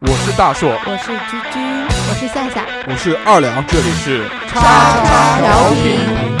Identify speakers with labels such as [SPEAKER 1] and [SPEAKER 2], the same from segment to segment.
[SPEAKER 1] 我是大硕，
[SPEAKER 2] 我是居居，我是夏夏，
[SPEAKER 1] 我是二两，这里是叉
[SPEAKER 2] 叉调频。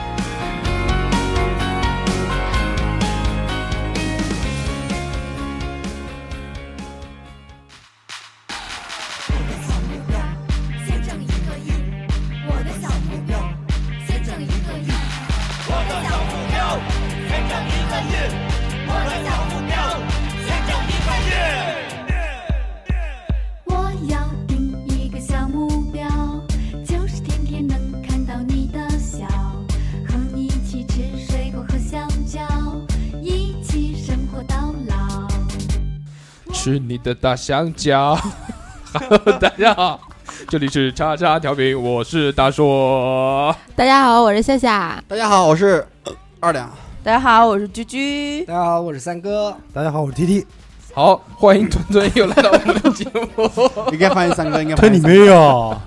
[SPEAKER 3] 先整一个亿，我的小目标。先整一个亿，我的小目标。先整一个亿，我的小目标。先整一个亿。我要定一个小目标，就是天天能看到你的笑，和你一起吃水果和香蕉，一起生活到老。
[SPEAKER 1] 吃你的大香蕉。Hello，大家好，这里是叉叉调频，我是大硕。
[SPEAKER 2] 大家好，我是夏夏。
[SPEAKER 4] 大家好，我是呃二两。
[SPEAKER 2] 大家好，我是居居。
[SPEAKER 4] 大家好，我是三哥。
[SPEAKER 5] 大家好，我是 T T，
[SPEAKER 1] 好，欢迎墩墩又来到我 们的节目。
[SPEAKER 4] 应该发现三哥，应该发
[SPEAKER 5] 推
[SPEAKER 4] 现
[SPEAKER 5] 你
[SPEAKER 4] 三哥
[SPEAKER 5] 妹啊！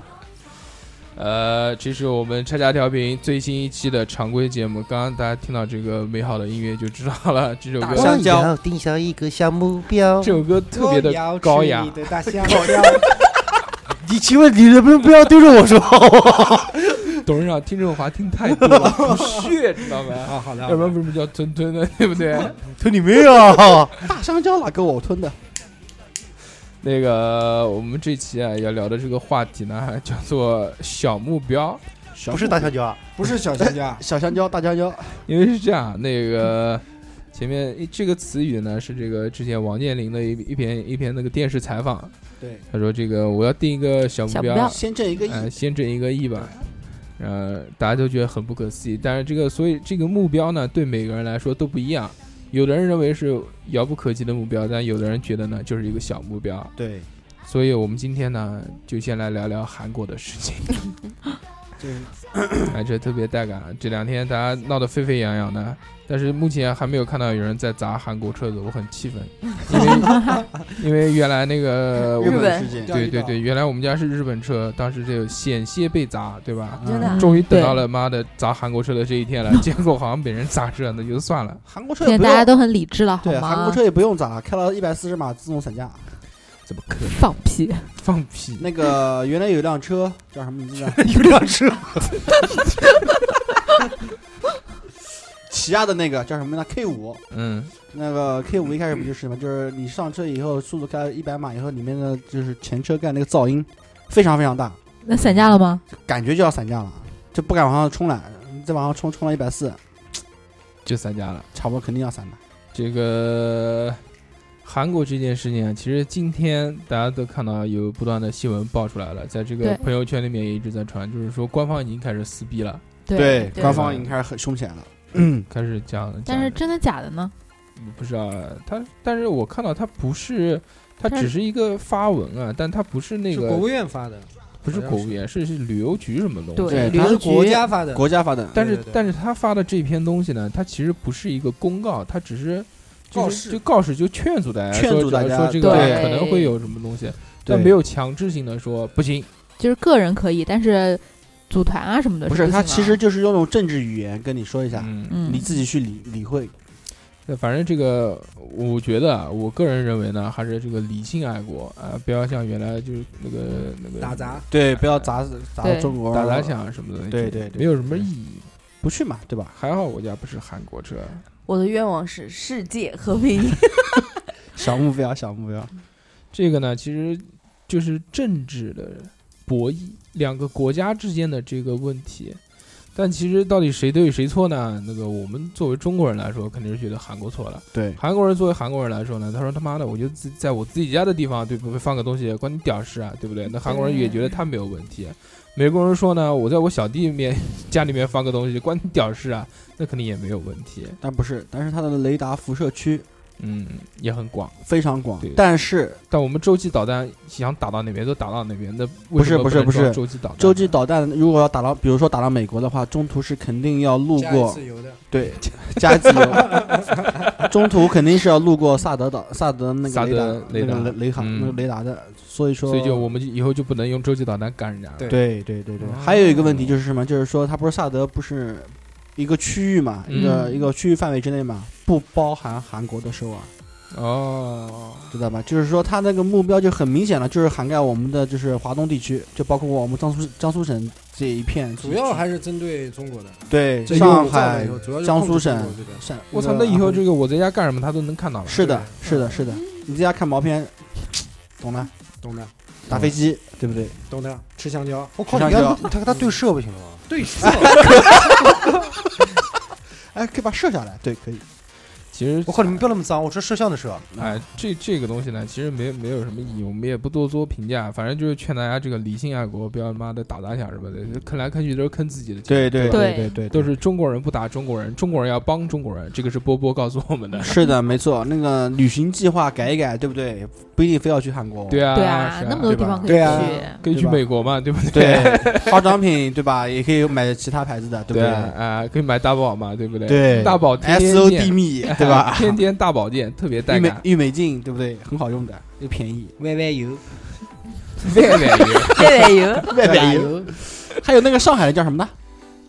[SPEAKER 1] 呃，这是我们叉叉调频最新一期的常规节目。刚刚大家听到这个美好的音乐就知道了，这首
[SPEAKER 4] 大
[SPEAKER 1] 歌
[SPEAKER 4] 香蕉
[SPEAKER 5] 我要定下一个小目标
[SPEAKER 1] 这首歌特别的高雅
[SPEAKER 4] 嗯我要吃你。 的大香蕉。
[SPEAKER 5] 你请问你能不能不要对着我说 话？
[SPEAKER 1] 董事长听这种话听太 多了，不屑知道吗？
[SPEAKER 4] 啊，好的
[SPEAKER 1] 要不然为什么叫墩墩呢？对不对？
[SPEAKER 4] 嗯
[SPEAKER 5] 推你妹 啊！
[SPEAKER 4] 大香蕉哪够我吞的？
[SPEAKER 1] 那个，我们这期啊要聊的这个话题呢，叫做小目标。
[SPEAKER 5] 不是大香 蕉啊，
[SPEAKER 4] 不是小香蕉， 小香蕉，大香蕉。
[SPEAKER 1] 因为是这样，啊那
[SPEAKER 4] 嗯
[SPEAKER 1] 个前面诶这个词语呢是这个之前王健林的一一篇一篇那个电视采访，
[SPEAKER 4] 对，
[SPEAKER 1] 他说这个我要定一个小目
[SPEAKER 2] 小目
[SPEAKER 1] 标
[SPEAKER 2] 标，
[SPEAKER 4] 先挣一个亿。
[SPEAKER 1] 呃，先挣一个亿吧。呃，大家都觉得很不可思议，但是这个所以这个目标呢，对每个人来说都不一样。有的人认为是遥不可及的目标，但有的人觉得呢就是一个小目标。
[SPEAKER 4] 对，
[SPEAKER 1] 所以我们今天呢就先来聊聊韩国的事情。
[SPEAKER 4] 就是
[SPEAKER 1] 哎，这特别带感啊。这两天大家闹得沸沸扬扬的，但是目前还没有看到有人在砸韩国车子，我很气愤，因为 因为原来那
[SPEAKER 4] 呃
[SPEAKER 1] 个我
[SPEAKER 2] 日
[SPEAKER 1] 们
[SPEAKER 2] 本
[SPEAKER 4] 事件。
[SPEAKER 1] 对对对，原来我们家是日本车，当时就险些被砸，对吧？
[SPEAKER 2] 真的啊
[SPEAKER 1] 终于等
[SPEAKER 2] 对
[SPEAKER 1] 到了妈的砸韩国车的这一天了，结果好像被人砸车，那就算了，
[SPEAKER 4] 韩国车也
[SPEAKER 2] 现
[SPEAKER 4] 不
[SPEAKER 2] 在大家
[SPEAKER 4] 用。
[SPEAKER 2] 都很理智了，好
[SPEAKER 4] 对，韩
[SPEAKER 2] 吗
[SPEAKER 4] 国？车也不用砸，开到一百四十码自动散架。
[SPEAKER 1] 怎么可能
[SPEAKER 2] 放屁！
[SPEAKER 1] 放屁？
[SPEAKER 4] 那个原来有一辆车叫什么名字 啊？
[SPEAKER 5] 有辆车，
[SPEAKER 4] 起亚的那个叫什么呢？K 五。
[SPEAKER 1] 嗯，
[SPEAKER 4] 那个 K 五一开始不就是什么？就是你上车以后，速度开到一百码以后，里面的就是前车盖那个噪音非常非常大，
[SPEAKER 2] 那散架了吗？
[SPEAKER 4] 感觉就要散架了，就不敢往上冲了。再往上冲，冲到一百四，
[SPEAKER 1] 就散架了。
[SPEAKER 4] 差不多肯定要散的。
[SPEAKER 1] 这个韩国这件事情啊，其实今天大家都看到有不断的新闻爆出来了，在这个
[SPEAKER 2] 对
[SPEAKER 1] 朋友圈里面也一直在传，就是说官方已经开始撕逼了，
[SPEAKER 2] 对
[SPEAKER 4] 官方已经开始很凶起来了。
[SPEAKER 6] 嗯
[SPEAKER 1] 开始讲。
[SPEAKER 2] 但是
[SPEAKER 1] 讲
[SPEAKER 2] 真的假的呢？
[SPEAKER 1] 不知道他，但是我看到他不是，他
[SPEAKER 2] 但
[SPEAKER 1] 只是一个发文啊，但他不是那
[SPEAKER 6] 是
[SPEAKER 1] 个
[SPEAKER 6] 国务院发的，
[SPEAKER 1] 不是国务院，是是旅游局什么东西。
[SPEAKER 4] 对
[SPEAKER 1] 啊
[SPEAKER 2] 旅
[SPEAKER 4] 它
[SPEAKER 2] 游
[SPEAKER 6] 是
[SPEAKER 2] 局
[SPEAKER 6] 国家发的。
[SPEAKER 4] 国家发的，
[SPEAKER 1] 但是
[SPEAKER 6] 对对对
[SPEAKER 1] 但是他发的这篇东西呢，它其实不是一个公告，它只是就
[SPEAKER 6] 告
[SPEAKER 1] 是
[SPEAKER 6] 示
[SPEAKER 1] 就告示，就劝阻大家
[SPEAKER 4] 劝
[SPEAKER 1] 说
[SPEAKER 4] 阻大家
[SPEAKER 1] 说这个
[SPEAKER 2] 对
[SPEAKER 1] 可能会有什么东西，
[SPEAKER 4] 对
[SPEAKER 1] 但没有强制性的说不行。
[SPEAKER 2] 就是个人可以，但是组团啊什么的
[SPEAKER 4] 不
[SPEAKER 2] 是
[SPEAKER 4] 是
[SPEAKER 2] 不
[SPEAKER 4] 他
[SPEAKER 2] 行
[SPEAKER 4] 其
[SPEAKER 2] 的
[SPEAKER 4] 实就是用那种政治语言跟你说一下，
[SPEAKER 1] 嗯，
[SPEAKER 2] 嗯
[SPEAKER 4] 你，自己去理理会。
[SPEAKER 1] 那反正这个，我觉得啊，我个人认为呢，还是这个理性爱国啊，不要像原来就是那个那个
[SPEAKER 6] 打砸，
[SPEAKER 4] 对，不要砸砸
[SPEAKER 2] 对
[SPEAKER 4] 中国，
[SPEAKER 1] 打砸抢什么的，
[SPEAKER 4] 对对对
[SPEAKER 1] 没有什么意义。
[SPEAKER 4] 不去嘛，对吧？
[SPEAKER 1] 还好我家不是韩国车。
[SPEAKER 7] 我的愿望是世界和平。
[SPEAKER 4] 小目标，小目标。
[SPEAKER 1] 这个呢，其实就是政治的博弈，两个国家之间的这个问题。但其实到底谁对谁错呢？那个我们作为中国人来说，肯定是觉得韩国错了。
[SPEAKER 4] 对，
[SPEAKER 1] 韩国人作为韩国人来说呢，他说他妈的，我就自在我自己家的地方，对不对？放个东西关你屌事啊，对不对？那韩国人也觉得他没有问题。美国人说呢，我在我小弟面 家里面放个东西关你屌事啊，那肯定也没有问题。
[SPEAKER 4] 但不是，但是它的雷达辐射区
[SPEAKER 1] 嗯，也很广。
[SPEAKER 4] 非常广
[SPEAKER 1] 对。
[SPEAKER 4] 但是
[SPEAKER 1] 但我们洲际导弹想打到哪边都打到哪边，那
[SPEAKER 4] 不是
[SPEAKER 1] 为什么
[SPEAKER 4] 不是不是
[SPEAKER 1] 能装洲际导弹呢？
[SPEAKER 4] 洲际导弹如果要打到，比如说打到美国的话，中途是肯定要路过
[SPEAKER 5] 油的，
[SPEAKER 4] 对 加一次油，中途肯定是要路过萨德岛、萨德那
[SPEAKER 1] 萨
[SPEAKER 4] 个雷达
[SPEAKER 1] 德、雷
[SPEAKER 4] 那
[SPEAKER 1] 达
[SPEAKER 4] 个雷雷卡、
[SPEAKER 1] 嗯
[SPEAKER 4] 那个雷达的，所以说
[SPEAKER 1] 所以就我们就以后就不能用洲际导弹干人家啊了。
[SPEAKER 5] 对
[SPEAKER 4] 对对对对
[SPEAKER 1] 哦，
[SPEAKER 4] 还有一个问题就是什么？就是说它不是萨德不是一个区域嘛，一个
[SPEAKER 2] 嗯
[SPEAKER 4] 一个区域范围之内嘛，不包含韩国的啊首尔。
[SPEAKER 1] 哦，
[SPEAKER 4] 知道吧？就是说，它那个目标就很明显了，就是涵盖我们的就是华东地区，就包括我们江苏江苏省这一片，
[SPEAKER 5] 主要还是针对中国的。
[SPEAKER 4] 对
[SPEAKER 5] 这
[SPEAKER 4] 上
[SPEAKER 5] 用战
[SPEAKER 4] 海
[SPEAKER 5] 略以后主要是
[SPEAKER 4] 江
[SPEAKER 5] 控制
[SPEAKER 4] 苏
[SPEAKER 5] 中
[SPEAKER 4] 省
[SPEAKER 5] 国这边
[SPEAKER 4] 陕。
[SPEAKER 1] 我操！那以后这
[SPEAKER 4] 个
[SPEAKER 1] 个我在家干什么，他都能看到了。
[SPEAKER 4] 是的
[SPEAKER 5] 对，
[SPEAKER 4] 是的，是的，你在家看毛片，懂了？
[SPEAKER 5] 懂的，
[SPEAKER 4] 打飞机，对不对？
[SPEAKER 5] 懂的，吃香蕉，
[SPEAKER 6] 我靠，
[SPEAKER 4] 上
[SPEAKER 6] 你看
[SPEAKER 4] 车
[SPEAKER 6] 他他跟他对射不行了吗？
[SPEAKER 5] 对射。
[SPEAKER 4] 哎，可以把它射下来，对，可以。
[SPEAKER 1] 其实
[SPEAKER 6] 我靠，你们不要那么脏，我说摄像的
[SPEAKER 5] 啊
[SPEAKER 6] 射。
[SPEAKER 1] 哎，这这个东西呢，其实没没有什么意义，我们也不多做评价，反正就是劝大家这个理性爱国，不要他妈的打砸抢什么的，坑来坑去都是坑自己的钱。
[SPEAKER 4] 对对
[SPEAKER 2] 对
[SPEAKER 4] 对对，
[SPEAKER 1] 都是中国人不打中国人，中国人要帮中国人，这个是波波告诉我们的。
[SPEAKER 4] 是的，没错。那个旅行计划改一改，对不对？不一定非要去韩国，
[SPEAKER 1] 对啊，
[SPEAKER 2] 对
[SPEAKER 1] 啊
[SPEAKER 2] 啊，，那么多
[SPEAKER 4] 对
[SPEAKER 2] 地
[SPEAKER 4] 吧
[SPEAKER 2] 方可以
[SPEAKER 5] 对啊
[SPEAKER 2] 去，
[SPEAKER 1] 可以去
[SPEAKER 4] 对吧
[SPEAKER 1] 美国嘛，对不对？
[SPEAKER 4] 对， 化妆品对吧？也可以买其他牌子的，对不
[SPEAKER 1] 对啊
[SPEAKER 4] 对？
[SPEAKER 1] 啊，可以买大宝嘛，对不对？
[SPEAKER 5] 对
[SPEAKER 1] 大宝天天
[SPEAKER 4] ？S O
[SPEAKER 1] 见
[SPEAKER 4] D 蜜，对吧？
[SPEAKER 1] 天天大保健特别带
[SPEAKER 4] 郁美
[SPEAKER 1] 感，
[SPEAKER 4] 郁美净，对不对？很好用的，又便宜。
[SPEAKER 5] 歪歪油，
[SPEAKER 1] 外面一个
[SPEAKER 7] 对对啊有
[SPEAKER 4] 外边油，还有那个上海的叫什么呢？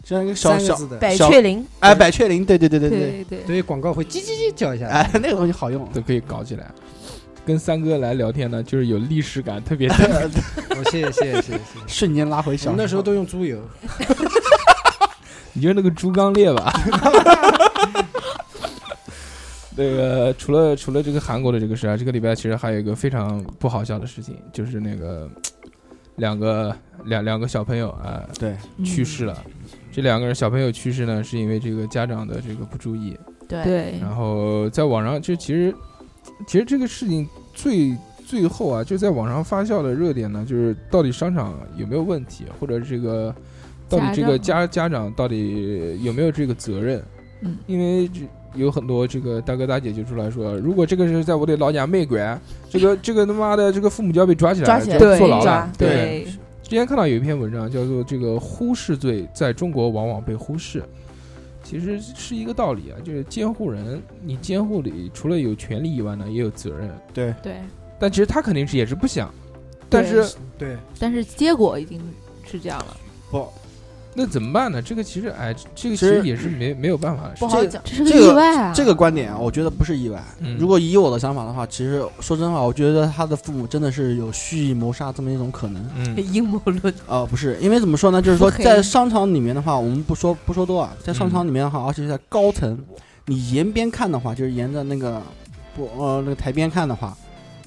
[SPEAKER 4] 叫那个小
[SPEAKER 5] 三个
[SPEAKER 4] 小
[SPEAKER 5] 字的，
[SPEAKER 7] 百
[SPEAKER 4] 小
[SPEAKER 7] 雀羚，
[SPEAKER 4] 哎，百雀羚，对对对对对，
[SPEAKER 2] 对对对，
[SPEAKER 5] 对广告会叽叽叽叫一下。
[SPEAKER 4] 哎，那个东西好用。
[SPEAKER 1] 都可以搞起来。跟三哥来聊天呢，就是有历史感，特别 的
[SPEAKER 5] 我哦谢谢谢谢谢谢。
[SPEAKER 4] 瞬间拉回
[SPEAKER 5] 我
[SPEAKER 4] 小
[SPEAKER 5] 们那时候都用猪油，
[SPEAKER 1] 你就是那个猪刚鬣吧？ 那个除了除了这个韩国的这个事啊，这个礼拜其实还有一个非常不好笑的事情，就是那个两个两两个小朋友啊、
[SPEAKER 4] 对
[SPEAKER 2] 嗯
[SPEAKER 1] 去世了。这两个人小朋友去世呢，是因为这个家长的这个不注意，
[SPEAKER 7] 对
[SPEAKER 2] 对，
[SPEAKER 1] 然后在网上，就其实其实这个事情最最后啊，就在网上发酵的热点呢，就是到底商场有没有问题，或者这个到底这个家家长到底有没有这个责任？
[SPEAKER 2] 嗯，
[SPEAKER 1] 因为这有很多这个大哥大姐就出来说，如果这个是在我的老家卖拐，这个这个他妈的这个父母就要被抓起来，
[SPEAKER 7] 抓起来
[SPEAKER 1] 就
[SPEAKER 2] 对
[SPEAKER 1] 坐牢了
[SPEAKER 7] 抓。
[SPEAKER 1] 对，之前看到有一篇文章叫做《这个忽视罪在中国往往被忽视》，其实是一个道理啊，就是监护人，你监护里除了有权利以外呢，也有责任。
[SPEAKER 4] 对，
[SPEAKER 2] 对，
[SPEAKER 1] 但其实他肯定是也是不想，但
[SPEAKER 2] 对
[SPEAKER 1] 是
[SPEAKER 5] 对，
[SPEAKER 2] 但是结果已经是这样了，
[SPEAKER 4] 不，
[SPEAKER 1] 那怎么办呢？这个其实哎，这个其
[SPEAKER 4] 其实
[SPEAKER 1] 实也是没没有办法的事
[SPEAKER 7] 不
[SPEAKER 1] 情。
[SPEAKER 7] 好讲。
[SPEAKER 2] 这是
[SPEAKER 4] 这个
[SPEAKER 2] 意外啊，
[SPEAKER 4] 这个观点啊我觉得不是意外
[SPEAKER 1] 嗯。
[SPEAKER 4] 如果以我的想法的话，其实说真话，我觉得他的父母真的是有蓄意谋杀这么一种可能。
[SPEAKER 2] 哎
[SPEAKER 1] 嗯，
[SPEAKER 7] 阴谋论，
[SPEAKER 4] 呃，不是，因为怎么说呢？就是说，
[SPEAKER 2] 腹黑
[SPEAKER 4] 在商场里面的话，我们不说不说多啊，在商场里面的话，而且是在高层，你沿边看的话，就是沿着那个不呃那个台边看的话，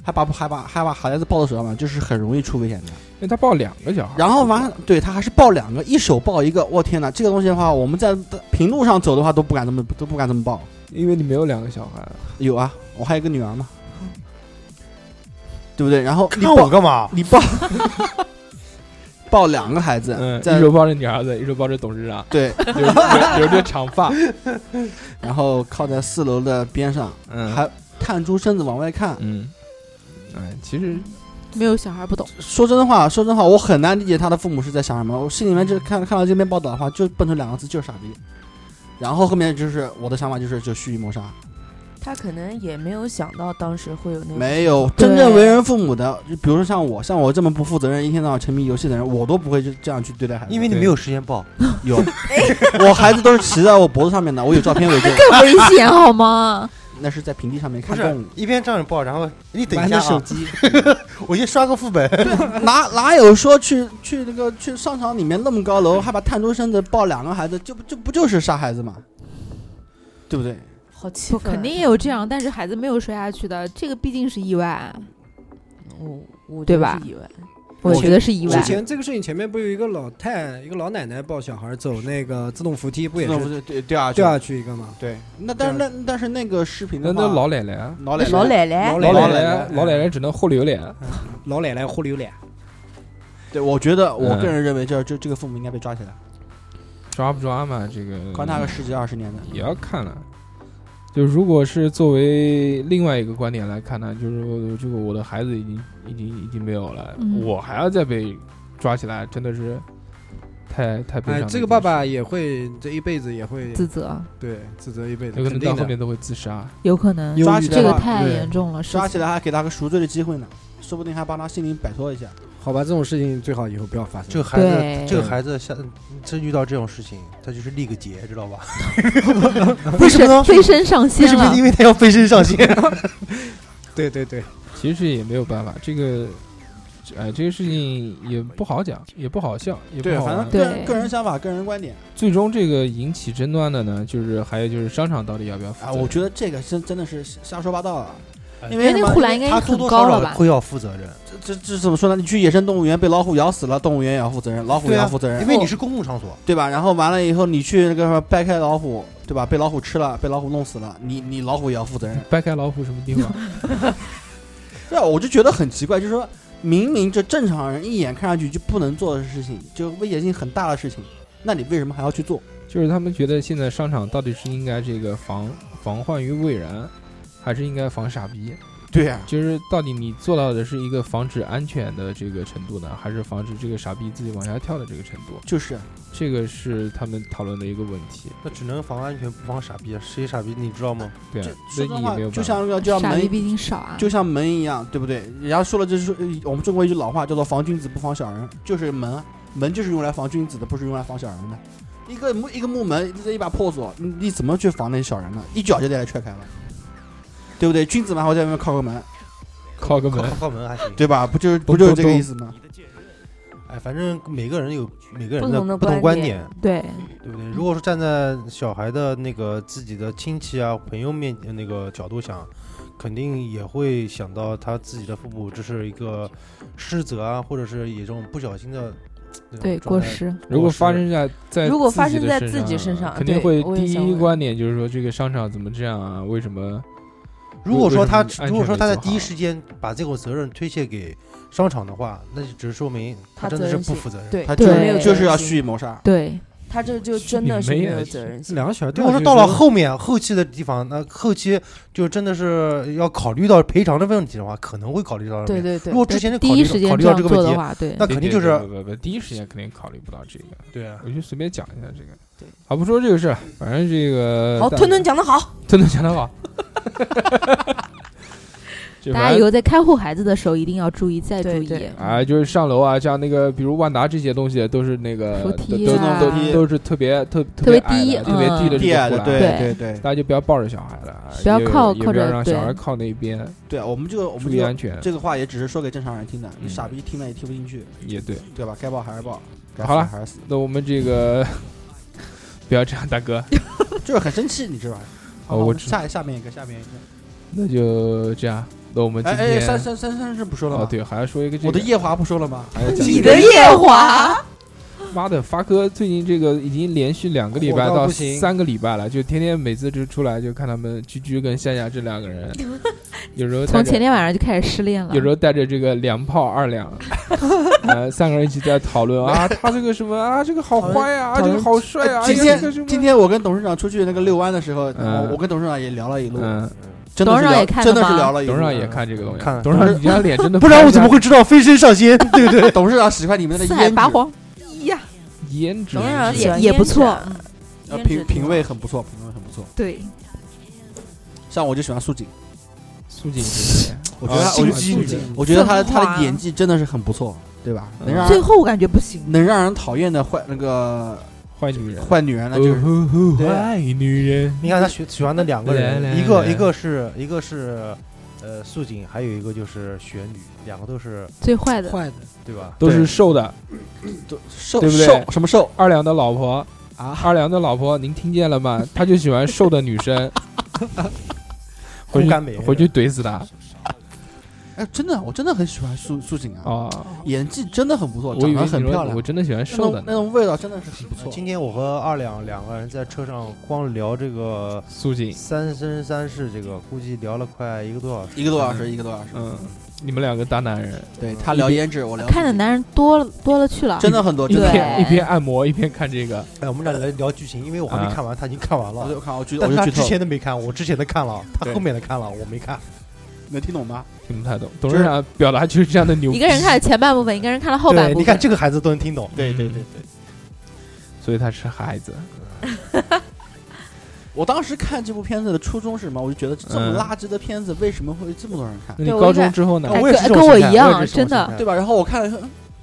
[SPEAKER 4] 还把还把还把孩子抱在手上嘛，就是很容易出危险的。
[SPEAKER 1] 因为他抱两个小孩，
[SPEAKER 4] 然后完，对他还是抱两个，一手抱一个，我天哪！这个东西的话，我们在平路上走的话都不敢这么都不敢这么抱。
[SPEAKER 1] 因为你没有两个小孩，
[SPEAKER 4] 有啊，我还有个女儿嘛，对不对？然后你
[SPEAKER 6] 看我
[SPEAKER 4] 抱
[SPEAKER 6] 干嘛？
[SPEAKER 4] 你抱抱两个孩子，
[SPEAKER 1] 嗯，
[SPEAKER 4] 在
[SPEAKER 1] 一手抱着你儿子，一手抱着董事长，
[SPEAKER 4] 对。
[SPEAKER 1] 留留留着长发，
[SPEAKER 4] 然后靠在四楼的边上，
[SPEAKER 1] 嗯，
[SPEAKER 4] 还探出身子往外看。
[SPEAKER 1] 嗯，哎，其实
[SPEAKER 2] 没有小孩不懂，
[SPEAKER 4] 说真话，说真话，我很难理解他的父母是在想什么。我心
[SPEAKER 6] 嗯
[SPEAKER 4] 里面就看看到这篇报道的话，就蹦出两个字，就是傻逼。然后后面就是我的想法，就是就蓄意谋杀，
[SPEAKER 7] 他可能也没有想到当时会有那种
[SPEAKER 4] 没有真正为人父母的，就比如说像我，像我这么不负责任、一天到晚沉迷游戏的人，我都不会就这样去对待孩子。
[SPEAKER 6] 因为你没有时间报。
[SPEAKER 4] 有，我孩子都是骑在我脖子上面的，我有照片 为证，
[SPEAKER 2] 更危险好吗？
[SPEAKER 4] 那是在平地上面
[SPEAKER 6] 不
[SPEAKER 4] 看动
[SPEAKER 6] 是
[SPEAKER 4] 物，
[SPEAKER 6] 一边这样报，然后你等一
[SPEAKER 5] 玩
[SPEAKER 6] 下
[SPEAKER 5] 着手
[SPEAKER 6] 啊，
[SPEAKER 5] 机，
[SPEAKER 6] 我先刷个副 本。
[SPEAKER 4] 哪哪有说去去那个去商场里面那么高楼，还把探出身子抱两个孩子，就不就不就是杀孩子嘛，对不对？
[SPEAKER 7] 好气
[SPEAKER 2] 不，
[SPEAKER 7] 愤 啊，
[SPEAKER 2] 肯定也有这样，但是孩子没有摔下去的，这个毕竟是意外，
[SPEAKER 7] 我我
[SPEAKER 2] 对
[SPEAKER 7] 觉得
[SPEAKER 2] 吧
[SPEAKER 7] 是意外，
[SPEAKER 2] 我觉得是意
[SPEAKER 5] 之
[SPEAKER 2] 外。
[SPEAKER 5] 前这个事情前面不有一个老太一个老奶奶抱小孩走那个自动扶梯，不也是
[SPEAKER 4] 对对对啊
[SPEAKER 5] 掉下去一个吗？
[SPEAKER 4] 对，那但是那但是那个视频
[SPEAKER 1] 那
[SPEAKER 4] 的
[SPEAKER 1] 那
[SPEAKER 4] 话
[SPEAKER 1] 老奶奶啊，
[SPEAKER 4] 老奶
[SPEAKER 7] 老
[SPEAKER 5] 老
[SPEAKER 7] 奶奶
[SPEAKER 5] 奶
[SPEAKER 1] 老奶
[SPEAKER 5] 老奶
[SPEAKER 1] 奶
[SPEAKER 5] 奶
[SPEAKER 1] 老奶奶只能厚榴莲。
[SPEAKER 5] 老奶奶互流脸，
[SPEAKER 4] 对我觉得我
[SPEAKER 1] 嗯
[SPEAKER 4] 个人认为这这这个父母应该被抓起来，
[SPEAKER 1] 抓不抓嘛？这个嗯
[SPEAKER 4] 关他个十几二十年的。
[SPEAKER 1] 也要看了。就就如果是作为另外一个观点来看呢，就是说这个我的孩子已经已经已经没有了，
[SPEAKER 2] 嗯
[SPEAKER 1] 我还要再被抓起来，真的是太太悲伤
[SPEAKER 5] 哎
[SPEAKER 1] 了。，
[SPEAKER 5] 这个爸爸也会这一辈子也会
[SPEAKER 2] 自责，
[SPEAKER 5] 对自责一辈子，
[SPEAKER 1] 有可能
[SPEAKER 5] 肯
[SPEAKER 1] 到
[SPEAKER 5] 定
[SPEAKER 1] 后
[SPEAKER 5] 的。
[SPEAKER 1] 面都会自杀。
[SPEAKER 2] 有可能
[SPEAKER 5] 忧
[SPEAKER 4] 抓
[SPEAKER 5] 郁
[SPEAKER 4] 起
[SPEAKER 2] 这
[SPEAKER 5] 症
[SPEAKER 2] 个
[SPEAKER 5] 吧，
[SPEAKER 2] 太
[SPEAKER 5] 对
[SPEAKER 2] 严重了，
[SPEAKER 4] 抓
[SPEAKER 2] 是
[SPEAKER 4] 起来还给他个赎罪的机会呢，说不定还帮他心灵摆脱一下。
[SPEAKER 5] 好吧，这种事情最好以后不要发生。
[SPEAKER 6] 这个孩子
[SPEAKER 2] 对，
[SPEAKER 6] 这个孩子下真遇到这种事情，他就是立个结，知道吧？
[SPEAKER 2] 飞
[SPEAKER 6] 为什么
[SPEAKER 2] 身
[SPEAKER 6] 呢
[SPEAKER 2] 飞身上心
[SPEAKER 6] 为什么？
[SPEAKER 2] 了
[SPEAKER 6] 因，为他要飞身上仙。
[SPEAKER 5] 对对对，
[SPEAKER 1] 其实也没有办法，这个，哎，这个事情也不好讲，也不好笑，也不
[SPEAKER 4] 对，
[SPEAKER 1] 好
[SPEAKER 4] 反
[SPEAKER 1] 啊
[SPEAKER 4] 正
[SPEAKER 1] 玩。
[SPEAKER 4] 个人
[SPEAKER 2] 对
[SPEAKER 4] 个人想法、个人观点
[SPEAKER 1] 最终这个引起争端的呢，就是还有就是商场到底要不要负责
[SPEAKER 4] 啊，我觉得这个真真的是瞎说八道啊。因为
[SPEAKER 2] 人
[SPEAKER 4] 什
[SPEAKER 2] 家
[SPEAKER 4] 么
[SPEAKER 2] 护栏应该
[SPEAKER 6] 他多
[SPEAKER 2] 很
[SPEAKER 6] 多
[SPEAKER 2] 高
[SPEAKER 6] 少
[SPEAKER 2] 了
[SPEAKER 6] 少
[SPEAKER 2] 吧？
[SPEAKER 6] 会要负责任，
[SPEAKER 4] 这这这怎么说呢？你去野生动物园被老虎咬死了，动物园也要负责任，老虎也
[SPEAKER 6] 对啊
[SPEAKER 4] 要负责任，
[SPEAKER 6] 因为你是公共场所，
[SPEAKER 4] 对吧？然后完了以后，你去那个什么掰开老虎，对吧？被老虎吃了，被老虎弄死了，你你老虎也要负责任。
[SPEAKER 1] 掰开老虎什么地方？
[SPEAKER 4] 对啊，我就觉得很奇怪，就是说明明这正常人一眼看上去就不能做的事情，就危险性很大的事情，那你为什么还要去做？
[SPEAKER 1] 就是他们觉得现在商场到底是应该这个防防患于未然，还是应该防傻逼？
[SPEAKER 4] 对啊呀、
[SPEAKER 1] 就是到底你做到的是一个防止安全的这个程度呢，还是防止这个傻逼自己往下跳的这个程度？
[SPEAKER 4] 就是
[SPEAKER 1] 这个是他们讨论的一个问题。
[SPEAKER 6] 那只能防安全不防傻逼，啊谁傻逼你知道吗？
[SPEAKER 1] 对啊
[SPEAKER 4] 这，
[SPEAKER 1] 所
[SPEAKER 4] 说
[SPEAKER 1] 以
[SPEAKER 4] 实
[SPEAKER 1] 也
[SPEAKER 4] 话
[SPEAKER 1] 没有，
[SPEAKER 4] 就
[SPEAKER 1] 办法。
[SPEAKER 4] 像那个就像
[SPEAKER 2] 傻逼
[SPEAKER 4] 门
[SPEAKER 2] 毕竟少啊，
[SPEAKER 4] 就像门一样，对不对？人家说了就是呃我们中国一句老话叫做“防君子不防小人”，就是门啊，门就是用来防君子的，不是用来防小人的。一个木一个木门，一把破锁，你你怎么去防那小人呢？一脚就给他踹开了，对不对？君子嘛，还会在外面靠个门，
[SPEAKER 1] 靠个门
[SPEAKER 6] 靠，靠门还行。
[SPEAKER 4] 对吧？不就是不
[SPEAKER 1] 咚
[SPEAKER 4] 就是这个
[SPEAKER 1] 咚咚
[SPEAKER 4] 意思吗？
[SPEAKER 6] 哎，反正每个人有每个人
[SPEAKER 7] 不同
[SPEAKER 6] 的
[SPEAKER 7] 的
[SPEAKER 6] 不同
[SPEAKER 7] 观
[SPEAKER 6] 观点
[SPEAKER 7] 点，
[SPEAKER 2] 对，
[SPEAKER 6] 对不对？如果说站在小孩的那个自己的亲戚啊、朋友面那个角度想，肯定也会想到他自己的父母这是一个失责啊，或者是有这种不小心的那种
[SPEAKER 2] 对
[SPEAKER 6] 状
[SPEAKER 2] 过
[SPEAKER 6] 态。
[SPEAKER 2] 失，
[SPEAKER 1] 如果发生在在
[SPEAKER 7] 如果
[SPEAKER 1] 自己
[SPEAKER 7] 发生
[SPEAKER 1] 的
[SPEAKER 7] 在
[SPEAKER 1] 身
[SPEAKER 7] 自己身上
[SPEAKER 1] 肯定
[SPEAKER 7] 对
[SPEAKER 1] 会
[SPEAKER 7] 我也
[SPEAKER 1] 第
[SPEAKER 7] 想
[SPEAKER 1] 一
[SPEAKER 7] 问
[SPEAKER 1] 观点就是说这个商场怎么这样啊？为什么？
[SPEAKER 6] 如果说他
[SPEAKER 1] 为什么安全
[SPEAKER 6] 如果说他在第一
[SPEAKER 1] 没做好
[SPEAKER 6] 时间把这个责任推卸给商场的话，那就只是说明他
[SPEAKER 7] 他
[SPEAKER 6] 真的
[SPEAKER 7] 责
[SPEAKER 6] 是
[SPEAKER 7] 任
[SPEAKER 6] 不
[SPEAKER 7] 心
[SPEAKER 6] 负责任。
[SPEAKER 7] 对，
[SPEAKER 4] 他就
[SPEAKER 2] 没
[SPEAKER 4] 是
[SPEAKER 2] 有
[SPEAKER 4] 就是要
[SPEAKER 7] 责任
[SPEAKER 4] 蓄意谋杀，
[SPEAKER 2] 对，
[SPEAKER 7] 他这就真的是没有责任
[SPEAKER 5] 这
[SPEAKER 7] 心。
[SPEAKER 5] 两个小孩，
[SPEAKER 6] 如果说到了后面后期的地方，那后期就真的是要考虑到赔偿的问题的话，可能会考虑到。
[SPEAKER 7] 对，对对
[SPEAKER 6] 如，果之前就
[SPEAKER 2] 第
[SPEAKER 6] 考虑
[SPEAKER 2] 一时
[SPEAKER 6] 到
[SPEAKER 2] 间这样
[SPEAKER 6] 考虑到这个
[SPEAKER 2] 做
[SPEAKER 6] 问
[SPEAKER 2] 的
[SPEAKER 6] 题，
[SPEAKER 2] 话，对
[SPEAKER 6] 那肯定就是
[SPEAKER 1] 不不不，第一时间肯定考虑不到这个。
[SPEAKER 6] 对啊。
[SPEAKER 1] 我就随便讲一下这个，好不说这个事儿，反正这个
[SPEAKER 7] 好，
[SPEAKER 1] 大
[SPEAKER 7] 哦吞吞讲的好，
[SPEAKER 1] 吞吞讲得 好。就
[SPEAKER 2] 大家
[SPEAKER 1] 反
[SPEAKER 2] 以
[SPEAKER 1] 正
[SPEAKER 2] 后在看护孩子的时候一定要注意，再注
[SPEAKER 7] 对
[SPEAKER 2] 意。
[SPEAKER 7] 对
[SPEAKER 1] 啊，就是上楼啊，像那个比如万达这些东西都是那个
[SPEAKER 2] 扶
[SPEAKER 1] 都
[SPEAKER 2] 梯
[SPEAKER 1] 都
[SPEAKER 2] 啊
[SPEAKER 1] 都都都是特别特
[SPEAKER 2] 特别
[SPEAKER 1] 别矮
[SPEAKER 2] 低
[SPEAKER 1] 的特别低
[SPEAKER 2] 嗯
[SPEAKER 1] 的这
[SPEAKER 4] 低矮
[SPEAKER 1] 个
[SPEAKER 4] 的，
[SPEAKER 1] 护
[SPEAKER 4] 对
[SPEAKER 1] 栏
[SPEAKER 2] 对
[SPEAKER 4] 对对
[SPEAKER 1] 大家就不要抱着小孩了，啊
[SPEAKER 2] 不要
[SPEAKER 1] 也
[SPEAKER 2] 靠
[SPEAKER 1] 也
[SPEAKER 2] 靠
[SPEAKER 1] 不要
[SPEAKER 2] 着
[SPEAKER 1] 让小孩
[SPEAKER 2] 对
[SPEAKER 1] 靠那边，
[SPEAKER 4] 对，我们这个我们
[SPEAKER 1] 注
[SPEAKER 4] 这
[SPEAKER 1] 意
[SPEAKER 4] 个
[SPEAKER 1] 安全。
[SPEAKER 4] 这个话也只是说给正常人听的，
[SPEAKER 1] 嗯
[SPEAKER 4] 你傻逼听了也听不进去，
[SPEAKER 1] 也对，
[SPEAKER 4] 对吧？该报还是报，该
[SPEAKER 1] 好
[SPEAKER 4] 死
[SPEAKER 1] 了
[SPEAKER 4] 还是死，
[SPEAKER 1] 那我们这个 不要这样，大哥，
[SPEAKER 4] 就是很生气，你知道吧？好
[SPEAKER 1] 哦
[SPEAKER 4] 吧
[SPEAKER 1] 我
[SPEAKER 4] 我
[SPEAKER 1] 知
[SPEAKER 4] 下下面一个，下面一个，
[SPEAKER 1] 那就这样。那我们今
[SPEAKER 4] 哎哎，
[SPEAKER 1] 天
[SPEAKER 4] 三三三三是不说了
[SPEAKER 1] 哦
[SPEAKER 4] 吗？
[SPEAKER 1] 对，还要说一个这
[SPEAKER 4] 我的
[SPEAKER 1] 个哎
[SPEAKER 4] 夜华不说了吗？还 要讲
[SPEAKER 7] 你的夜华，
[SPEAKER 1] 妈的，发哥最近这个已经连续两个礼拜
[SPEAKER 5] 火到
[SPEAKER 1] 到
[SPEAKER 5] 不行
[SPEAKER 1] 三个礼拜了，就天天每次就出来就看他们居居跟夏夏这两个人，有时候带
[SPEAKER 2] 从
[SPEAKER 1] 着
[SPEAKER 2] 前天晚上就开始失恋了
[SPEAKER 1] 有，时候带着这个两炮 二两，呃，三个人一起在讨论啊，他这个什么啊，这个好坏呀、啊，
[SPEAKER 5] 讨
[SPEAKER 1] 这
[SPEAKER 5] 论
[SPEAKER 1] 个好帅啊，
[SPEAKER 4] 哎今
[SPEAKER 1] 这个什
[SPEAKER 4] 天
[SPEAKER 1] 么
[SPEAKER 4] 今天我跟董事长出去那个遛弯的时候，
[SPEAKER 1] 嗯
[SPEAKER 4] 我我跟董事长也聊了一路，
[SPEAKER 1] 嗯，
[SPEAKER 4] 真的
[SPEAKER 2] 董
[SPEAKER 4] 是
[SPEAKER 2] 事长
[SPEAKER 4] 聊
[SPEAKER 2] 也看了
[SPEAKER 4] 真的是
[SPEAKER 2] 吗
[SPEAKER 4] 聊了一路。
[SPEAKER 1] 董事长也看这个东西，
[SPEAKER 6] 看了
[SPEAKER 1] 董事长你这张脸真的
[SPEAKER 6] 不然我怎么会知道飞身上仙？对不对？
[SPEAKER 4] 董事长喜欢你们的
[SPEAKER 2] 四海
[SPEAKER 4] 胭
[SPEAKER 2] 八
[SPEAKER 4] 脂，
[SPEAKER 2] 荒，呀，
[SPEAKER 1] 颜值
[SPEAKER 7] 董事长
[SPEAKER 1] 是
[SPEAKER 7] 喜欢
[SPEAKER 2] 也不
[SPEAKER 7] 胭脂啊，
[SPEAKER 4] 呃
[SPEAKER 7] 胭脂
[SPEAKER 4] 品
[SPEAKER 7] 挺
[SPEAKER 4] 品
[SPEAKER 7] 好
[SPEAKER 4] 味很不错，品味很不错。
[SPEAKER 2] 对，
[SPEAKER 4] 像我就喜欢素锦，
[SPEAKER 1] 苏锦这个
[SPEAKER 4] 我觉得
[SPEAKER 1] 啊
[SPEAKER 4] 他
[SPEAKER 1] 素
[SPEAKER 4] 我
[SPEAKER 1] 锦
[SPEAKER 4] 觉
[SPEAKER 1] 素
[SPEAKER 4] 得
[SPEAKER 1] 锦
[SPEAKER 4] 我觉得他的
[SPEAKER 7] 凤凰
[SPEAKER 4] 他的演技真的是很不错，对吧？
[SPEAKER 1] 嗯
[SPEAKER 4] 能让
[SPEAKER 7] 最
[SPEAKER 4] 人
[SPEAKER 7] 后我感觉不行，
[SPEAKER 4] 能让人讨厌的坏那个
[SPEAKER 1] 坏女人，
[SPEAKER 4] 坏女人呢，就是
[SPEAKER 1] 哦吼吼
[SPEAKER 4] 对
[SPEAKER 1] 坏女人，
[SPEAKER 6] 你看他喜喜欢的两个
[SPEAKER 1] 来
[SPEAKER 6] 人，
[SPEAKER 1] 来
[SPEAKER 6] 一个
[SPEAKER 1] 来
[SPEAKER 6] 一个是一个是呃素锦，还有一个就是雪女，两个都是
[SPEAKER 2] 最坏的，
[SPEAKER 5] 坏的，
[SPEAKER 6] 对吧？
[SPEAKER 1] 都是瘦的，
[SPEAKER 4] 瘦
[SPEAKER 1] 对不对
[SPEAKER 4] 瘦什么瘦
[SPEAKER 1] 二两的老婆。
[SPEAKER 4] 啊？
[SPEAKER 1] 二良的老婆，您听见了吗？ 他就喜欢瘦的女生，回
[SPEAKER 6] 骨
[SPEAKER 1] 去
[SPEAKER 6] 感美人
[SPEAKER 1] 回去怼死他。
[SPEAKER 4] 哎，真的，我真的很喜欢苏苏醒啊，
[SPEAKER 1] 啊，
[SPEAKER 4] 演技真的很不错，
[SPEAKER 1] 我
[SPEAKER 4] 长
[SPEAKER 1] 以为
[SPEAKER 4] 得
[SPEAKER 1] 你
[SPEAKER 4] 很
[SPEAKER 1] 说
[SPEAKER 4] 漂亮
[SPEAKER 1] 我，真的喜欢
[SPEAKER 4] 那
[SPEAKER 1] 瘦的
[SPEAKER 4] 种那
[SPEAKER 1] 呢。
[SPEAKER 4] 种味道真的是很不错。
[SPEAKER 6] 今天我和二两两个人在车上光聊这个
[SPEAKER 1] 苏醒，
[SPEAKER 6] 三生三世，这个估计聊了快一个多小时。
[SPEAKER 4] 一个多小时，一个多小时。
[SPEAKER 1] 嗯，你们两个大男人，
[SPEAKER 4] 对他聊颜值，我聊
[SPEAKER 2] 看的男人多了多了去了，
[SPEAKER 4] 真的很多，
[SPEAKER 1] 一
[SPEAKER 4] 真的很多。
[SPEAKER 1] 边一边按摩一边看这个，
[SPEAKER 6] 哎，我们俩来聊剧情，因为我还没
[SPEAKER 1] 啊
[SPEAKER 6] 看完，他已经看完
[SPEAKER 4] 我
[SPEAKER 6] 了。
[SPEAKER 4] 就看，我剧，我
[SPEAKER 6] 但是
[SPEAKER 4] 就
[SPEAKER 6] 他
[SPEAKER 4] 剧
[SPEAKER 6] 之
[SPEAKER 4] 透
[SPEAKER 6] 前，的没看，我之前的看了，他
[SPEAKER 1] 对
[SPEAKER 6] 后面的看了，我没看。
[SPEAKER 4] 能听懂吗？
[SPEAKER 1] 听不太懂。董事长表达就是这样的牛逼，
[SPEAKER 2] 一个人看了前半部分，一个人看了后半
[SPEAKER 6] 对，
[SPEAKER 2] 部分。
[SPEAKER 6] 你看这个孩子都能听懂。
[SPEAKER 1] 对对对
[SPEAKER 6] 对，
[SPEAKER 1] 所以他是孩子。
[SPEAKER 4] 我当时看这部片子的初衷是什么？我就觉得这么
[SPEAKER 1] 嗯
[SPEAKER 4] 垃圾的片子，为什么会这么多人看，
[SPEAKER 1] 那你
[SPEAKER 2] 对我
[SPEAKER 1] 高
[SPEAKER 2] 一
[SPEAKER 1] 中
[SPEAKER 2] 看
[SPEAKER 1] 之后呢？
[SPEAKER 6] 哎我也
[SPEAKER 2] 跟
[SPEAKER 6] 是这
[SPEAKER 2] 跟
[SPEAKER 6] 种
[SPEAKER 2] 我
[SPEAKER 6] 心
[SPEAKER 2] 一
[SPEAKER 6] 态我也
[SPEAKER 2] 样，
[SPEAKER 6] 是这
[SPEAKER 2] 真
[SPEAKER 6] 种心
[SPEAKER 2] 的
[SPEAKER 6] 态
[SPEAKER 4] 对吧？然后我看了一下，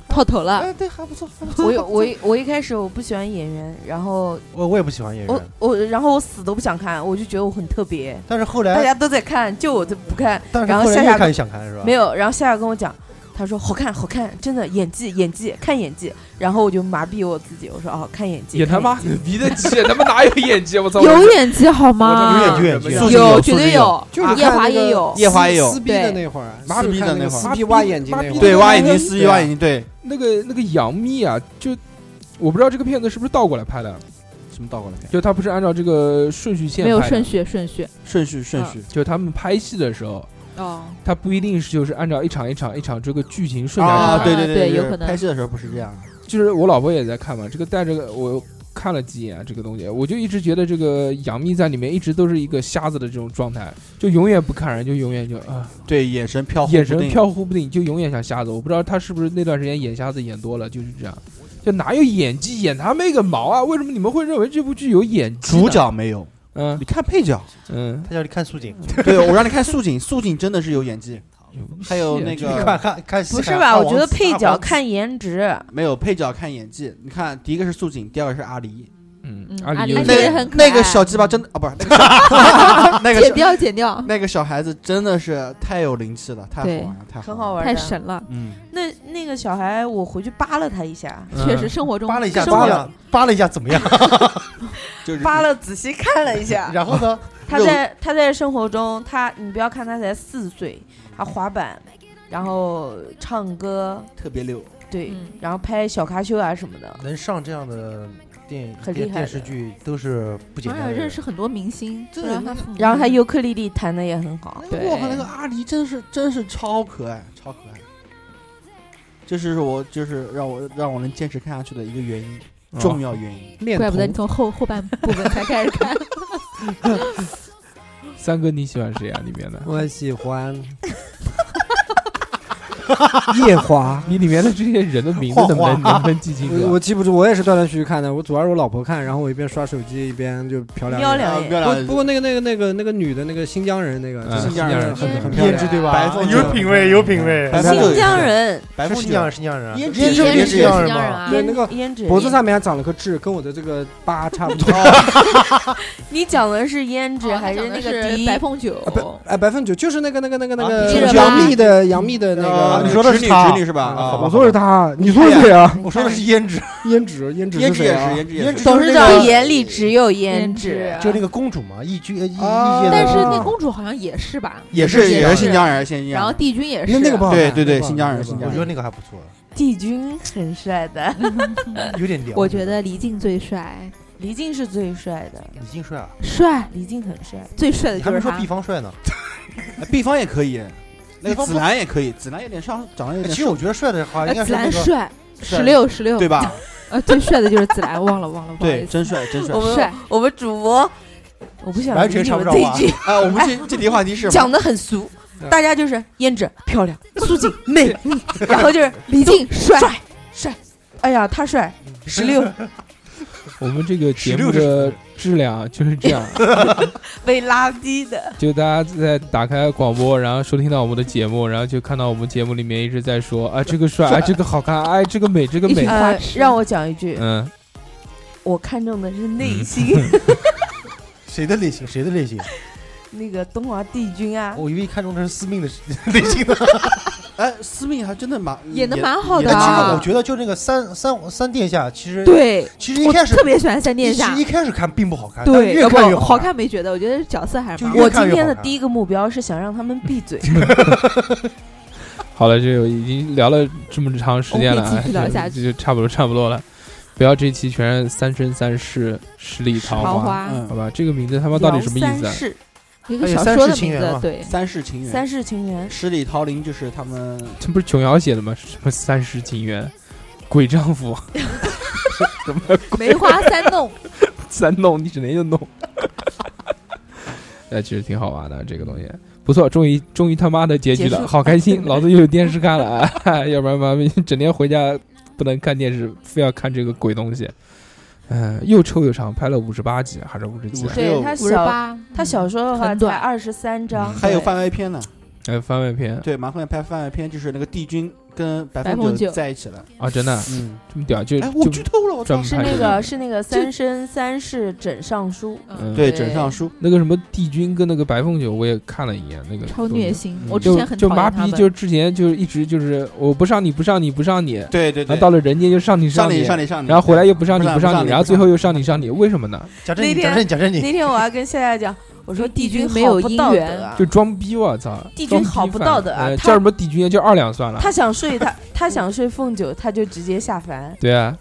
[SPEAKER 2] 到头了。
[SPEAKER 4] 哎，对，还不错，还不错。
[SPEAKER 7] 我 有我一我一开始我不喜欢演员，然后
[SPEAKER 6] 我我也不喜欢演
[SPEAKER 7] 我
[SPEAKER 6] 员，
[SPEAKER 7] 我然后我死都不想看，我就觉得我很特别，
[SPEAKER 6] 但是后
[SPEAKER 2] 哎
[SPEAKER 7] 大
[SPEAKER 6] 来，
[SPEAKER 7] 家都在看，就我就不看。
[SPEAKER 6] 但是
[SPEAKER 7] 然后
[SPEAKER 6] 后来
[SPEAKER 7] 夏
[SPEAKER 6] 越
[SPEAKER 7] 夏
[SPEAKER 6] 看越想看是吧？
[SPEAKER 7] 没有，然后夏夏跟我讲，他说好看好看，真的演技演技看演技，然后我就麻痹我自己，我说哦看演技，
[SPEAKER 1] 演他
[SPEAKER 7] 看
[SPEAKER 1] 妈
[SPEAKER 7] 技
[SPEAKER 1] 牛逼的鸡，他妈哪有演技？我操！
[SPEAKER 2] 有演技好
[SPEAKER 1] 我
[SPEAKER 2] 吗？
[SPEAKER 1] 这
[SPEAKER 6] 有演技
[SPEAKER 4] 有演技
[SPEAKER 2] 有，
[SPEAKER 4] 有
[SPEAKER 2] 绝对有。
[SPEAKER 5] 就是
[SPEAKER 2] 夜华也有，
[SPEAKER 4] 夜华也有
[SPEAKER 5] 撕逼的那会儿，
[SPEAKER 4] 对撕逼的那会儿
[SPEAKER 5] 撕逼挖眼睛 那会儿，
[SPEAKER 4] 对，挖眼睛，
[SPEAKER 5] 撕
[SPEAKER 4] 司机挖眼睛，嗯对，啊
[SPEAKER 1] 那个那个杨幂啊，就我不知道这个片子是不是倒过来拍的，
[SPEAKER 4] 什么倒过来看？
[SPEAKER 1] 就他不是按照这个顺序线
[SPEAKER 2] 没有
[SPEAKER 1] 拍的
[SPEAKER 2] 顺，序，顺序
[SPEAKER 4] 顺序，顺
[SPEAKER 2] 嗯
[SPEAKER 4] 序。
[SPEAKER 1] 就他们拍戏的时候，
[SPEAKER 2] 哦，
[SPEAKER 1] 他不一定是就是按照一场一场一场这个剧情顺下来
[SPEAKER 4] 啊，
[SPEAKER 1] 看
[SPEAKER 4] 对
[SPEAKER 2] 啊
[SPEAKER 4] 对
[SPEAKER 2] 对
[SPEAKER 4] 对，
[SPEAKER 2] 有可能
[SPEAKER 4] 拍戏的时候不是这样的。
[SPEAKER 1] 就是我老婆也在看嘛，这个带这个我看了几眼这个东西，啊我就一直觉得这个杨幂在里面一直都是一个瞎子的这种状态，就永远不看人，就永远就啊、
[SPEAKER 4] 对，眼神
[SPEAKER 5] 哦
[SPEAKER 4] 飘忽不定，
[SPEAKER 1] 眼神飘忽不定，就永远像瞎子。我不知道她是不是那段时间演瞎子演多了，就是这样。就哪有演技演他妹个毛啊！为什么你们会认为这部剧有演技？
[SPEAKER 4] 主，角没有，
[SPEAKER 1] 嗯
[SPEAKER 4] 你看配角。
[SPEAKER 1] 嗯，
[SPEAKER 6] 他叫你看苏锦，
[SPEAKER 4] 对，我让你看素锦，素锦真的是有演技， 还有那
[SPEAKER 1] 这
[SPEAKER 4] 个
[SPEAKER 6] 看看看西
[SPEAKER 7] 不
[SPEAKER 6] 海
[SPEAKER 7] 是吧？
[SPEAKER 6] 大
[SPEAKER 7] 哦我
[SPEAKER 6] 王
[SPEAKER 7] 觉得
[SPEAKER 6] 子
[SPEAKER 7] 配
[SPEAKER 6] 大
[SPEAKER 7] 角
[SPEAKER 6] 王子
[SPEAKER 7] 看颜值，
[SPEAKER 4] 没有配角看演技。你看，第一个是素锦，第二个是阿狸，
[SPEAKER 1] 嗯
[SPEAKER 2] 嗯，
[SPEAKER 1] 阿
[SPEAKER 2] 阿
[SPEAKER 1] 里
[SPEAKER 2] 里那
[SPEAKER 1] 有演
[SPEAKER 2] 个
[SPEAKER 1] 技
[SPEAKER 2] 也
[SPEAKER 4] 那
[SPEAKER 2] 很
[SPEAKER 4] 个
[SPEAKER 2] 可爱
[SPEAKER 4] 那个小鸡巴真的啊，不是那个小那 个
[SPEAKER 2] 剪
[SPEAKER 4] 小
[SPEAKER 2] 掉，剪掉，
[SPEAKER 4] 那个小孩子真的是太有灵气了，太好玩了，太
[SPEAKER 7] 很
[SPEAKER 4] 好
[SPEAKER 7] 好
[SPEAKER 4] 玩了。
[SPEAKER 2] 太。
[SPEAKER 7] 玩，
[SPEAKER 2] 神了。
[SPEAKER 4] 嗯，
[SPEAKER 7] 那那个小孩，我回去扒拉他一下，
[SPEAKER 1] 嗯
[SPEAKER 2] 确实，生活中
[SPEAKER 6] 扒了一下，
[SPEAKER 2] 生活
[SPEAKER 6] 扒了扒了一下怎么 样？
[SPEAKER 4] 就是
[SPEAKER 7] 扒了仔细看了一下，
[SPEAKER 6] 然后呢？
[SPEAKER 7] 他
[SPEAKER 4] 肉
[SPEAKER 7] 在他在生活中，他你不要看他才四岁，他滑板，然后唱歌，
[SPEAKER 4] 特别溜，
[SPEAKER 7] 对，
[SPEAKER 2] 嗯
[SPEAKER 7] 然后拍小咖秀啊什么的，
[SPEAKER 6] 能上这样的电影
[SPEAKER 7] 很厉
[SPEAKER 6] 电电
[SPEAKER 7] 害的
[SPEAKER 6] 视剧都是不简
[SPEAKER 2] 而
[SPEAKER 6] 单
[SPEAKER 2] 且
[SPEAKER 6] 的
[SPEAKER 2] 哎认
[SPEAKER 6] 人。
[SPEAKER 2] 识很多明星，
[SPEAKER 4] 对
[SPEAKER 2] 不然他父母
[SPEAKER 7] 然后他尤克里里弹的也很好，
[SPEAKER 2] 对
[SPEAKER 4] 我靠，那个阿狸真是真是超可爱，超可爱。这是我就是让我让我能坚持看下去的一个原因，嗯
[SPEAKER 5] 哦
[SPEAKER 4] 重 要原因。
[SPEAKER 5] 面
[SPEAKER 2] 怪不得
[SPEAKER 5] 头
[SPEAKER 2] 你从后后半部分才开始看。
[SPEAKER 1] 三哥，你喜欢谁啊？里面的
[SPEAKER 5] 我喜欢 夜华，
[SPEAKER 1] 你里面的这些人的名字能 不能能不能记清
[SPEAKER 5] 我
[SPEAKER 1] 楚啊
[SPEAKER 5] 我记不住，我也是断断续续看的。我主要是我老婆看，然后我一边刷手机一边就瞟两
[SPEAKER 7] 瞄
[SPEAKER 5] 眼。
[SPEAKER 7] 两
[SPEAKER 4] 啊
[SPEAKER 7] 眼，
[SPEAKER 4] 漂亮
[SPEAKER 5] 不不过那个那个那个那个女的，那个新疆人，那个
[SPEAKER 1] 嗯
[SPEAKER 5] 就是
[SPEAKER 1] 新疆人
[SPEAKER 5] 很很漂
[SPEAKER 6] 颜
[SPEAKER 5] 亮
[SPEAKER 6] 值。对吧？
[SPEAKER 4] 白凤
[SPEAKER 5] 有
[SPEAKER 4] 品
[SPEAKER 6] 味，哦有品味
[SPEAKER 4] 白凤
[SPEAKER 7] 新疆人，
[SPEAKER 4] 白
[SPEAKER 6] 是
[SPEAKER 4] 凤
[SPEAKER 6] 新
[SPEAKER 4] 姐
[SPEAKER 6] 疆人，新疆人。啊
[SPEAKER 4] 胭脂胭
[SPEAKER 6] 胭也
[SPEAKER 4] 脂
[SPEAKER 6] 是
[SPEAKER 4] 也
[SPEAKER 6] 新
[SPEAKER 4] 是
[SPEAKER 6] 疆
[SPEAKER 2] 新疆
[SPEAKER 6] 人
[SPEAKER 2] 人
[SPEAKER 6] 吧？
[SPEAKER 2] 啊
[SPEAKER 5] 对
[SPEAKER 7] 胭
[SPEAKER 5] 那个
[SPEAKER 7] 胭脂，
[SPEAKER 5] 脖子上面还长了颗痣，跟我的这个疤差 不多。
[SPEAKER 7] 你讲的是胭脂
[SPEAKER 2] 哦
[SPEAKER 7] 还
[SPEAKER 2] 他讲
[SPEAKER 7] 那
[SPEAKER 2] 的
[SPEAKER 7] 个迪？
[SPEAKER 2] 白凤九？
[SPEAKER 5] 哎，白凤九就是那个那个那个那
[SPEAKER 4] 啊
[SPEAKER 5] 个
[SPEAKER 2] 哦你记得吧
[SPEAKER 5] 杨幂的杨幂呃的那
[SPEAKER 4] 啊
[SPEAKER 5] 个。
[SPEAKER 6] 你说的是
[SPEAKER 4] 侄女
[SPEAKER 6] 她
[SPEAKER 4] 侄女是吧？
[SPEAKER 6] 啊
[SPEAKER 4] 啊
[SPEAKER 6] 好吧
[SPEAKER 5] 我说是她，你说是谁啊？
[SPEAKER 6] 我说的是
[SPEAKER 7] 嗯
[SPEAKER 6] 胭脂，
[SPEAKER 5] 胭脂，哎胭脂
[SPEAKER 4] 胭脂
[SPEAKER 5] 谁
[SPEAKER 4] 也
[SPEAKER 5] 啊？
[SPEAKER 4] 是，胭脂也
[SPEAKER 6] 胭
[SPEAKER 4] 是
[SPEAKER 6] 脂。
[SPEAKER 7] 董
[SPEAKER 6] 就是
[SPEAKER 7] 事
[SPEAKER 6] 那个
[SPEAKER 7] 长眼里只有胭脂
[SPEAKER 2] 脂，
[SPEAKER 6] 就那个公主嘛，一居一一
[SPEAKER 5] 啊
[SPEAKER 6] 届的
[SPEAKER 2] 但是
[SPEAKER 6] 公
[SPEAKER 2] 那
[SPEAKER 6] 主
[SPEAKER 2] 公主好像也是吧？
[SPEAKER 4] 也
[SPEAKER 2] 是
[SPEAKER 4] 也是
[SPEAKER 2] 新
[SPEAKER 4] 新
[SPEAKER 2] 疆
[SPEAKER 4] 疆人，新疆人。
[SPEAKER 2] 然后帝君也是。
[SPEAKER 5] 那那个不好看，
[SPEAKER 4] 对对对
[SPEAKER 5] 那个不好看
[SPEAKER 4] 新疆人
[SPEAKER 5] 那个
[SPEAKER 4] 新
[SPEAKER 5] 不好看
[SPEAKER 4] 疆人
[SPEAKER 6] 我觉得那个还不错，
[SPEAKER 7] 帝君很帅的，呃
[SPEAKER 6] 有点凉。
[SPEAKER 2] 我觉得黎静最帅，
[SPEAKER 7] 黎静是最帅的，
[SPEAKER 6] 李靖帅啊，
[SPEAKER 2] 帅
[SPEAKER 7] 黎静很帅，
[SPEAKER 2] 最帅的
[SPEAKER 6] 你还
[SPEAKER 2] 就
[SPEAKER 6] 没
[SPEAKER 2] 是
[SPEAKER 6] 说
[SPEAKER 2] 他
[SPEAKER 6] 毕。方帅呢。
[SPEAKER 4] 哎毕方也可以，那
[SPEAKER 6] 毕
[SPEAKER 4] 个
[SPEAKER 6] 方
[SPEAKER 4] 紫兰也可以，紫兰有点像，长得有
[SPEAKER 6] 哎
[SPEAKER 4] 点
[SPEAKER 6] 其实我觉得帅的啊话，应该
[SPEAKER 2] 呃，
[SPEAKER 6] 是
[SPEAKER 2] 子
[SPEAKER 6] 那
[SPEAKER 2] 兰
[SPEAKER 6] 个
[SPEAKER 2] 帅，
[SPEAKER 4] 帅
[SPEAKER 2] 十六十六，
[SPEAKER 4] 对？吧？
[SPEAKER 2] 呃，最帅的就是子兰，忘了忘了，不好
[SPEAKER 4] 对，
[SPEAKER 2] 意思。
[SPEAKER 4] 真 帅，真帅
[SPEAKER 7] 我。
[SPEAKER 2] 帅
[SPEAKER 7] 们我们主播，我不想
[SPEAKER 6] 完全
[SPEAKER 7] 理你
[SPEAKER 6] 插不
[SPEAKER 7] 们
[SPEAKER 6] 上
[SPEAKER 7] 这一
[SPEAKER 6] 话
[SPEAKER 7] 句，
[SPEAKER 4] 哎，我们这这题话题是
[SPEAKER 7] 讲的很俗
[SPEAKER 5] 嗯，
[SPEAKER 7] 大家就是胭脂漂亮、素锦美，嗯 然后就是
[SPEAKER 2] 黎静帅，
[SPEAKER 7] 帅帅，哎呀，他帅，十六
[SPEAKER 1] 我们这个节目
[SPEAKER 6] 16是
[SPEAKER 1] 的质量啊就是这样，
[SPEAKER 7] 被拉低的，
[SPEAKER 1] 就大家在打开广播，然后收听到我们的节目，然后就看到我们节目里面一直在说啊这个帅，啊这个好看， 哎这个美，这个
[SPEAKER 2] 一
[SPEAKER 1] 美
[SPEAKER 2] 群，花
[SPEAKER 7] 呃，
[SPEAKER 2] 痴
[SPEAKER 7] 让我讲一句，
[SPEAKER 1] 嗯，
[SPEAKER 7] 我看中的是内心，
[SPEAKER 6] 谁的类型？谁的类型？
[SPEAKER 7] 那个东华帝君啊，
[SPEAKER 6] 我以为看中的是司命的 类型 呢。
[SPEAKER 4] 哎，司命还真的蛮
[SPEAKER 2] 演得蛮好的
[SPEAKER 4] 演得蛮
[SPEAKER 2] 啊
[SPEAKER 6] 啊，
[SPEAKER 4] 好
[SPEAKER 6] 我觉得就那个三三三殿下，其实
[SPEAKER 2] 对，
[SPEAKER 6] 其实一
[SPEAKER 2] 我
[SPEAKER 6] 开始
[SPEAKER 2] 特别喜欢三殿
[SPEAKER 6] 其
[SPEAKER 2] 下
[SPEAKER 6] 实一，开始看并不好看，但
[SPEAKER 2] 对，
[SPEAKER 6] 越
[SPEAKER 2] 要不
[SPEAKER 6] 看越
[SPEAKER 2] 好
[SPEAKER 6] 看。
[SPEAKER 2] 看没觉得，我觉得角色还是
[SPEAKER 6] 就
[SPEAKER 2] 蛮
[SPEAKER 6] 越
[SPEAKER 7] 我
[SPEAKER 6] 看
[SPEAKER 7] 今
[SPEAKER 6] 越
[SPEAKER 7] 天
[SPEAKER 6] 好
[SPEAKER 7] 的
[SPEAKER 6] 看
[SPEAKER 7] 第一个目标是想让他们闭嘴，
[SPEAKER 1] 好了，这个已经聊了这么长时间了
[SPEAKER 2] 我们可以
[SPEAKER 1] 啊，
[SPEAKER 2] 继续聊下去
[SPEAKER 1] 就就差不多差不多了。不要这一期全是三生三世十里桃
[SPEAKER 2] 桃
[SPEAKER 1] 花，
[SPEAKER 2] 花
[SPEAKER 4] 嗯
[SPEAKER 1] 好，吧？这个名字他妈到底什么意思
[SPEAKER 7] 三
[SPEAKER 1] 啊？
[SPEAKER 7] 世，
[SPEAKER 2] 一个
[SPEAKER 6] 哎呀
[SPEAKER 2] 小
[SPEAKER 6] 三
[SPEAKER 2] 说
[SPEAKER 6] 世
[SPEAKER 2] 的
[SPEAKER 6] 情
[SPEAKER 2] 名
[SPEAKER 6] 缘
[SPEAKER 2] 字
[SPEAKER 6] 嘛，
[SPEAKER 2] 对，
[SPEAKER 4] 三世情缘
[SPEAKER 7] 三，世情缘，
[SPEAKER 4] 嗯十里桃林就是他们
[SPEAKER 1] 这不是琼瑶写的吗？什么三世情缘、鬼丈夫，什么
[SPEAKER 2] 梅花三弄，
[SPEAKER 1] 三弄，你只能就弄。 哎，其实挺好玩的这个东西，不错，终于终于他妈的结局
[SPEAKER 7] 结
[SPEAKER 1] 了，
[SPEAKER 7] 束
[SPEAKER 1] 好开 心，老子又有电视看了啊！ 要不然妈咪整天回家不能看电视，非要看这个鬼东西。嗯、又臭又长，拍了五十八集还是五十集啊？
[SPEAKER 4] 50
[SPEAKER 7] 对他
[SPEAKER 2] 五十
[SPEAKER 7] 小
[SPEAKER 2] 八，
[SPEAKER 7] 他小说的话
[SPEAKER 2] 很
[SPEAKER 7] 才
[SPEAKER 2] 短
[SPEAKER 7] 二十三章，
[SPEAKER 4] 还有
[SPEAKER 7] 对
[SPEAKER 4] 番外篇呢。
[SPEAKER 1] 还有哎番外篇
[SPEAKER 4] 对，马上拍番外篇，就是那个帝君跟白
[SPEAKER 2] 白
[SPEAKER 4] 凤
[SPEAKER 2] 凤九
[SPEAKER 4] 在一起了。
[SPEAKER 1] 啊，真的
[SPEAKER 4] 嗯，
[SPEAKER 1] 这么屌，就
[SPEAKER 4] 哎，我
[SPEAKER 1] 就
[SPEAKER 4] 剧透了，我操！
[SPEAKER 1] 专门
[SPEAKER 7] 是
[SPEAKER 1] 拍
[SPEAKER 7] 那
[SPEAKER 1] 这个
[SPEAKER 7] 个是那个三生三世枕上书，
[SPEAKER 1] 嗯
[SPEAKER 2] 嗯
[SPEAKER 4] 对，枕上书，
[SPEAKER 1] 那个什么帝君跟那个白凤九，我也看了一眼，那个
[SPEAKER 2] 超虐心
[SPEAKER 4] 嗯，
[SPEAKER 2] 我之
[SPEAKER 1] 就
[SPEAKER 2] 前很
[SPEAKER 1] 就
[SPEAKER 2] 讨
[SPEAKER 1] 麻
[SPEAKER 2] 厌他
[SPEAKER 1] 痹，
[SPEAKER 2] 们，
[SPEAKER 1] 就是之前就是一直就是我不上你不上你不上你，
[SPEAKER 4] 对对
[SPEAKER 1] 然后
[SPEAKER 4] 对，
[SPEAKER 1] 到了人间就上你
[SPEAKER 4] 上
[SPEAKER 1] 你
[SPEAKER 4] 你上你上你，
[SPEAKER 1] 然后回来又不上你
[SPEAKER 4] 嗯不上
[SPEAKER 1] 不上
[SPEAKER 4] 不上
[SPEAKER 1] 你，
[SPEAKER 4] 你
[SPEAKER 1] 然后最后又上你上你， 为什么呢？
[SPEAKER 6] 贾振
[SPEAKER 7] 那
[SPEAKER 6] 宁，
[SPEAKER 7] 天
[SPEAKER 6] 贾振宁，贾振宁，
[SPEAKER 7] 那天我要跟夏夏讲，我说
[SPEAKER 2] 帝
[SPEAKER 7] 帝
[SPEAKER 2] 君
[SPEAKER 7] 君
[SPEAKER 2] 没有
[SPEAKER 7] 好不
[SPEAKER 2] 姻
[SPEAKER 7] 道德
[SPEAKER 2] 缘
[SPEAKER 7] 啊
[SPEAKER 1] 就装逼我操！
[SPEAKER 7] 帝君
[SPEAKER 1] 装逼
[SPEAKER 7] 好不
[SPEAKER 1] 犯
[SPEAKER 7] 道德啊
[SPEAKER 1] 呃
[SPEAKER 7] 他
[SPEAKER 1] 叫什么帝君？叫二两算了。
[SPEAKER 7] 他想睡他他想睡凤九，他就直接下凡。
[SPEAKER 1] 对啊，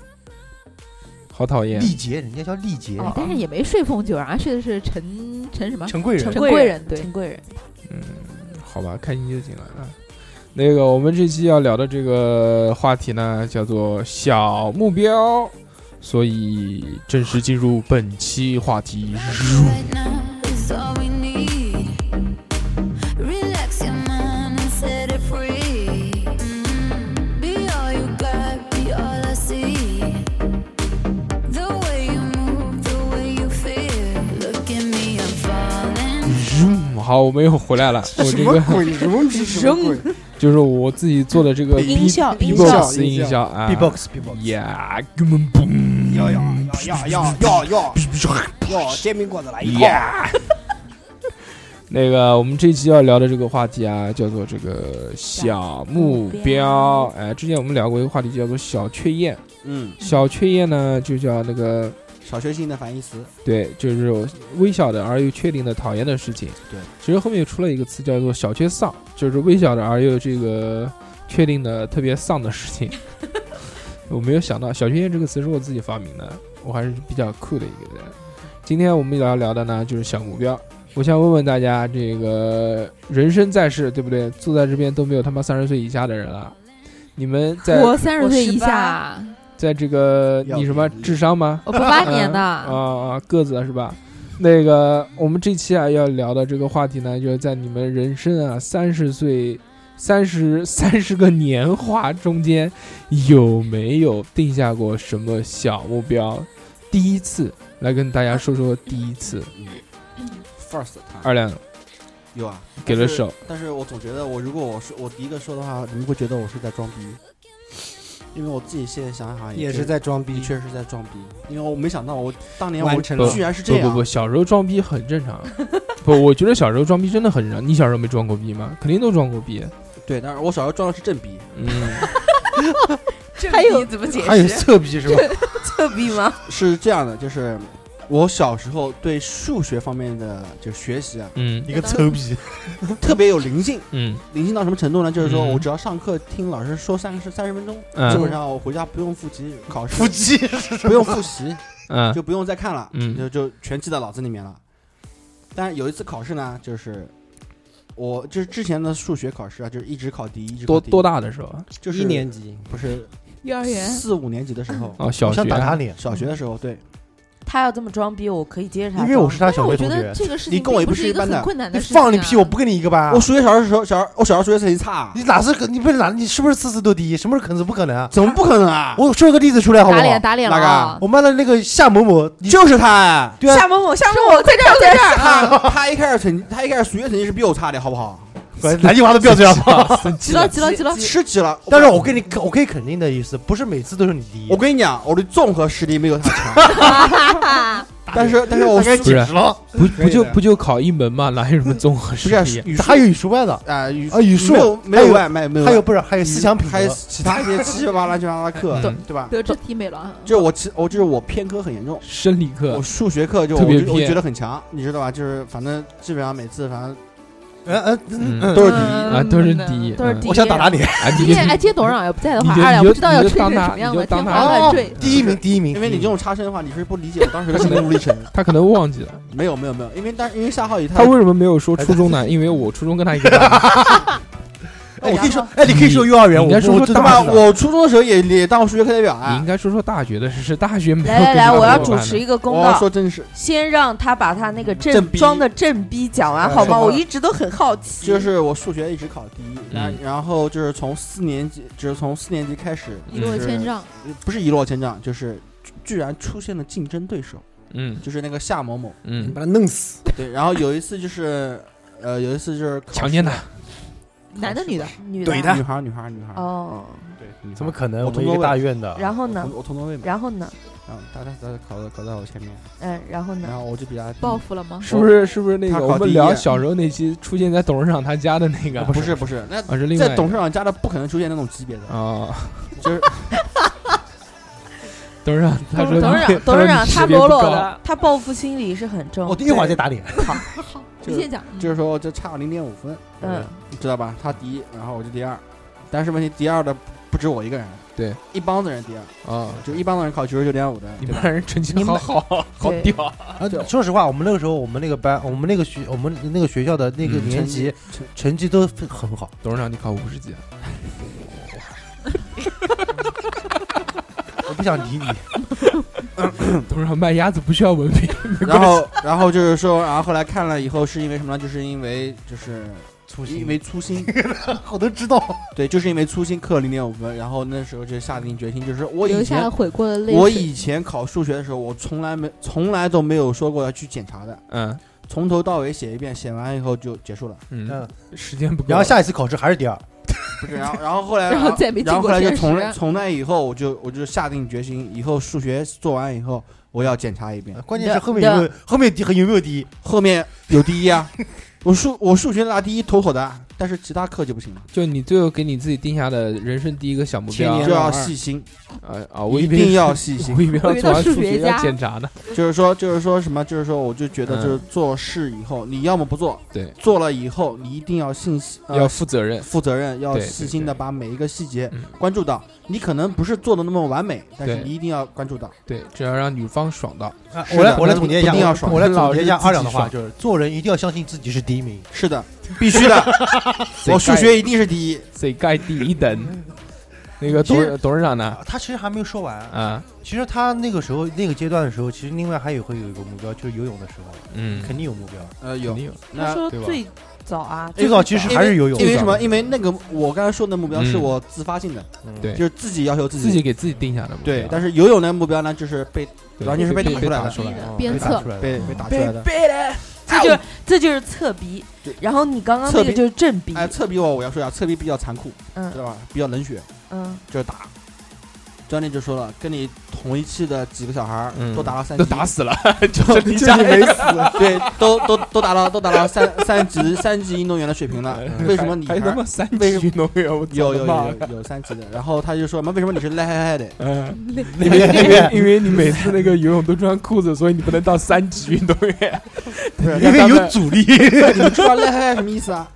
[SPEAKER 1] 好讨厌。
[SPEAKER 6] 历劫，人家叫历
[SPEAKER 4] 哦
[SPEAKER 6] 劫，
[SPEAKER 2] 哎但是也没睡凤九，啊，睡的是陈陈什么？
[SPEAKER 6] 陈贵
[SPEAKER 7] 陈
[SPEAKER 6] 人，
[SPEAKER 2] 贵
[SPEAKER 7] 贵
[SPEAKER 2] 人对
[SPEAKER 7] 陈贵人，
[SPEAKER 1] 嗯，好吧，开心就行了啊。那个，我们这期要聊的这个话题呢，叫做小目标，所以正式进入本期话题。
[SPEAKER 8] Right now is all we need. Relax your mind and set it free. Mm. Be all you got, be all I see. The way you move, the way you feel. Look at me, I'm falling.
[SPEAKER 1] 好，我们又回来了。我这个
[SPEAKER 4] 鬼？嗯 什么逼？什么鬼？
[SPEAKER 1] 就是我自己做的这个
[SPEAKER 7] 音效
[SPEAKER 1] B
[SPEAKER 7] 音
[SPEAKER 1] b o
[SPEAKER 7] 效
[SPEAKER 1] x 音效啊
[SPEAKER 6] B-box B-box，
[SPEAKER 1] 呀，根本不
[SPEAKER 5] 要要要要要要要煎饼果子来一
[SPEAKER 4] 哎
[SPEAKER 5] 套。
[SPEAKER 1] 哎呀。 那个，我们这期要聊的这个话题啊，叫做这个小目
[SPEAKER 7] 小目
[SPEAKER 1] 标
[SPEAKER 7] 标。
[SPEAKER 1] 哎，之前我们聊过一个话题，叫做小确燕。
[SPEAKER 4] 嗯，
[SPEAKER 1] 小确燕呢，就叫那个
[SPEAKER 4] 小确幸的反义词。
[SPEAKER 1] 对，就是有微小的而又确定的讨厌的事情。
[SPEAKER 4] 对，
[SPEAKER 1] 其实后面又出了一个词叫做小确丧，就是微小的而又这个确定的特别丧的事情。我没有想到“小确幸”这个词是我自己发明的，我还是比较酷的一个人。今天我们要聊的呢，就是小目标。我想问问大家，这个人生在世，对不对？坐在这边都没有他妈三十岁以下的人了，你们在
[SPEAKER 2] 我三十
[SPEAKER 7] 我
[SPEAKER 2] 岁
[SPEAKER 7] 18
[SPEAKER 2] 以下，
[SPEAKER 1] 在这个
[SPEAKER 4] 要
[SPEAKER 1] 你什么
[SPEAKER 4] 比例
[SPEAKER 1] 智商吗？
[SPEAKER 2] 我八八
[SPEAKER 1] 嗯
[SPEAKER 2] 年的，
[SPEAKER 1] 啊啊，个子是吧？那个，我们这期啊要聊的这个话题呢，就是在你们人生啊三十岁、三十三十个年华中间，有没有定下过什么小目标？第一次来跟大家说说第一次，
[SPEAKER 4] First time
[SPEAKER 1] 二两
[SPEAKER 4] 有啊，
[SPEAKER 1] 给了手，
[SPEAKER 4] 但是我总觉得我如果我说我第一个说的话，你们会觉得我是在装逼，因为我自己现在想想
[SPEAKER 5] 也
[SPEAKER 4] 真
[SPEAKER 5] 是在装
[SPEAKER 4] 的
[SPEAKER 5] 逼，
[SPEAKER 4] 确是在装逼，因为我没想到我当年
[SPEAKER 5] 完
[SPEAKER 4] 我
[SPEAKER 5] 成
[SPEAKER 1] 了
[SPEAKER 4] 居然是这
[SPEAKER 1] 不不
[SPEAKER 4] 样。
[SPEAKER 1] 不，小时候装逼很 正常。不，我觉得小时候装逼真的很正常。你小时候没装过逼吗？肯定都装过逼。
[SPEAKER 4] 对，但是我小时候装的是正逼，
[SPEAKER 1] 嗯，
[SPEAKER 7] 这
[SPEAKER 2] 还有
[SPEAKER 7] 逼怎么解
[SPEAKER 6] 还有
[SPEAKER 7] 释？
[SPEAKER 6] 侧壁是吧？
[SPEAKER 7] 侧壁吗？
[SPEAKER 4] 是这样的，就是我小时候对数学方面的就是学习啊，
[SPEAKER 1] 嗯
[SPEAKER 6] 一个侧壁，
[SPEAKER 4] 特别有灵性，
[SPEAKER 1] 嗯
[SPEAKER 4] 灵性到什么程度呢？就是说
[SPEAKER 1] 嗯
[SPEAKER 4] 我只要上课听老师说三十三十分钟，基
[SPEAKER 1] 嗯
[SPEAKER 4] 本上我回家不用复习考试
[SPEAKER 6] 腹，肌，
[SPEAKER 2] 啊
[SPEAKER 4] 不用复习，
[SPEAKER 1] 嗯
[SPEAKER 4] 就不用再看了，
[SPEAKER 1] 嗯
[SPEAKER 4] 就就全记到脑子里面了。但是有一次考试呢，就是我就是之前的数学考试啊，就是一直考第一，一直考
[SPEAKER 1] 多
[SPEAKER 4] 第一
[SPEAKER 1] 多？大的时候啊？
[SPEAKER 4] 就是
[SPEAKER 5] 一年级，
[SPEAKER 4] 不是
[SPEAKER 2] 幼儿园
[SPEAKER 4] 四五年级的时候，
[SPEAKER 1] 哦，小
[SPEAKER 6] 我
[SPEAKER 1] 学
[SPEAKER 6] 想打他脸，
[SPEAKER 4] 小学的时候，对，
[SPEAKER 7] 他要这么装逼，我可以接着他
[SPEAKER 6] 因
[SPEAKER 7] 装。
[SPEAKER 6] 为我是他小
[SPEAKER 2] 啊我
[SPEAKER 6] 学
[SPEAKER 2] 觉
[SPEAKER 6] 同
[SPEAKER 2] 得
[SPEAKER 6] 学。
[SPEAKER 2] 这个事情
[SPEAKER 4] 你跟我也
[SPEAKER 2] 并
[SPEAKER 4] 不
[SPEAKER 2] 不
[SPEAKER 4] 是
[SPEAKER 2] 是
[SPEAKER 4] 一
[SPEAKER 2] 一个
[SPEAKER 4] 般的
[SPEAKER 2] 很困难
[SPEAKER 6] 你
[SPEAKER 2] 的事情啊。
[SPEAKER 6] 放你屁！我不跟你一个班啊
[SPEAKER 4] 我！数学小时候小时候我小时候数学成绩差啊，
[SPEAKER 6] 你哪次可你不是哪你是不是次次都第一？什么时候可能不可能啊？
[SPEAKER 4] 怎么不可能啊？
[SPEAKER 6] 我说个例子出来好不
[SPEAKER 2] 打
[SPEAKER 6] 好？
[SPEAKER 2] 脸打脸了
[SPEAKER 4] 哪个
[SPEAKER 2] 啊
[SPEAKER 4] 啊！
[SPEAKER 6] 我们的那个夏某某，你
[SPEAKER 4] 就是他哎，
[SPEAKER 6] 对啊，
[SPEAKER 7] 夏某某，夏
[SPEAKER 2] 是
[SPEAKER 7] 某
[SPEAKER 2] 我
[SPEAKER 7] 某，
[SPEAKER 2] 在这儿，在这儿。
[SPEAKER 4] 他他一开始成绩他一开始数学成绩是比我差的，好不好？
[SPEAKER 6] 南京话都啊不要这样说。
[SPEAKER 2] 急了急了急了！
[SPEAKER 4] 吃急了，
[SPEAKER 6] 但是我跟你我可以肯定的意思，不是每次都是你第一。
[SPEAKER 4] 我跟你讲，我的综合实力没有他强， 但是但是我
[SPEAKER 6] 大概
[SPEAKER 4] 数
[SPEAKER 1] 不是
[SPEAKER 6] 解释了，
[SPEAKER 1] 不
[SPEAKER 5] 可以
[SPEAKER 1] 不就
[SPEAKER 5] 的
[SPEAKER 1] 不就考一门嘛，哪有什么综合
[SPEAKER 4] 不
[SPEAKER 1] 实
[SPEAKER 4] 是
[SPEAKER 1] 力？
[SPEAKER 4] 语
[SPEAKER 6] 还有语数外的，
[SPEAKER 4] 啊语
[SPEAKER 6] 啊语数
[SPEAKER 4] 没有没
[SPEAKER 6] 还
[SPEAKER 4] 有
[SPEAKER 6] 有
[SPEAKER 4] 外卖没有
[SPEAKER 6] 还有
[SPEAKER 4] 外
[SPEAKER 6] 不是还有思想品
[SPEAKER 4] 还有
[SPEAKER 6] 德，
[SPEAKER 4] 其他一些七七八八乱七八糟的 课
[SPEAKER 1] 嗯，
[SPEAKER 4] 对吧？
[SPEAKER 2] 德智体美劳，
[SPEAKER 4] 就是我其我就是我偏科很严重，
[SPEAKER 1] 生理
[SPEAKER 4] 我
[SPEAKER 1] 课
[SPEAKER 4] 数学课就
[SPEAKER 1] 特
[SPEAKER 4] 我
[SPEAKER 1] 别
[SPEAKER 4] 就我
[SPEAKER 1] 偏
[SPEAKER 4] 觉得很强，你知道吧？就是反正基本上每次反正
[SPEAKER 6] 哎哎，嗯嗯，
[SPEAKER 4] 都是
[SPEAKER 1] 啊，都是第一，
[SPEAKER 2] 都是
[SPEAKER 1] 嗯
[SPEAKER 2] 第一。
[SPEAKER 6] 我想打打你，
[SPEAKER 1] 哎，
[SPEAKER 2] 今
[SPEAKER 1] 你
[SPEAKER 2] 天哎，今天董事长要不在的话
[SPEAKER 1] 你，就
[SPEAKER 2] 二两
[SPEAKER 1] 你就
[SPEAKER 2] 不知道要
[SPEAKER 1] 你
[SPEAKER 2] 吹
[SPEAKER 1] 就
[SPEAKER 2] 成
[SPEAKER 1] 当
[SPEAKER 2] 什
[SPEAKER 1] 他
[SPEAKER 2] 么样
[SPEAKER 1] 你
[SPEAKER 2] 了，
[SPEAKER 1] 就当哦
[SPEAKER 2] 天
[SPEAKER 1] 他
[SPEAKER 2] 花乱坠。
[SPEAKER 6] 第一名，第一名，
[SPEAKER 4] 因为你这种插身的话，你是不理解我当时的心路历程。
[SPEAKER 1] 他可能忘记了。
[SPEAKER 4] 没有没有没有，因为当因为夏浩宇
[SPEAKER 1] 他为什么没有说初中
[SPEAKER 7] 哎
[SPEAKER 1] 呢？因为我初中跟他一个班。
[SPEAKER 6] 哎，我可以说，哎，你可以说幼儿园，
[SPEAKER 1] 你应
[SPEAKER 6] 我
[SPEAKER 1] 该说
[SPEAKER 6] 我知
[SPEAKER 1] 大
[SPEAKER 6] 道
[SPEAKER 4] 对吧？
[SPEAKER 1] 是的
[SPEAKER 4] 我初中的时候也也当过数学课代表
[SPEAKER 1] 你
[SPEAKER 4] 啊
[SPEAKER 1] 应。该说说大学的事，是大学没有
[SPEAKER 7] 来来
[SPEAKER 1] 跟
[SPEAKER 7] 来，
[SPEAKER 1] 他
[SPEAKER 7] 我要
[SPEAKER 1] 同
[SPEAKER 7] 主
[SPEAKER 1] 班
[SPEAKER 7] 持
[SPEAKER 1] 的
[SPEAKER 7] 一个公
[SPEAKER 4] 我要
[SPEAKER 7] 道，
[SPEAKER 4] 说真是，
[SPEAKER 7] 先让他把他那个
[SPEAKER 4] 正
[SPEAKER 7] 正
[SPEAKER 4] 逼
[SPEAKER 7] 装的正逼讲完
[SPEAKER 6] 哎
[SPEAKER 7] 好
[SPEAKER 6] 好
[SPEAKER 7] 吗？
[SPEAKER 6] 吧
[SPEAKER 7] 我一直都很好奇，
[SPEAKER 4] 就是我数学一直考第一，然
[SPEAKER 1] 嗯
[SPEAKER 4] 然后就是从四年级，就是从四年级开始，
[SPEAKER 2] 一落千丈，
[SPEAKER 4] 不是一落千丈，就是居居然出现了竞争对手，
[SPEAKER 1] 嗯
[SPEAKER 4] 就是那个夏某某。
[SPEAKER 5] 你
[SPEAKER 1] 嗯，
[SPEAKER 5] 把他弄死。
[SPEAKER 4] 对，然后有一次就是，呃，有一次就是考试
[SPEAKER 1] 强奸他，
[SPEAKER 2] 男的女的，
[SPEAKER 7] 女的
[SPEAKER 5] 怼他
[SPEAKER 4] 女孩儿女孩儿女孩儿，
[SPEAKER 7] 哦，
[SPEAKER 4] 女孩儿
[SPEAKER 6] 怎么可能？
[SPEAKER 4] 我
[SPEAKER 6] 我们
[SPEAKER 4] 同
[SPEAKER 6] 一
[SPEAKER 4] 桌
[SPEAKER 6] 个
[SPEAKER 4] 问
[SPEAKER 6] 大院的，
[SPEAKER 7] 然后呢
[SPEAKER 4] 我？同我同座位嘛，
[SPEAKER 7] 然后呢？
[SPEAKER 4] 然后他他他考的考在我前面，
[SPEAKER 7] 嗯，然后
[SPEAKER 4] 然
[SPEAKER 7] 呢？
[SPEAKER 4] 后我就比他低
[SPEAKER 2] 报复了吗？
[SPEAKER 1] 是不是是不是那
[SPEAKER 4] 他
[SPEAKER 1] 个
[SPEAKER 4] 考
[SPEAKER 1] 我
[SPEAKER 4] 第
[SPEAKER 1] 们
[SPEAKER 4] 一
[SPEAKER 1] 聊小时候那期出现在董事长他家的那个？
[SPEAKER 4] 不是不是，那
[SPEAKER 1] 啊，是另外
[SPEAKER 4] 在
[SPEAKER 1] 一个
[SPEAKER 4] 董事长家的不可能出现那种级别的，
[SPEAKER 1] 啊，
[SPEAKER 4] 就是
[SPEAKER 1] 董事长他
[SPEAKER 7] 董
[SPEAKER 1] 说
[SPEAKER 7] 董事
[SPEAKER 1] 你
[SPEAKER 7] 长，董事长
[SPEAKER 1] 你
[SPEAKER 7] 他
[SPEAKER 1] 级别
[SPEAKER 7] 裸
[SPEAKER 1] 不
[SPEAKER 7] 裸
[SPEAKER 1] 高
[SPEAKER 7] 的，他报复心理是很重。
[SPEAKER 6] 我一会儿再打你。
[SPEAKER 2] 你先讲，
[SPEAKER 4] 就是说就差零点五分，
[SPEAKER 7] 嗯，
[SPEAKER 4] 你知道吧？他第一，然后我就第二，但是问题第二的不止我一个人，
[SPEAKER 1] 对，
[SPEAKER 4] 一帮子人第二，
[SPEAKER 1] 啊，
[SPEAKER 4] 就是一帮子人考九十九点五的，
[SPEAKER 1] 你
[SPEAKER 4] 对吧
[SPEAKER 1] 们让人成绩好好好
[SPEAKER 7] 对
[SPEAKER 1] 屌，
[SPEAKER 6] 啊，说实话，我们那个时候，我们那个班，我们那个学，我们那个学校的那个
[SPEAKER 1] 嗯
[SPEAKER 6] 年级
[SPEAKER 4] 成
[SPEAKER 6] 成绩都很好。
[SPEAKER 1] 董事长你考五十几啊？
[SPEAKER 6] 我不想理你，
[SPEAKER 1] 董事长卖鸭子不需要文凭，
[SPEAKER 4] 然后然后就是说，然后后来看了以后是因为什么呢？就是因为就是
[SPEAKER 6] 粗
[SPEAKER 4] 因
[SPEAKER 6] 心。
[SPEAKER 4] 为粗 心，
[SPEAKER 6] 我都知道，
[SPEAKER 4] 对，就是因为粗心刻零点五分，然后那时候就下定决心，就是我
[SPEAKER 2] 留
[SPEAKER 4] 以
[SPEAKER 2] 下
[SPEAKER 4] 前
[SPEAKER 2] 了悔过的泪水。
[SPEAKER 4] 我以前考数学的时候，我从来没从来都没有说过要去检查的，
[SPEAKER 1] 嗯
[SPEAKER 4] 从头到尾写一遍，写完以后就结束了。
[SPEAKER 1] 嗯
[SPEAKER 6] 嗯，
[SPEAKER 1] 时间不够，
[SPEAKER 6] 然后下一次考试还是第二，
[SPEAKER 4] 不是，然后然后后来，
[SPEAKER 2] 然后再也没进
[SPEAKER 4] 然后后
[SPEAKER 2] 过
[SPEAKER 4] 来就
[SPEAKER 2] 现
[SPEAKER 4] 从
[SPEAKER 2] 实啊
[SPEAKER 4] 从那以后，我就我就下定决心，以后数学做完以后，我要检查一遍。
[SPEAKER 6] 关键是后面有没有后面有有没有第一？
[SPEAKER 4] 后面有第一啊，我数我数学拿第一妥妥的啊，但是其他课就不行了，
[SPEAKER 1] 就你最后给你自己定下的人生第一个小目
[SPEAKER 6] 千
[SPEAKER 1] 标
[SPEAKER 6] 年
[SPEAKER 4] 就要细心，
[SPEAKER 1] 啊啊！我
[SPEAKER 4] 一
[SPEAKER 1] 边
[SPEAKER 4] 定要细心
[SPEAKER 1] 我。以为要做完数学要检查呢。
[SPEAKER 4] 就是说，就是说什么？就是说，我就觉得，
[SPEAKER 1] 嗯
[SPEAKER 4] 就是做事以后，你要么不做，
[SPEAKER 1] 对
[SPEAKER 4] 做了以后，你一定要信息，呃
[SPEAKER 1] 要负责任。
[SPEAKER 4] 负责任，要
[SPEAKER 1] 对对
[SPEAKER 4] 细心的
[SPEAKER 1] 对
[SPEAKER 4] 把每一个细节
[SPEAKER 1] 嗯
[SPEAKER 4] 关注到。你可能不是做的那么完美，但是
[SPEAKER 1] 对
[SPEAKER 4] 你一定要关注到。
[SPEAKER 1] 对，只要让女方爽到。
[SPEAKER 6] 啊
[SPEAKER 4] 是的
[SPEAKER 6] 我来我来总结一下，
[SPEAKER 4] 一定要爽
[SPEAKER 6] 我来总结一下
[SPEAKER 1] 老是自己
[SPEAKER 6] 二两的话，
[SPEAKER 1] 爽
[SPEAKER 6] 就是做人一定要相信自己是第一名。
[SPEAKER 4] 是的，必须的。 我数学一定是第一。
[SPEAKER 1] 谁盖第一等？那个董
[SPEAKER 6] 其
[SPEAKER 1] 事董事长呢？
[SPEAKER 6] 啊，他其实还没有说完。
[SPEAKER 1] 啊，
[SPEAKER 6] 其实他那个时候那个阶段的时候，其实另外还有会有一个目标，就是游泳的时候，
[SPEAKER 1] 嗯，
[SPEAKER 6] 肯定有目标。
[SPEAKER 4] 呃，
[SPEAKER 1] 肯
[SPEAKER 4] 有
[SPEAKER 1] 定有。
[SPEAKER 7] 他
[SPEAKER 4] 那
[SPEAKER 7] 说
[SPEAKER 1] 对吧
[SPEAKER 7] 最早啊，
[SPEAKER 6] 最早其实还是游泳，
[SPEAKER 4] 因为什么？因为那个我刚才说的目标
[SPEAKER 1] 嗯
[SPEAKER 4] 是我自发性的，
[SPEAKER 6] 嗯
[SPEAKER 1] 对
[SPEAKER 4] 就是自己要求自己。
[SPEAKER 1] 自己给自己定下的目标。
[SPEAKER 6] 啊
[SPEAKER 4] 对，但是游泳的目标呢，就是被
[SPEAKER 1] 对
[SPEAKER 4] 完全是被
[SPEAKER 1] 被
[SPEAKER 4] 打出来的
[SPEAKER 1] 打出来的。
[SPEAKER 6] 嗯
[SPEAKER 2] 鞭
[SPEAKER 6] 被打
[SPEAKER 2] 策
[SPEAKER 6] 出来的
[SPEAKER 4] 被
[SPEAKER 6] 嗯
[SPEAKER 4] 被打出来的。
[SPEAKER 7] 背了，这就是这就是侧鼻
[SPEAKER 4] 对，
[SPEAKER 7] 然后你刚刚那
[SPEAKER 4] 侧
[SPEAKER 7] 个
[SPEAKER 4] 鼻
[SPEAKER 7] 就是正鼻，
[SPEAKER 4] 哎，侧壁我我要说一下，侧壁比较残酷，知
[SPEAKER 7] 嗯
[SPEAKER 4] 道吧？比较冷血，
[SPEAKER 7] 嗯，
[SPEAKER 4] 就是打。教练就说了，跟你同一期的几个小孩儿
[SPEAKER 1] 嗯
[SPEAKER 4] 都打了三
[SPEAKER 1] 都
[SPEAKER 4] 级，
[SPEAKER 1] 打死了，
[SPEAKER 4] 就
[SPEAKER 1] 离
[SPEAKER 4] 就是
[SPEAKER 1] 家
[SPEAKER 4] 没 死，对，都都都达到都达到三三级三级运动员的水平了，为什么你
[SPEAKER 1] 哎嗯还
[SPEAKER 4] 还
[SPEAKER 1] 他妈三
[SPEAKER 4] 为什
[SPEAKER 1] 级运动员？我
[SPEAKER 4] 有
[SPEAKER 1] 操
[SPEAKER 4] 有
[SPEAKER 1] 他妈
[SPEAKER 4] 有有有三级的？然后他就说什么为什么你是赖嗨嗨的？
[SPEAKER 1] 嗯，
[SPEAKER 6] 那边那边
[SPEAKER 1] 因为你每次那个游泳都穿裤子，所以你不能当三级运动员。
[SPEAKER 4] 不是，
[SPEAKER 6] 因为有阻力，
[SPEAKER 4] 你们知道赖嗨嗨什么意思啊？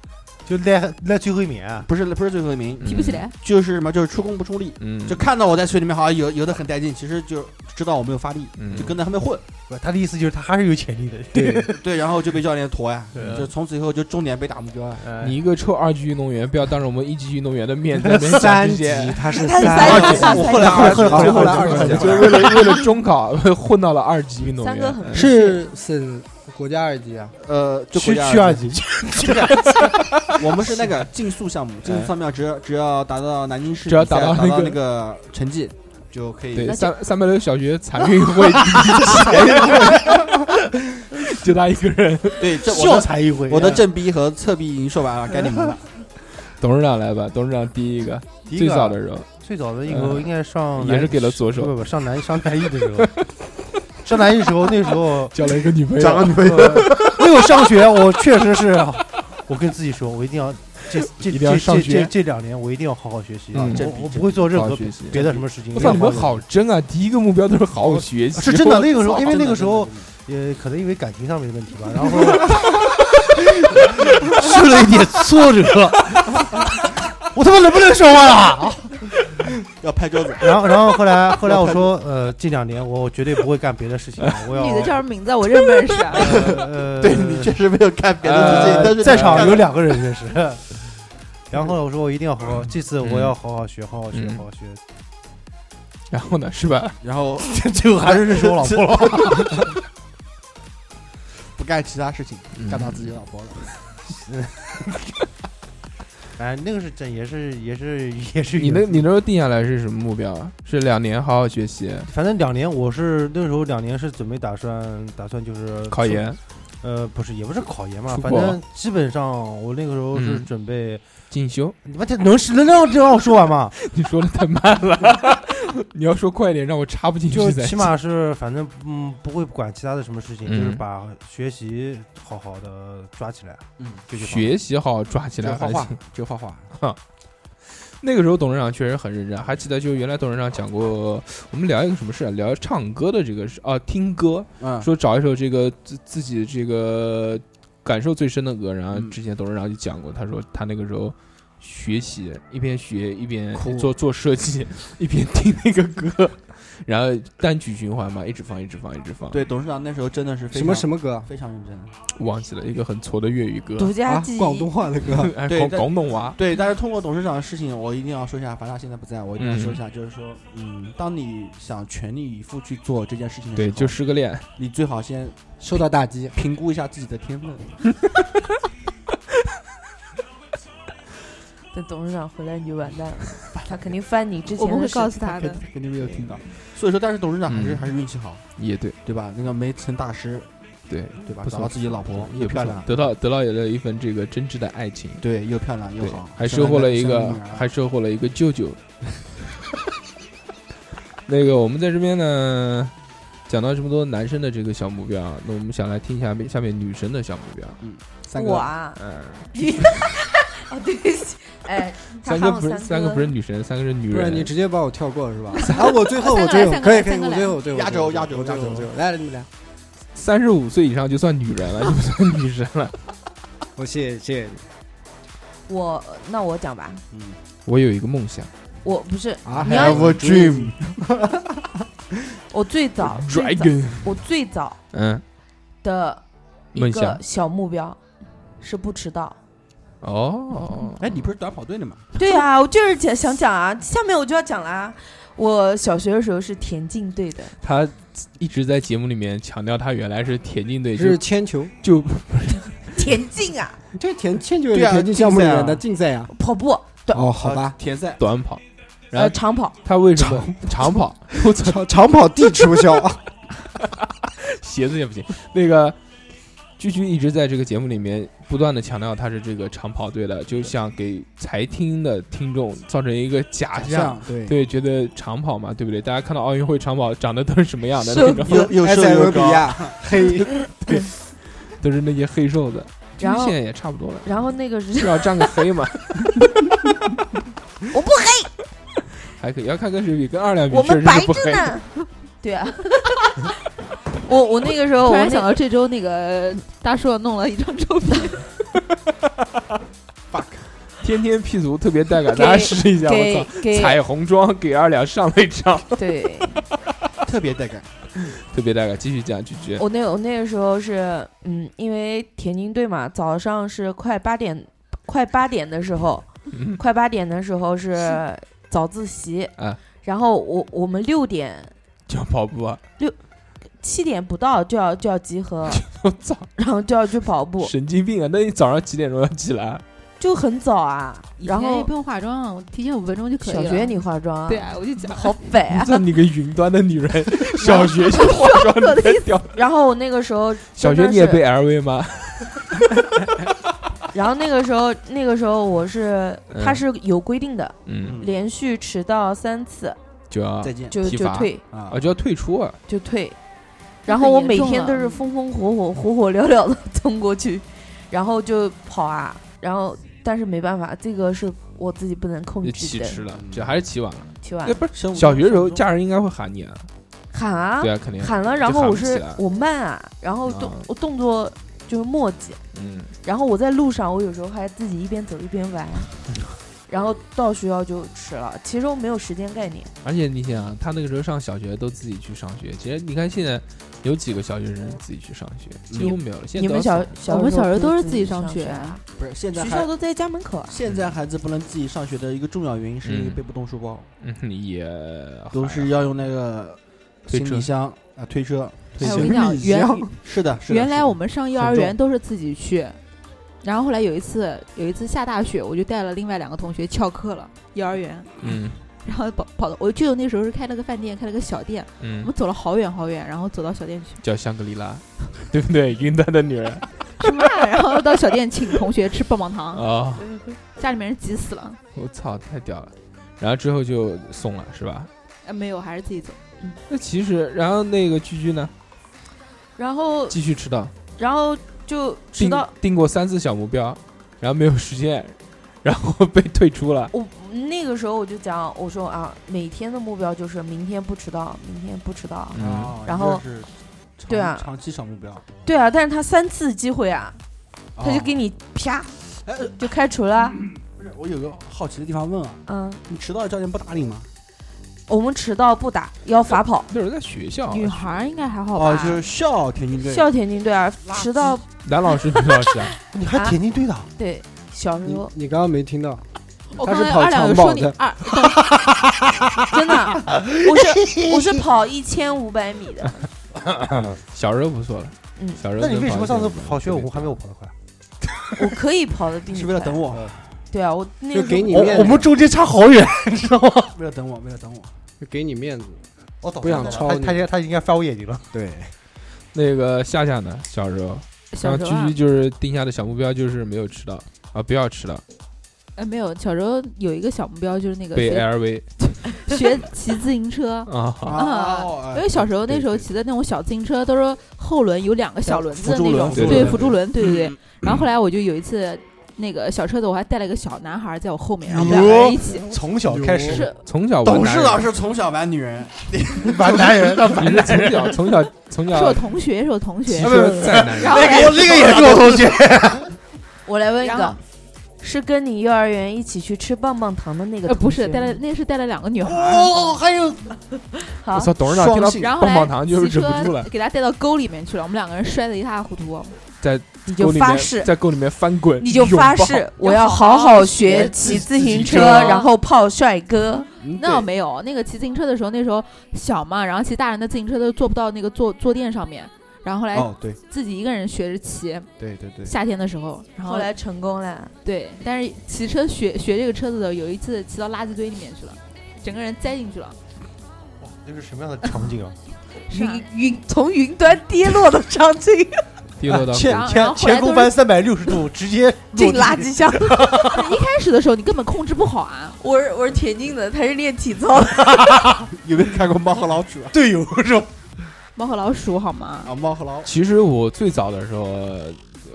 [SPEAKER 6] 就赖赖最后一名啊。
[SPEAKER 4] 不是不是最后一名，
[SPEAKER 2] 提不起来，
[SPEAKER 4] 就是什么就是出工不出力，
[SPEAKER 1] 嗯，
[SPEAKER 4] 就看到我在水里面好像游游的很带劲，其实就知道我没有发力，
[SPEAKER 1] 嗯
[SPEAKER 4] 就跟在后面混，
[SPEAKER 6] 不他的意思就是他还是有潜力的。
[SPEAKER 1] 对，
[SPEAKER 4] 对，然后就被教练驮呀，
[SPEAKER 6] 对
[SPEAKER 4] 啊就从此以后就重点被打目标呀。
[SPEAKER 6] 呃
[SPEAKER 1] 你一个臭二级运动员，不要当着我们一级运动员的面在那边讲
[SPEAKER 6] 三
[SPEAKER 1] 这
[SPEAKER 6] 级
[SPEAKER 1] 些。，
[SPEAKER 6] 他是
[SPEAKER 7] 他是
[SPEAKER 6] 三
[SPEAKER 7] 三
[SPEAKER 6] 级
[SPEAKER 7] 级
[SPEAKER 4] 我后来
[SPEAKER 6] 后来后
[SPEAKER 4] 后
[SPEAKER 6] 来后
[SPEAKER 4] 来
[SPEAKER 6] 来
[SPEAKER 4] 二
[SPEAKER 6] 二
[SPEAKER 4] 级
[SPEAKER 6] 级，
[SPEAKER 1] 就为了为了中考 混到了二级运动员。
[SPEAKER 7] 三哥很
[SPEAKER 1] 嗯
[SPEAKER 5] 是省国家二级啊，
[SPEAKER 4] 呃，就
[SPEAKER 6] 区
[SPEAKER 4] 国家
[SPEAKER 6] 区二级，
[SPEAKER 4] 我们是那个竞速项目，竞速项目只要只要达到南京市
[SPEAKER 1] 只要
[SPEAKER 4] 比赛
[SPEAKER 1] 达到
[SPEAKER 4] 达
[SPEAKER 1] 那
[SPEAKER 4] 到
[SPEAKER 1] 个
[SPEAKER 4] 那个成绩就可以
[SPEAKER 1] 对，。三三百六小学残运会 第一 期，就他一个人。
[SPEAKER 4] 对，这我
[SPEAKER 6] 笑
[SPEAKER 4] 的
[SPEAKER 6] 才一啊回。
[SPEAKER 4] 我的正逼和侧逼已经说完了，该你们了。
[SPEAKER 1] 董事长来吧，董事长第一个，
[SPEAKER 6] 第一
[SPEAKER 1] 最
[SPEAKER 6] 个
[SPEAKER 1] 早的时候，
[SPEAKER 6] 最早的一个应该上
[SPEAKER 1] 也是给了左
[SPEAKER 6] 不
[SPEAKER 1] 手，
[SPEAKER 6] 不不上南上南艺的时候，上南艺的时候那时候
[SPEAKER 1] 交了一个女朋友。
[SPEAKER 6] 女朋友，没有上学， 我确实是，我跟自己说，我一定要这这
[SPEAKER 1] 一定要
[SPEAKER 6] 这
[SPEAKER 1] 上
[SPEAKER 6] 这
[SPEAKER 1] 学
[SPEAKER 6] 这这两年我一定要好好学习，啊
[SPEAKER 1] 嗯
[SPEAKER 6] 我我不会做任
[SPEAKER 1] 好好
[SPEAKER 6] 何
[SPEAKER 1] 学习
[SPEAKER 6] 别的什么事情。
[SPEAKER 1] 我操，你们
[SPEAKER 6] 好，
[SPEAKER 1] 好真啊！第一个目标都是好好学习，
[SPEAKER 6] 是真的。那个时候，因为
[SPEAKER 4] 真的
[SPEAKER 6] 那个时候
[SPEAKER 4] 真的
[SPEAKER 6] 也可能因为感情上面的问题吧，然后受了一点挫折， 我他妈能不能说话啊了？
[SPEAKER 4] 要拍桌子。
[SPEAKER 6] 然后，然后后 来，后来我说，呃，近两年我绝对不会干别的事情了，啊我要
[SPEAKER 2] 女的叫什么名字？我认不认识啊？
[SPEAKER 6] 呃呃，
[SPEAKER 4] 对你确实没有干别的事情，但是
[SPEAKER 6] 呃、在场有两个人 认识。然后我说我一定要好好，这次我要好好学，好好学，
[SPEAKER 1] 嗯
[SPEAKER 6] 好好学。
[SPEAKER 1] 然后呢，是吧？
[SPEAKER 4] 然后
[SPEAKER 1] 嗯
[SPEAKER 6] 最后还是认识我 老婆了。
[SPEAKER 4] 不干其他事情，
[SPEAKER 1] 嗯
[SPEAKER 4] 干到自己老婆了。
[SPEAKER 6] 哎，那个是真，也是也是也是。
[SPEAKER 1] 你那你那时候定下来是什么目标啊？是两年好好学习，
[SPEAKER 6] 反正两年，我是那时候两年是准备打算打算就是
[SPEAKER 1] 考，研，
[SPEAKER 6] 呃，不是也不是考研嘛，
[SPEAKER 1] 出
[SPEAKER 6] 反
[SPEAKER 1] 国
[SPEAKER 6] 正基本上我那个时候是
[SPEAKER 1] 嗯
[SPEAKER 6] 准备，
[SPEAKER 1] 进修。
[SPEAKER 6] 你妈这能能让能让我说完吗？
[SPEAKER 1] 你说的太慢了， 你要说快点，让我插不进
[SPEAKER 6] 就
[SPEAKER 1] 去才
[SPEAKER 6] 起码是反正嗯不会管其他的什么事情，就是
[SPEAKER 1] 嗯
[SPEAKER 6] 把学习好好的抓起来，
[SPEAKER 4] 嗯，
[SPEAKER 6] 就去
[SPEAKER 1] 学习好抓起
[SPEAKER 4] 就
[SPEAKER 1] 来
[SPEAKER 4] 画
[SPEAKER 1] 还
[SPEAKER 4] 画
[SPEAKER 1] 行。，
[SPEAKER 4] 就画 画。
[SPEAKER 1] 那个时候董事长确实很认真，还记得就原来董事长讲过，我们聊一个什么事啊？聊唱歌的这个事啊，听歌，
[SPEAKER 4] 嗯，
[SPEAKER 1] 说找一首这个自自己这个感受最深的歌。然后
[SPEAKER 4] 嗯
[SPEAKER 1] 之前董事长就讲过，他说他那个时候学习一边学一边
[SPEAKER 4] 哭
[SPEAKER 1] 做做设计， 一边听那个歌，然后单曲循环嘛，一直放一直放一直放。
[SPEAKER 4] 对，董事长那时候真的是非
[SPEAKER 5] 什么
[SPEAKER 4] 常
[SPEAKER 5] 什么歌？
[SPEAKER 4] 非常认真。
[SPEAKER 1] 忘记了一个很挫的粤语歌，。
[SPEAKER 7] 独家
[SPEAKER 5] 啊
[SPEAKER 7] 记忆，，
[SPEAKER 5] 广东话的歌
[SPEAKER 1] 哎，
[SPEAKER 4] 对
[SPEAKER 1] 广
[SPEAKER 4] 但
[SPEAKER 1] 广东话。
[SPEAKER 4] 对，但是通过董事长的事情，我一定要说一下，反正他现在不在，我一定要说一下，就是说，嗯，当你想全力以赴去做这件事情的时候，
[SPEAKER 1] 对，就失个恋，
[SPEAKER 4] 你最好先
[SPEAKER 5] 受到打击，
[SPEAKER 4] 评估一下自己的天分。
[SPEAKER 7] 等董事长回来你就完 蛋了，他肯定翻你之
[SPEAKER 2] 我
[SPEAKER 7] 前
[SPEAKER 2] 们
[SPEAKER 7] 的
[SPEAKER 2] 会
[SPEAKER 7] 事
[SPEAKER 2] 告
[SPEAKER 7] 情
[SPEAKER 2] 诉他的。
[SPEAKER 4] 肯定没有听到，所以说，但是董事长还是、
[SPEAKER 1] 嗯
[SPEAKER 4] 还是运气好，
[SPEAKER 1] 也对，
[SPEAKER 4] 对吧？那个没成大师，
[SPEAKER 1] 对，
[SPEAKER 4] 对吧？
[SPEAKER 1] 不错
[SPEAKER 4] 啊找到自己老婆
[SPEAKER 1] 也
[SPEAKER 4] 又
[SPEAKER 1] 不
[SPEAKER 4] 漂
[SPEAKER 1] 错
[SPEAKER 4] 亮，啊
[SPEAKER 1] 得到得到了一份这个真挚的爱情，
[SPEAKER 4] 对，又漂亮又
[SPEAKER 1] 对
[SPEAKER 4] 好，，
[SPEAKER 1] 还
[SPEAKER 4] 生
[SPEAKER 1] 收获了
[SPEAKER 4] 个
[SPEAKER 1] 一
[SPEAKER 4] 生
[SPEAKER 1] 个
[SPEAKER 4] 女儿啊
[SPEAKER 1] 还收获了一个舅舅。 那个，我们在这边呢，讲到这么多男生的这个小目标啊，那我们想来听一下面下面女生的小目标。
[SPEAKER 4] 三
[SPEAKER 7] 我
[SPEAKER 4] 个
[SPEAKER 7] 啊，
[SPEAKER 1] 嗯，
[SPEAKER 7] 哦对不起，哎，他
[SPEAKER 1] 三
[SPEAKER 7] 喊
[SPEAKER 1] 个
[SPEAKER 7] 我
[SPEAKER 1] 不是三个不是女神，三个是女
[SPEAKER 5] 不然
[SPEAKER 1] 人
[SPEAKER 5] 你。直接把我跳过是吧？啊，我最后我
[SPEAKER 2] 三
[SPEAKER 5] 最
[SPEAKER 2] 个
[SPEAKER 5] 后
[SPEAKER 2] 来
[SPEAKER 5] 可以可以，
[SPEAKER 2] 三个
[SPEAKER 5] 我
[SPEAKER 2] 来
[SPEAKER 5] 最后对我
[SPEAKER 4] 压
[SPEAKER 5] 最后
[SPEAKER 4] 轴压轴
[SPEAKER 5] 我最后
[SPEAKER 4] 压轴
[SPEAKER 5] 我最后来了你们俩，
[SPEAKER 1] 三十五岁以上就算女人了，就不算女神了。
[SPEAKER 5] 我谢谢谢谢你
[SPEAKER 7] 我，那我讲吧，
[SPEAKER 4] 嗯
[SPEAKER 1] 我有一个梦想
[SPEAKER 7] 我不是
[SPEAKER 5] 啊
[SPEAKER 7] 你要
[SPEAKER 4] a dream
[SPEAKER 7] 我最早最早
[SPEAKER 1] ，Dragon。
[SPEAKER 7] 我最早
[SPEAKER 1] 嗯，
[SPEAKER 7] 的一
[SPEAKER 1] 梦
[SPEAKER 7] 个
[SPEAKER 1] 想
[SPEAKER 7] 小目标是不迟 到。
[SPEAKER 1] 哦，
[SPEAKER 4] 哎，你不是短跑队的吗？
[SPEAKER 7] 对啊，我就是讲想讲啊，下面我就要讲了啊。我小学的时候是田径队的，
[SPEAKER 1] 他一直在节目里面强调他原来是田径队，
[SPEAKER 5] 是
[SPEAKER 1] 就
[SPEAKER 5] 铅球，
[SPEAKER 1] 就
[SPEAKER 7] 田径啊，
[SPEAKER 5] 这田铅球也
[SPEAKER 4] 对啊
[SPEAKER 5] 是田径项目里
[SPEAKER 4] 竞赛啊啊
[SPEAKER 5] 面的竞赛啊。
[SPEAKER 7] 跑步，对，
[SPEAKER 5] 哦，好吧，
[SPEAKER 4] 田赛
[SPEAKER 1] 短跑。然
[SPEAKER 7] 呃，
[SPEAKER 1] 后
[SPEAKER 7] 长跑，
[SPEAKER 1] 他为什么长跑？我操，
[SPEAKER 5] 长长跑地球销，
[SPEAKER 1] 鞋子也不行。那个居居一直在这个节目里面不断的强调他是这个长跑队的，就想给才听的听众造成一个假象。
[SPEAKER 4] 啊
[SPEAKER 5] 对，
[SPEAKER 1] 对，觉得长跑嘛，对不对？大家看到奥运会长跑长得都是什么样的
[SPEAKER 7] 是
[SPEAKER 1] 那种，
[SPEAKER 4] 又又
[SPEAKER 5] 埃
[SPEAKER 4] 瘦
[SPEAKER 5] 塞俄
[SPEAKER 4] 又
[SPEAKER 5] 比
[SPEAKER 4] 高，
[SPEAKER 5] 亚黑，
[SPEAKER 1] 都是那些黑瘦子。其实
[SPEAKER 7] 然后
[SPEAKER 1] 现在也差不多了，
[SPEAKER 7] 然后那个
[SPEAKER 1] 至
[SPEAKER 7] 是
[SPEAKER 1] 少占个黑嘛，
[SPEAKER 7] 我不黑，
[SPEAKER 1] 还可以。要看跟谁比，跟二两比
[SPEAKER 7] 我
[SPEAKER 1] 确
[SPEAKER 7] 们
[SPEAKER 1] 实
[SPEAKER 7] 白
[SPEAKER 1] 是不
[SPEAKER 7] 着
[SPEAKER 1] 黑。
[SPEAKER 7] 呢。对啊， 我我那个时候
[SPEAKER 2] 突
[SPEAKER 7] 我
[SPEAKER 2] 然
[SPEAKER 7] 那
[SPEAKER 2] 想到这周那个大硕弄了一张照片，
[SPEAKER 1] 天天 P 图特别带感，
[SPEAKER 7] 给
[SPEAKER 1] 大家试一下。
[SPEAKER 2] 哎
[SPEAKER 1] 我操
[SPEAKER 7] 给，给
[SPEAKER 1] 彩虹妆给二两上了一张，
[SPEAKER 7] 对，
[SPEAKER 4] 特别带感。
[SPEAKER 1] 特别带感。继续讲，继续。
[SPEAKER 7] 我那我那个时候是，嗯，因为田径队嘛，早上是快八点，快八点的时候，
[SPEAKER 1] 嗯
[SPEAKER 7] 快八点的时候是 早自习，
[SPEAKER 1] 啊
[SPEAKER 7] 然后我我们六点
[SPEAKER 1] 讲跑步啊，
[SPEAKER 7] 七点不到就要就要 集合，
[SPEAKER 1] 我操，
[SPEAKER 7] 然后就要去跑步，
[SPEAKER 1] 神经病啊！那你早上几点钟要起来？啊
[SPEAKER 7] 就很早啊。然
[SPEAKER 2] 以前也
[SPEAKER 7] 后
[SPEAKER 2] 不用化妆，啊我提前五分钟就可以
[SPEAKER 7] 小
[SPEAKER 2] 了。
[SPEAKER 7] 学你化妆，
[SPEAKER 2] 对，啊，我就讲
[SPEAKER 7] 好 北啊。
[SPEAKER 1] 像你个云端的女 人，小学就化妆你在掉，
[SPEAKER 7] 然后我那个时候
[SPEAKER 1] 小
[SPEAKER 7] 真
[SPEAKER 1] 学
[SPEAKER 7] 的是，
[SPEAKER 1] 你也背 LV 吗？
[SPEAKER 7] 然后那个时候那个时候我是
[SPEAKER 1] 嗯
[SPEAKER 7] 他是有规定的，
[SPEAKER 1] 嗯，
[SPEAKER 7] 连续迟到三次
[SPEAKER 1] 就要
[SPEAKER 4] 再见
[SPEAKER 7] 就
[SPEAKER 1] 体
[SPEAKER 7] 就
[SPEAKER 1] 罚
[SPEAKER 7] 退。
[SPEAKER 4] 啊
[SPEAKER 1] 啊，就要退出啊。
[SPEAKER 7] 就退。
[SPEAKER 2] 那
[SPEAKER 7] 然
[SPEAKER 2] 很
[SPEAKER 7] 后我
[SPEAKER 2] 严
[SPEAKER 7] 每
[SPEAKER 2] 重啊
[SPEAKER 7] 天
[SPEAKER 2] 了
[SPEAKER 7] 都是风风火
[SPEAKER 1] 嗯
[SPEAKER 7] 火、火火燎燎的冲过去， 然后就跑啊，然后但是没办法，这个是我自己不能
[SPEAKER 4] 嗯
[SPEAKER 7] 控
[SPEAKER 1] 就
[SPEAKER 7] 制
[SPEAKER 1] 起
[SPEAKER 7] 的。
[SPEAKER 1] 迟了，这还是起晚了。
[SPEAKER 7] 起晚
[SPEAKER 1] 哎，不是，小学的时候家人应该会喊你啊，
[SPEAKER 7] 喊啊
[SPEAKER 1] 对啊，肯定。
[SPEAKER 7] 喊了，然
[SPEAKER 1] 就
[SPEAKER 7] 后
[SPEAKER 1] 喊
[SPEAKER 7] 我
[SPEAKER 1] 不起
[SPEAKER 7] 是
[SPEAKER 1] 来
[SPEAKER 7] 我慢啊，然后动
[SPEAKER 1] 啊
[SPEAKER 7] 我动作就是墨迹。
[SPEAKER 9] 嗯，
[SPEAKER 7] 然后我在路上，我有时候还自己一边走一边玩，然后到学校就迟了。其实我没有时间概念，
[SPEAKER 1] 而且你想，他那个时候上小学都自己去上学，其实你看现在有几个小学生自己去上学，
[SPEAKER 4] 嗯
[SPEAKER 1] 几乎没有了。现
[SPEAKER 7] 你
[SPEAKER 1] 在都
[SPEAKER 7] 们
[SPEAKER 1] 要
[SPEAKER 7] 小
[SPEAKER 1] 送
[SPEAKER 7] 小
[SPEAKER 2] 我们小时候
[SPEAKER 7] 都
[SPEAKER 2] 都是
[SPEAKER 7] 自
[SPEAKER 2] 自己上
[SPEAKER 7] 上
[SPEAKER 2] 学
[SPEAKER 7] 啊，
[SPEAKER 4] 不是现在
[SPEAKER 7] 学
[SPEAKER 4] 还
[SPEAKER 7] 校都在家门口啊。
[SPEAKER 4] 现在孩子不能自己上学的一个重要原因是因为背不动书包，
[SPEAKER 1] 嗯也
[SPEAKER 4] 都是要用那个
[SPEAKER 1] 推
[SPEAKER 4] 行
[SPEAKER 1] 车
[SPEAKER 4] 李箱啊推车。
[SPEAKER 2] 哎
[SPEAKER 4] 行
[SPEAKER 2] 我跟你讲
[SPEAKER 4] 李
[SPEAKER 2] 原
[SPEAKER 4] 箱是的，是的
[SPEAKER 2] 原
[SPEAKER 4] 是
[SPEAKER 2] 来
[SPEAKER 4] 的
[SPEAKER 2] 我们上幼儿园都是自己去，然后后来有一次有一次下大雪，我就带了另外两个同学翘课了，幼儿园，
[SPEAKER 1] 嗯
[SPEAKER 2] 然后跑跑到我记得那时候是开了个饭店，开了个小店，我
[SPEAKER 1] 嗯
[SPEAKER 2] 们走了好远好远，然后走到小店去
[SPEAKER 1] 叫香格里拉， 对不对？云南的女人
[SPEAKER 2] 什么呀，然后到小店请同学吃棒棒
[SPEAKER 1] 啊、
[SPEAKER 2] 糖，
[SPEAKER 7] 嗯
[SPEAKER 2] 家里面人急死了，
[SPEAKER 1] 我操，太屌了！然后之后就送了是吧？
[SPEAKER 2] 哎没有还是自己走，
[SPEAKER 1] 那其实，然后那个居居呢，
[SPEAKER 7] 然后
[SPEAKER 1] 继续迟到，
[SPEAKER 7] 然后就迟
[SPEAKER 1] 定
[SPEAKER 7] 到。
[SPEAKER 1] 定过三次小目标，然后没有实现， 然后被退出了。
[SPEAKER 7] 我那个时候我就讲，我说啊，每天的目标就是明天不迟到，明天不迟到。
[SPEAKER 1] 嗯，
[SPEAKER 4] 哦
[SPEAKER 7] 然
[SPEAKER 4] 一个
[SPEAKER 7] 后
[SPEAKER 4] 是长
[SPEAKER 7] 对啊
[SPEAKER 4] 长期小目标，
[SPEAKER 7] 对啊，但是他三次机会啊，他就给
[SPEAKER 4] 你。
[SPEAKER 7] 你啪
[SPEAKER 4] 哎，呃
[SPEAKER 7] 就开除了。
[SPEAKER 4] 不是，我有个好奇的地方问啊，
[SPEAKER 7] 嗯，
[SPEAKER 4] 你迟到了教练不打你吗？
[SPEAKER 7] 我们迟到不打，要罚跑。
[SPEAKER 1] 那时候在学校，啊
[SPEAKER 2] 女孩儿应该还好
[SPEAKER 4] 哦
[SPEAKER 2] 吧，，
[SPEAKER 4] 就是校田径队。
[SPEAKER 7] 校田径队啊，迟到
[SPEAKER 1] 男老师、女老师啊，
[SPEAKER 6] 你还田径队的？
[SPEAKER 7] 对小
[SPEAKER 2] 嗯
[SPEAKER 7] 时
[SPEAKER 5] 你
[SPEAKER 7] 候
[SPEAKER 5] 你刚刚没听到？
[SPEAKER 2] 我
[SPEAKER 5] 他
[SPEAKER 2] 刚
[SPEAKER 5] 是
[SPEAKER 2] 才
[SPEAKER 5] 跑
[SPEAKER 2] 二两有
[SPEAKER 5] 长
[SPEAKER 2] 说
[SPEAKER 5] 跑
[SPEAKER 2] 你
[SPEAKER 5] 的
[SPEAKER 2] 二，
[SPEAKER 7] 真的，我是我是跑一千五百米的，
[SPEAKER 1] 小时候不错了，
[SPEAKER 7] 嗯
[SPEAKER 1] 小时候
[SPEAKER 6] 那
[SPEAKER 1] 能跑一千五百。
[SPEAKER 6] 你为什么上次跑学
[SPEAKER 1] 对
[SPEAKER 6] 五还没有跑得快？
[SPEAKER 7] 我可以跑的比你
[SPEAKER 4] 是为了
[SPEAKER 7] 快。
[SPEAKER 4] 等我，
[SPEAKER 1] 呃
[SPEAKER 7] 对啊，我那
[SPEAKER 5] 就
[SPEAKER 7] 个时
[SPEAKER 5] 给
[SPEAKER 7] 候
[SPEAKER 5] 你面子，
[SPEAKER 6] 中间差好远，你知道吗？
[SPEAKER 4] 为了等我，为了等我。哦
[SPEAKER 5] 就给你面子。
[SPEAKER 6] 我早
[SPEAKER 5] 不想抄
[SPEAKER 6] 他，他
[SPEAKER 5] 你
[SPEAKER 6] 应他应该翻我眼睛了。
[SPEAKER 5] 对，
[SPEAKER 1] 那个夏夏呢？小时候，
[SPEAKER 2] 小
[SPEAKER 1] 然
[SPEAKER 2] 时
[SPEAKER 1] 后
[SPEAKER 2] 候啊
[SPEAKER 1] 居居就是定下的小目标就是没有迟到啊，不要迟到，
[SPEAKER 2] 哎没有，小时候有一个小目标就是那个
[SPEAKER 1] 背
[SPEAKER 2] 学
[SPEAKER 1] LV
[SPEAKER 2] 学骑自行 车。
[SPEAKER 1] 啊，
[SPEAKER 2] 啊
[SPEAKER 4] 哦
[SPEAKER 2] 因为小时候那
[SPEAKER 1] 对
[SPEAKER 2] 时候
[SPEAKER 1] 对
[SPEAKER 2] 骑的那种小自行车，都是后轮有两个小轮子的
[SPEAKER 4] 辅助
[SPEAKER 2] 那
[SPEAKER 4] 轮
[SPEAKER 2] 种，
[SPEAKER 4] 辅
[SPEAKER 1] 助
[SPEAKER 2] 对
[SPEAKER 1] 轮
[SPEAKER 2] 辅助轮，对对对
[SPEAKER 4] 嗯。
[SPEAKER 2] 然后后来我就有一次，那个小车子我还带了个小男孩在我后面，然后
[SPEAKER 4] 哟
[SPEAKER 2] 两个人一起，
[SPEAKER 6] 从小开 始
[SPEAKER 2] 是
[SPEAKER 1] 从小玩
[SPEAKER 4] 董
[SPEAKER 1] 男
[SPEAKER 4] 事
[SPEAKER 1] 人
[SPEAKER 4] 老师从小玩女人，
[SPEAKER 6] 玩男人，
[SPEAKER 1] 你是从小从小从
[SPEAKER 2] 是我
[SPEAKER 1] 小
[SPEAKER 2] 同学，是我同
[SPEAKER 1] 骑
[SPEAKER 2] 学。
[SPEAKER 1] 车啊在男
[SPEAKER 2] 然
[SPEAKER 1] 人，
[SPEAKER 2] 后后来
[SPEAKER 6] 我那个也是我同学。
[SPEAKER 7] 我来问一
[SPEAKER 2] 然
[SPEAKER 7] 个
[SPEAKER 2] 后，
[SPEAKER 7] 是跟你幼儿园一起去吃棒棒糖的那个
[SPEAKER 2] 呃，
[SPEAKER 7] 同学吗？
[SPEAKER 2] 不是带了，那是带了两个女孩儿。
[SPEAKER 4] 哦，还有
[SPEAKER 1] 我
[SPEAKER 7] 好，
[SPEAKER 1] 操，董事长听到
[SPEAKER 4] 双性
[SPEAKER 2] 然后
[SPEAKER 1] 棒
[SPEAKER 2] 后
[SPEAKER 1] 棒
[SPEAKER 2] 来
[SPEAKER 1] 糖
[SPEAKER 2] 骑车
[SPEAKER 1] 就是止不住了，嗯
[SPEAKER 2] 给他带到沟里面去了，我们两个人摔得一塌糊涂。
[SPEAKER 7] 你就
[SPEAKER 1] 沟里
[SPEAKER 7] 发
[SPEAKER 1] 面
[SPEAKER 7] 誓，
[SPEAKER 1] 在沟里面翻滚，
[SPEAKER 7] 你就发
[SPEAKER 1] 拥抱
[SPEAKER 7] 誓，我要好好学骑自行车，然后泡帅哥。
[SPEAKER 1] 嗯
[SPEAKER 2] 那倒没有，那个骑自行车的时候，那时候小嘛，然后骑大人的自行车都坐不到那个坐坐垫上面。然后后来
[SPEAKER 4] 哦，对
[SPEAKER 2] 自己一个人学着骑，
[SPEAKER 4] 对对对，
[SPEAKER 2] 夏天的时候，然后
[SPEAKER 7] 后来成功了，
[SPEAKER 2] 对，但是骑车学学这个车子的，有一次骑到垃圾堆里面去了，整个人栽进去了，
[SPEAKER 6] 这是什么样的场 景啊？
[SPEAKER 2] 是啊
[SPEAKER 7] 云云从云端跌落的场景
[SPEAKER 1] 低落到
[SPEAKER 6] 啊前
[SPEAKER 2] 然后然后
[SPEAKER 6] 前
[SPEAKER 2] 后来都
[SPEAKER 6] 前空
[SPEAKER 2] 是
[SPEAKER 6] 翻三百六十度，直接
[SPEAKER 7] 进垃圾箱。
[SPEAKER 2] 一开始的时候你根本控制不好啊，
[SPEAKER 7] 我是我是田径的，他是练体操的。
[SPEAKER 4] 有没有看过《猫和老鼠》啊？
[SPEAKER 6] 队友是吧？
[SPEAKER 2] 猫和老鼠好吗？
[SPEAKER 4] 啊，猫和老鼠
[SPEAKER 1] 其实我最早的时候，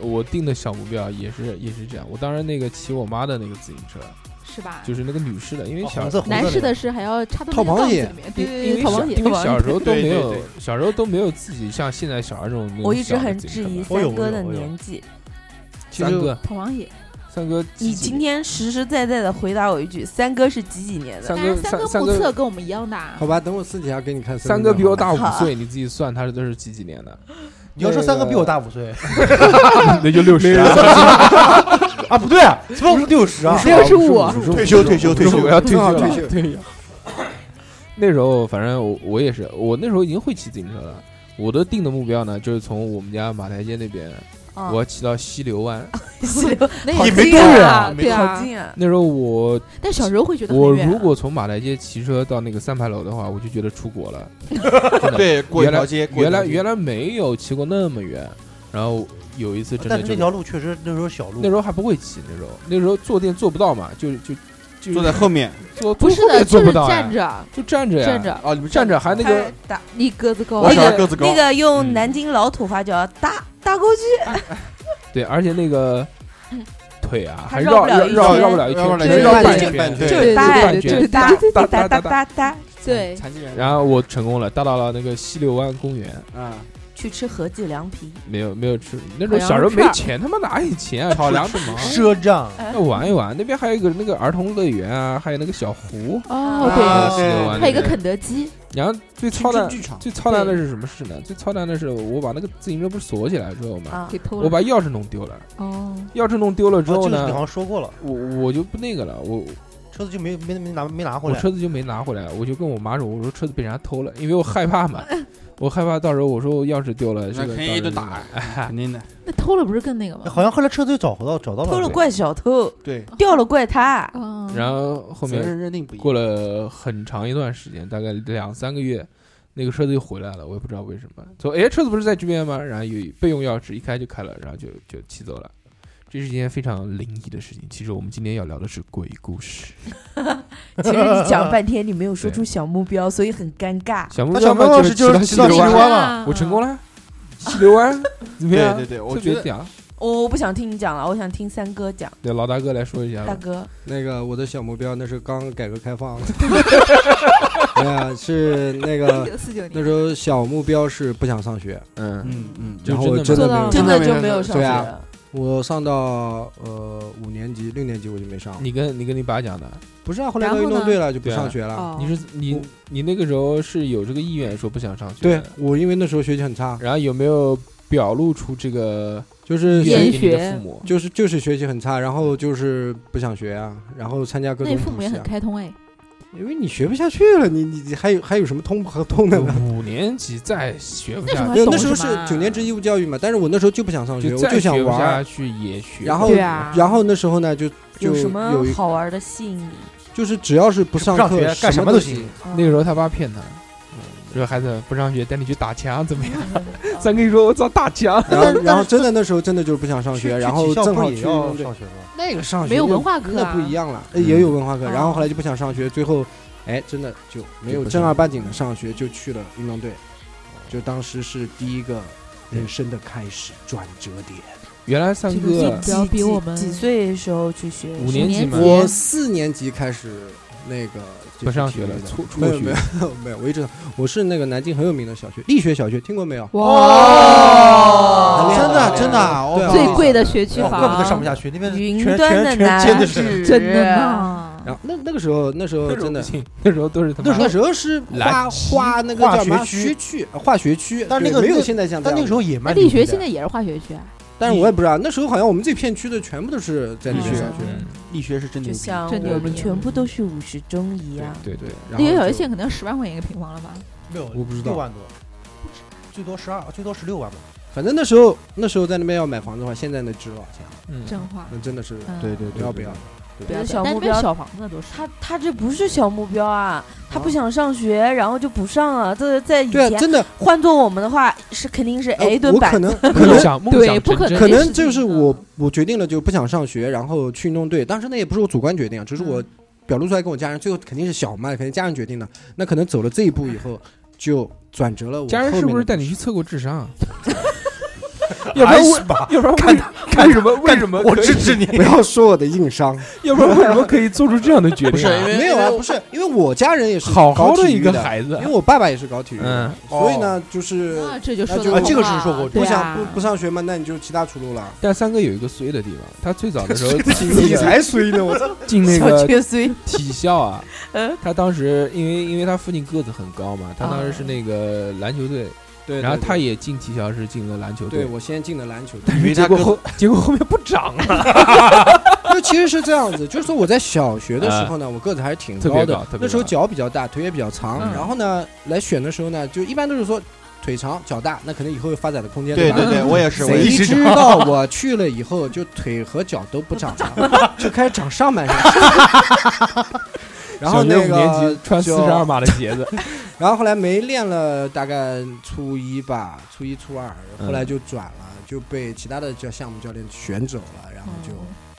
[SPEAKER 1] 我定的小目标也是也是这样。我当时那个骑我妈的那个自行车，
[SPEAKER 2] 是吧？
[SPEAKER 1] 就是那个女士的，因为小
[SPEAKER 6] 红哦色红
[SPEAKER 2] 男士
[SPEAKER 6] 色
[SPEAKER 2] 的是还要插到
[SPEAKER 5] 套
[SPEAKER 2] 那个
[SPEAKER 5] 螃
[SPEAKER 2] 杠子
[SPEAKER 5] 蟹
[SPEAKER 2] 里面，对
[SPEAKER 1] 因
[SPEAKER 2] 对
[SPEAKER 1] 因
[SPEAKER 2] 对，
[SPEAKER 1] 为
[SPEAKER 2] 套
[SPEAKER 1] 小
[SPEAKER 2] 螃蟹，
[SPEAKER 1] 因
[SPEAKER 2] 套
[SPEAKER 1] 为
[SPEAKER 2] 螃蟹
[SPEAKER 1] 小时候都没
[SPEAKER 6] 对
[SPEAKER 1] 有
[SPEAKER 6] 对，
[SPEAKER 1] 小时候都没有自己像现在小孩这种。
[SPEAKER 7] 我一直很
[SPEAKER 1] 那种小的自行
[SPEAKER 7] 质
[SPEAKER 1] 车
[SPEAKER 7] 疑
[SPEAKER 1] 嘛
[SPEAKER 6] 我有
[SPEAKER 7] 三哥
[SPEAKER 6] 我有
[SPEAKER 7] 的
[SPEAKER 6] 我有
[SPEAKER 7] 年纪。
[SPEAKER 6] 其
[SPEAKER 1] 三
[SPEAKER 6] 实
[SPEAKER 1] 哥，
[SPEAKER 2] 套螃蟹，
[SPEAKER 1] 三哥，
[SPEAKER 7] 你今天实实在在的回答我一句，三哥是几几年的？
[SPEAKER 1] 三
[SPEAKER 2] 但
[SPEAKER 1] 哥
[SPEAKER 2] 是
[SPEAKER 1] 三
[SPEAKER 2] 哎哥
[SPEAKER 1] 三
[SPEAKER 2] 目测
[SPEAKER 1] 哥
[SPEAKER 2] 跟我们一样啊大
[SPEAKER 5] 好，吧，等我私底下给你看。
[SPEAKER 1] 三哥比我大
[SPEAKER 7] 好
[SPEAKER 1] 五岁，你自己算他都是几几年的？
[SPEAKER 6] 你要说三哥比我大五岁
[SPEAKER 1] 那就 六十。
[SPEAKER 6] 啊？不对啊，怎么六十啊？
[SPEAKER 2] 六十五，
[SPEAKER 6] 退休退休退休
[SPEAKER 1] 我要退休 了
[SPEAKER 5] 退休
[SPEAKER 1] 退休。 那时候反正我我也是，我那时候已经会骑自行车了。我的定的目标呢，就是从我们家马台街那边，
[SPEAKER 7] 啊
[SPEAKER 1] 我要骑到西流湾。
[SPEAKER 2] 啊 那
[SPEAKER 7] 好
[SPEAKER 2] 也
[SPEAKER 7] 近
[SPEAKER 2] 近
[SPEAKER 7] 啊，
[SPEAKER 2] 对
[SPEAKER 7] 好
[SPEAKER 2] 啊。
[SPEAKER 7] 近啊！
[SPEAKER 1] 那时候我
[SPEAKER 2] 但小时候会觉得
[SPEAKER 1] 我
[SPEAKER 2] 很远啊。
[SPEAKER 1] 如果从马台街骑车到那个三牌楼的话，我就觉得出 国了。
[SPEAKER 4] 对，过一
[SPEAKER 1] 原来
[SPEAKER 4] 条街，
[SPEAKER 1] 原来原
[SPEAKER 4] 来
[SPEAKER 1] 来没有骑过那么远，然后有一次真的
[SPEAKER 6] 但是
[SPEAKER 1] 就
[SPEAKER 6] 那条路确实那时候小路，
[SPEAKER 1] 那时候还不会骑，那时候那时候坐垫坐不到嘛，就就就
[SPEAKER 4] 坐在后面
[SPEAKER 1] 坐
[SPEAKER 2] 不
[SPEAKER 1] 坐
[SPEAKER 2] 是
[SPEAKER 1] 后
[SPEAKER 2] 的，
[SPEAKER 1] 面坐
[SPEAKER 2] 就是
[SPEAKER 1] 不到呀
[SPEAKER 2] 站着，
[SPEAKER 1] 就站着呀
[SPEAKER 2] 站着，
[SPEAKER 4] 哦，你们
[SPEAKER 1] 站着还那个
[SPEAKER 7] 太大，
[SPEAKER 2] 你个子高，
[SPEAKER 4] 我
[SPEAKER 7] 而
[SPEAKER 4] 小
[SPEAKER 7] 且
[SPEAKER 4] 孩个子高
[SPEAKER 7] 那个用
[SPEAKER 1] 嗯
[SPEAKER 7] 南京老土话叫搭搭过去，
[SPEAKER 1] 对，而且那个腿啊还
[SPEAKER 7] 还嗯绕
[SPEAKER 1] 绕
[SPEAKER 7] 不
[SPEAKER 1] 绕
[SPEAKER 7] 了一
[SPEAKER 1] 绕
[SPEAKER 7] 圈
[SPEAKER 1] 绕不了一
[SPEAKER 4] 绕不
[SPEAKER 1] 圈，
[SPEAKER 4] 了
[SPEAKER 1] 只
[SPEAKER 4] 一
[SPEAKER 1] 能
[SPEAKER 2] 圈
[SPEAKER 1] 绕
[SPEAKER 2] 对
[SPEAKER 1] 半
[SPEAKER 2] 对
[SPEAKER 1] 圈。
[SPEAKER 4] 对
[SPEAKER 7] 就是
[SPEAKER 1] 就
[SPEAKER 7] 搭
[SPEAKER 1] 半
[SPEAKER 7] 就
[SPEAKER 1] 圈
[SPEAKER 7] 是
[SPEAKER 1] 搭
[SPEAKER 7] 搭搭
[SPEAKER 1] 搭
[SPEAKER 7] 搭
[SPEAKER 1] 搭
[SPEAKER 7] 搭搭。
[SPEAKER 2] 对，
[SPEAKER 4] 残疾人，
[SPEAKER 1] 然后我成功了，搭到了那个西流湾公园，
[SPEAKER 4] 啊，
[SPEAKER 7] 去吃合记凉皮，
[SPEAKER 1] 没有没有吃，那种小时候没钱，他妈哪有钱啊？炒凉皮嘛，
[SPEAKER 6] 赊账，
[SPEAKER 1] 要玩一玩。那边还有一个那个儿童乐园啊，还有那个小湖，
[SPEAKER 2] 哦，
[SPEAKER 1] 啊
[SPEAKER 2] 对，
[SPEAKER 1] 记得玩
[SPEAKER 2] 还有一个
[SPEAKER 1] 那
[SPEAKER 2] 肯德基，
[SPEAKER 1] 然后最操蛋
[SPEAKER 4] 剧场，
[SPEAKER 1] 最操蛋的是什么事呢？最操蛋的是我把那个自行车不是锁起来之后嘛，
[SPEAKER 7] 啊
[SPEAKER 2] 给偷
[SPEAKER 1] 我
[SPEAKER 2] 了。
[SPEAKER 1] 把钥匙弄丢了。
[SPEAKER 2] 哦，
[SPEAKER 1] 钥匙弄丢了之
[SPEAKER 6] 哦
[SPEAKER 1] 后
[SPEAKER 6] 这个
[SPEAKER 1] 呢
[SPEAKER 6] 你好，像说过了，
[SPEAKER 1] 我我就不那个了，我
[SPEAKER 6] 车子就没没没拿没拿回
[SPEAKER 1] 我
[SPEAKER 6] 来。
[SPEAKER 1] 车子就没拿回来，我就跟我妈说，我说车子被人家偷了，因为我害怕 嘛，我害怕到时候我说钥匙丢了，
[SPEAKER 4] 那
[SPEAKER 1] 这个
[SPEAKER 4] 肯定一顿
[SPEAKER 1] 到时候哎
[SPEAKER 4] 打，肯定的。
[SPEAKER 2] 那偷了不是更那个吗？
[SPEAKER 6] 好像后来车子又找回到找到了，
[SPEAKER 7] 偷了怪小偷，
[SPEAKER 4] 对，
[SPEAKER 7] 掉了怪 他。
[SPEAKER 2] 嗯，
[SPEAKER 1] 然后后
[SPEAKER 4] 责
[SPEAKER 1] 面
[SPEAKER 4] 任认定不一样。
[SPEAKER 1] 过了很长一段时间，大概两三个月，那个车子又回来了，我也不知道为什么。说哎，车子不是在这边吗？然后有备用钥匙，一开就开了，然后就就骑走了。这是一件非常灵异的事情。其实我们今天要聊的是鬼故事。
[SPEAKER 7] 其实你讲半天，你没有说出小目标，所以很尴尬。
[SPEAKER 1] 小木
[SPEAKER 6] 那小
[SPEAKER 1] 匠嘛
[SPEAKER 6] 朋友是
[SPEAKER 1] 就
[SPEAKER 6] 就是
[SPEAKER 1] 骑
[SPEAKER 6] 到
[SPEAKER 1] 西
[SPEAKER 6] 西
[SPEAKER 1] 流
[SPEAKER 6] 流
[SPEAKER 1] 湾，
[SPEAKER 6] 湾嘛，
[SPEAKER 2] 啊
[SPEAKER 1] 我成功了，西流湾怎么
[SPEAKER 4] 对
[SPEAKER 1] 样？
[SPEAKER 4] 对对，我
[SPEAKER 1] 特
[SPEAKER 4] 觉
[SPEAKER 1] 别
[SPEAKER 4] 得
[SPEAKER 1] 屌。
[SPEAKER 7] 我我不想听你讲了，我想听三哥讲。
[SPEAKER 1] 对，老大哥来说一下
[SPEAKER 7] 大
[SPEAKER 1] 吧。
[SPEAKER 7] 哥，
[SPEAKER 5] 那个我的小目标那是刚改革开 放，对啊，是那
[SPEAKER 2] 一
[SPEAKER 5] 个
[SPEAKER 2] 九四九年
[SPEAKER 5] 那时候小目标是不想上学，
[SPEAKER 1] 嗯，
[SPEAKER 4] 嗯嗯，
[SPEAKER 5] 然后我
[SPEAKER 1] 就真
[SPEAKER 5] 真
[SPEAKER 2] 吗做
[SPEAKER 1] 的
[SPEAKER 5] 的没有上，
[SPEAKER 7] 真的就没有上学
[SPEAKER 5] 对啊
[SPEAKER 7] 了，
[SPEAKER 5] 我上到呃五年级六年级我就没上，
[SPEAKER 1] 你跟你跟你爸讲的，
[SPEAKER 5] 不是啊，后来
[SPEAKER 2] 然
[SPEAKER 5] 到
[SPEAKER 2] 后
[SPEAKER 5] 运动
[SPEAKER 2] 呢
[SPEAKER 5] 队了就不
[SPEAKER 1] 对啊
[SPEAKER 5] 上学了。
[SPEAKER 2] 哦，
[SPEAKER 1] 你是你你那个时候是有这个意愿说不想上学
[SPEAKER 5] 对
[SPEAKER 1] 的，
[SPEAKER 5] 我，因为那时候学习很差，
[SPEAKER 1] 然后有没有表露出这个
[SPEAKER 5] 就是
[SPEAKER 1] 愿
[SPEAKER 2] 厌
[SPEAKER 1] 意
[SPEAKER 2] 厌
[SPEAKER 1] 给你的
[SPEAKER 2] 学
[SPEAKER 1] 父母？
[SPEAKER 5] 就是就是学习很差，然后就是不想学啊，然后参加各
[SPEAKER 2] 那
[SPEAKER 5] 种
[SPEAKER 2] 你父
[SPEAKER 5] 补
[SPEAKER 2] 母也
[SPEAKER 5] 习
[SPEAKER 2] 很
[SPEAKER 5] 啊，
[SPEAKER 2] 开通哎，
[SPEAKER 5] 因为你学不下去了，你你你还有还有什么通不和通的呢？
[SPEAKER 1] 五年级再学不
[SPEAKER 2] 那时
[SPEAKER 1] 下
[SPEAKER 2] 候
[SPEAKER 1] 去，
[SPEAKER 2] 嗯还
[SPEAKER 5] 对，
[SPEAKER 2] 懂
[SPEAKER 5] 那时候
[SPEAKER 2] 什
[SPEAKER 5] 是
[SPEAKER 2] 么啊
[SPEAKER 5] 九年制义务教育嘛，但是我那时候就不想上学，我
[SPEAKER 1] 再
[SPEAKER 5] 就想
[SPEAKER 1] 学不
[SPEAKER 5] 玩
[SPEAKER 1] 下
[SPEAKER 5] 儿。
[SPEAKER 1] 去也学。
[SPEAKER 5] 然后
[SPEAKER 2] 对啊
[SPEAKER 5] 然后那时候呢，就就
[SPEAKER 7] 有什么
[SPEAKER 5] 有一
[SPEAKER 7] 好玩的吸引你？
[SPEAKER 5] 就是只要是不上
[SPEAKER 6] 上
[SPEAKER 5] 课
[SPEAKER 6] 学干什
[SPEAKER 5] 么
[SPEAKER 6] 么都
[SPEAKER 5] 行
[SPEAKER 6] 行。
[SPEAKER 1] 那个时候他爸骗他，嗯说孩子不上学带你去打枪怎么样？
[SPEAKER 2] 嗯
[SPEAKER 1] 三哥一说，我操，打枪！
[SPEAKER 5] 然后然后真的那时候真的就是不想上
[SPEAKER 6] 去
[SPEAKER 5] 学，然后正好去
[SPEAKER 6] 去体校
[SPEAKER 5] 运动
[SPEAKER 6] 不也要
[SPEAKER 5] 队
[SPEAKER 6] 上学吗？
[SPEAKER 5] 那个上
[SPEAKER 2] 没有文化课
[SPEAKER 5] 那
[SPEAKER 2] 啊
[SPEAKER 5] 不一样了，呃
[SPEAKER 1] 嗯
[SPEAKER 5] 也有文化课。
[SPEAKER 2] 哦
[SPEAKER 5] 然后后来就不想上学，最后，哎，真的就没
[SPEAKER 1] 就
[SPEAKER 5] 有
[SPEAKER 1] 不
[SPEAKER 5] 正
[SPEAKER 1] 上
[SPEAKER 5] 儿八经的上学，就去了运动队，就当时是第一个人生的开始转折点。
[SPEAKER 1] 原来三
[SPEAKER 2] 这
[SPEAKER 1] 哥
[SPEAKER 2] 个不要逼
[SPEAKER 7] 几
[SPEAKER 2] 我们
[SPEAKER 7] 几岁时候去学？
[SPEAKER 1] 五年级嘛，
[SPEAKER 2] 嗯五年
[SPEAKER 5] 我
[SPEAKER 2] 嗯
[SPEAKER 5] 四年级开始那个
[SPEAKER 1] 不上学了
[SPEAKER 5] 就是体
[SPEAKER 1] 辍辍
[SPEAKER 5] 育的没有
[SPEAKER 1] 学
[SPEAKER 5] 没有没有，我一直我是那个南京很有名的小学力学小学，听过没有？
[SPEAKER 4] 真的
[SPEAKER 2] 哇
[SPEAKER 5] 很厉害很厉害
[SPEAKER 4] 真的啊，我
[SPEAKER 5] 对啊
[SPEAKER 4] 靠
[SPEAKER 2] 最贵的学区
[SPEAKER 6] 哦
[SPEAKER 2] 房，
[SPEAKER 6] 怪不得上不下去，那边
[SPEAKER 7] 云
[SPEAKER 6] 全
[SPEAKER 7] 端的
[SPEAKER 6] 全全尖
[SPEAKER 7] 男
[SPEAKER 6] 的是。
[SPEAKER 7] 子，
[SPEAKER 2] 真的呢，
[SPEAKER 5] 然后那那个时候那时候
[SPEAKER 1] 那时候
[SPEAKER 5] 真
[SPEAKER 1] 不
[SPEAKER 5] 的。
[SPEAKER 1] 行，那时候都是他妈
[SPEAKER 5] 那时候是
[SPEAKER 1] 蓝
[SPEAKER 5] 画画那个
[SPEAKER 6] 化
[SPEAKER 5] 叫什么
[SPEAKER 6] 学区
[SPEAKER 5] 学区，呃化学区，
[SPEAKER 6] 但
[SPEAKER 5] 对
[SPEAKER 6] 那个
[SPEAKER 5] 没有
[SPEAKER 6] 那
[SPEAKER 5] 现在像这
[SPEAKER 6] 但
[SPEAKER 5] 样的
[SPEAKER 6] 那个时候也蛮
[SPEAKER 2] 力
[SPEAKER 6] 牛
[SPEAKER 2] 啊
[SPEAKER 6] 逼
[SPEAKER 2] 学
[SPEAKER 6] 的
[SPEAKER 2] 现在也是化学区啊，
[SPEAKER 5] 但是我也不知道，那时候好像我们这片区的全部都是在
[SPEAKER 2] 力
[SPEAKER 5] 力
[SPEAKER 2] 学
[SPEAKER 5] 学
[SPEAKER 2] 小
[SPEAKER 5] 小
[SPEAKER 2] 学
[SPEAKER 5] 学。
[SPEAKER 1] 嗯
[SPEAKER 4] 力学是真
[SPEAKER 7] 就
[SPEAKER 4] 牛逼，
[SPEAKER 7] 像
[SPEAKER 2] 真牛
[SPEAKER 7] 我们
[SPEAKER 2] 逼
[SPEAKER 7] 全部都是五十中一啊样。
[SPEAKER 1] 对对，
[SPEAKER 5] 然
[SPEAKER 2] 力
[SPEAKER 5] 后
[SPEAKER 2] 学小
[SPEAKER 5] 就
[SPEAKER 2] 学现在可能要十万块钱一个平方了吧？
[SPEAKER 6] 没有，
[SPEAKER 5] 我不知道
[SPEAKER 6] 六万多，最多十二，最多十六万 吧。
[SPEAKER 5] 反正那时候那时候在那边要买房子的话，现在那值多少钱？
[SPEAKER 1] 嗯，
[SPEAKER 2] 真话，
[SPEAKER 5] 那真的是
[SPEAKER 2] 嗯
[SPEAKER 4] 对对
[SPEAKER 5] 不要不要。
[SPEAKER 2] 不要
[SPEAKER 7] 我的
[SPEAKER 2] 不
[SPEAKER 7] 小
[SPEAKER 2] 要但
[SPEAKER 7] 目
[SPEAKER 2] 那边
[SPEAKER 7] 标
[SPEAKER 2] 小房子都是
[SPEAKER 7] 他他这不是小目标啊，他不
[SPEAKER 5] 啊
[SPEAKER 7] 想上学，然后就不上啊。这在以
[SPEAKER 5] 对啊，
[SPEAKER 7] 前
[SPEAKER 5] 真的，
[SPEAKER 7] 换做我们的话，是肯定是
[SPEAKER 5] 呃
[SPEAKER 2] 哎
[SPEAKER 7] 挨一顿
[SPEAKER 5] 我
[SPEAKER 7] 板
[SPEAKER 5] 可。能 可
[SPEAKER 1] 梦
[SPEAKER 5] 能
[SPEAKER 1] 想梦
[SPEAKER 2] 对
[SPEAKER 1] 想
[SPEAKER 2] 不
[SPEAKER 1] 成
[SPEAKER 2] 可
[SPEAKER 1] 真
[SPEAKER 2] 能
[SPEAKER 5] 可
[SPEAKER 2] 这
[SPEAKER 5] 能
[SPEAKER 2] 事
[SPEAKER 5] 就
[SPEAKER 2] 情
[SPEAKER 5] 是
[SPEAKER 2] 呢
[SPEAKER 5] 我我决定了就不想上学，然后去运动队。当时那也不是我主观决定，啊只是
[SPEAKER 1] 嗯
[SPEAKER 5] 我表露出来跟我家人，最后肯定是小嘛，肯定家人决定的。那可能走了这一步以后，就转折了我。
[SPEAKER 1] 家人是不是带 你去？测过智 商？啊
[SPEAKER 6] 要
[SPEAKER 1] 要不然我
[SPEAKER 6] 吧，
[SPEAKER 1] 要不然
[SPEAKER 6] 看
[SPEAKER 1] 为看什么？为什么
[SPEAKER 6] 我
[SPEAKER 1] 可以
[SPEAKER 6] 支持你。
[SPEAKER 5] 不要说我的硬伤，
[SPEAKER 1] 要不然为什么可以做出这样的决
[SPEAKER 4] 不
[SPEAKER 1] 定
[SPEAKER 4] 是因
[SPEAKER 1] 啊？
[SPEAKER 4] 为
[SPEAKER 5] 没有啊，不是，因为我家人也是
[SPEAKER 1] 好好
[SPEAKER 5] 搞体
[SPEAKER 1] 一
[SPEAKER 5] 育
[SPEAKER 1] 个
[SPEAKER 5] 的，
[SPEAKER 1] 孩子
[SPEAKER 5] 因为，我爸爸也是搞体育的，
[SPEAKER 1] 嗯，
[SPEAKER 5] 所以呢，就是
[SPEAKER 2] 那这就
[SPEAKER 5] 那
[SPEAKER 2] 说
[SPEAKER 5] 就
[SPEAKER 2] 得
[SPEAKER 5] 啊这
[SPEAKER 2] 通
[SPEAKER 6] 个是
[SPEAKER 2] 了
[SPEAKER 6] 说过
[SPEAKER 2] 呃对
[SPEAKER 5] 不
[SPEAKER 2] 啊
[SPEAKER 5] 想不不上学嘛，那你就其他出路了。
[SPEAKER 1] 但三哥有一个衰的地方，他 最早的时候进
[SPEAKER 5] 你
[SPEAKER 1] 那
[SPEAKER 5] 才衰呢！我操！
[SPEAKER 1] 个进那
[SPEAKER 7] 小
[SPEAKER 1] 个
[SPEAKER 7] 缺虽
[SPEAKER 1] 体校 啊
[SPEAKER 7] 嗯，
[SPEAKER 1] 他当时因为因为他父亲个子很高嘛，他当时是那个篮球队，
[SPEAKER 5] 对
[SPEAKER 1] 然后他
[SPEAKER 5] 也
[SPEAKER 1] 也进体校是进了篮球
[SPEAKER 5] 对
[SPEAKER 1] 队，
[SPEAKER 5] 我先进的篮球队，
[SPEAKER 1] 但是结果后结果后面不长了，
[SPEAKER 5] 就其实是这样子，就是说我在小学的时候呢，我个子还是挺
[SPEAKER 1] 啊特别
[SPEAKER 5] 的，
[SPEAKER 1] 高特别高
[SPEAKER 5] 那时候脚比较大，腿也比较长，
[SPEAKER 1] 嗯
[SPEAKER 5] 然后呢来选的时候呢，就一般都是说腿长脚大，那可能以后有发展的空间，
[SPEAKER 4] 对
[SPEAKER 5] 吧？
[SPEAKER 4] 对对，我也是，我也
[SPEAKER 5] 谁
[SPEAKER 4] 是。
[SPEAKER 5] 知道我去了以后，就腿和脚都不长 了，就开始长上半身。 然
[SPEAKER 1] 小学
[SPEAKER 5] 后那
[SPEAKER 1] 五年
[SPEAKER 5] 个
[SPEAKER 1] 级穿四
[SPEAKER 5] 就
[SPEAKER 1] 十二码的鞋 子，
[SPEAKER 5] 然后后来没练了，大概初一吧，初一初二，
[SPEAKER 1] 嗯
[SPEAKER 5] 后来就转了，就被其他的教项目教练选走了，然后就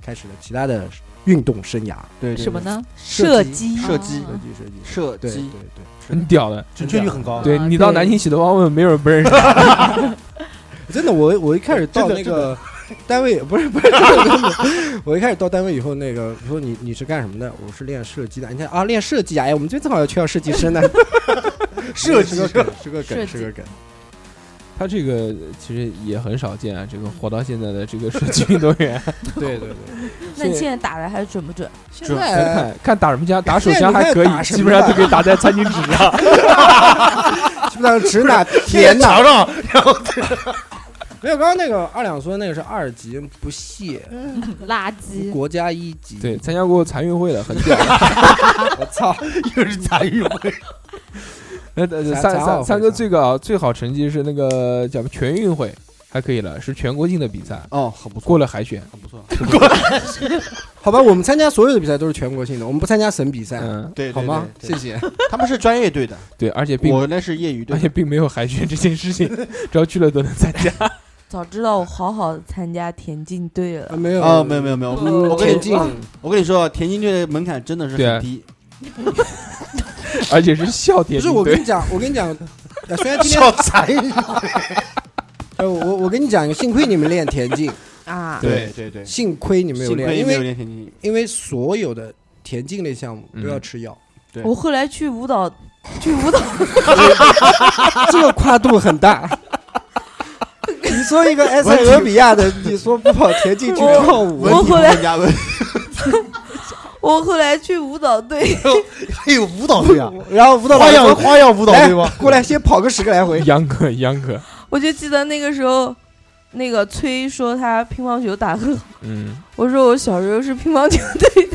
[SPEAKER 5] 开始了其他的运动生涯，
[SPEAKER 4] 哦对对
[SPEAKER 2] 什么？呢？
[SPEAKER 7] 射
[SPEAKER 5] 计、
[SPEAKER 7] 击，
[SPEAKER 4] 射击
[SPEAKER 5] 设计、设计，
[SPEAKER 4] 射
[SPEAKER 5] 对对
[SPEAKER 4] 击，
[SPEAKER 5] 对，
[SPEAKER 1] 很屌的。
[SPEAKER 6] 准确率很高，
[SPEAKER 1] 对
[SPEAKER 2] 啊
[SPEAKER 1] 你到
[SPEAKER 2] 对
[SPEAKER 1] 南京喜德湾问，没有人不认识。
[SPEAKER 5] 真的，我我一开始到
[SPEAKER 6] 真的
[SPEAKER 5] 那
[SPEAKER 6] 真
[SPEAKER 5] 个单位，不是不是，我一开始到单位以后，那个我说你你是干什么的？我是练射击的。人家啊，练射击啊，哎，我们这边正好要缺要射击生呢，
[SPEAKER 6] 射
[SPEAKER 5] 是
[SPEAKER 6] 击
[SPEAKER 5] 个梗，是个
[SPEAKER 2] 射
[SPEAKER 5] 梗，
[SPEAKER 2] 击
[SPEAKER 5] 是个梗。
[SPEAKER 1] 他这个其实也很少见啊，这个活到现在的这个社区运动 员，
[SPEAKER 5] 对对对，
[SPEAKER 7] 那你
[SPEAKER 1] 是呃
[SPEAKER 7] 现在打的还准不准？
[SPEAKER 5] 现在
[SPEAKER 1] 看看打什么枪，打手枪还可以，
[SPEAKER 5] 现在你看打什
[SPEAKER 1] 基
[SPEAKER 5] 么
[SPEAKER 1] 本上都可以打在餐 巾纸上。
[SPEAKER 5] 基本上指哪点哪，墙上，然后没有。刚刚那个二两说的那个是二级，不屑，
[SPEAKER 2] 嗯垃圾。
[SPEAKER 5] 国家一级。
[SPEAKER 1] 对，，参加过残运会的，很屌。
[SPEAKER 5] 我操，
[SPEAKER 6] 又是残运会，
[SPEAKER 1] 那 那三
[SPEAKER 5] 残残奥
[SPEAKER 1] 三
[SPEAKER 5] 会
[SPEAKER 1] 三哥
[SPEAKER 5] 上
[SPEAKER 1] 最高最好成绩是那个叫全运会，还可以了，是全国性的比赛，
[SPEAKER 5] 哦，好不错，
[SPEAKER 1] 过了海选。
[SPEAKER 5] 好不错，好吧，我们参加所有的比赛都是全国性的，我们不参加省比赛，
[SPEAKER 1] 嗯，
[SPEAKER 4] 对
[SPEAKER 5] 好吗？谢谢。
[SPEAKER 4] 他们是专业队的，
[SPEAKER 1] 对，而且并哎
[SPEAKER 4] 我那是业余
[SPEAKER 1] 而
[SPEAKER 4] 队
[SPEAKER 1] 且。并没有海选这件事 情，只要去了都能参加。
[SPEAKER 7] 早知道我好好参加田径队
[SPEAKER 5] 啊
[SPEAKER 7] 了。
[SPEAKER 5] 没有
[SPEAKER 4] 哦，没有没有没有，我跟
[SPEAKER 5] 田
[SPEAKER 4] 你
[SPEAKER 5] 径
[SPEAKER 4] 说，我跟你说，田径队的门槛真的是
[SPEAKER 1] 嗯对啊
[SPEAKER 4] 很低。
[SPEAKER 1] 而且是笑点
[SPEAKER 5] 不是我跟你讲，我跟你讲，呃虽然 今天
[SPEAKER 6] 叫残运会。
[SPEAKER 5] 呃我我跟你讲，幸亏你们练田径，
[SPEAKER 7] 啊，
[SPEAKER 1] 对
[SPEAKER 4] 对对，
[SPEAKER 5] 幸亏你们有
[SPEAKER 4] 幸
[SPEAKER 5] 练，
[SPEAKER 4] 亏
[SPEAKER 5] 因
[SPEAKER 4] 没有
[SPEAKER 5] 为
[SPEAKER 4] 练田径。
[SPEAKER 5] 因为所有的田径类项目都要
[SPEAKER 1] 嗯
[SPEAKER 5] 吃药，
[SPEAKER 4] 对
[SPEAKER 7] 我后来去舞蹈，去舞蹈，
[SPEAKER 5] 这个跨度很大。 你说一个埃塞俄比亚的，你说不跑田径去跳舞，
[SPEAKER 7] 我后来
[SPEAKER 4] 加温，
[SPEAKER 7] 我后来去舞蹈队，
[SPEAKER 6] 还有舞蹈队啊，
[SPEAKER 5] 然后舞蹈
[SPEAKER 6] 花
[SPEAKER 5] 老师
[SPEAKER 6] 样
[SPEAKER 5] 说
[SPEAKER 6] 花样舞蹈
[SPEAKER 5] 来
[SPEAKER 6] 队吗？
[SPEAKER 5] 过来先跑个十个来回，
[SPEAKER 1] 秧歌秧歌，
[SPEAKER 7] 我就记得那个时候，那个崔说他乒乓球打得好，
[SPEAKER 1] 嗯，
[SPEAKER 7] 我说我小时候是乒乓球队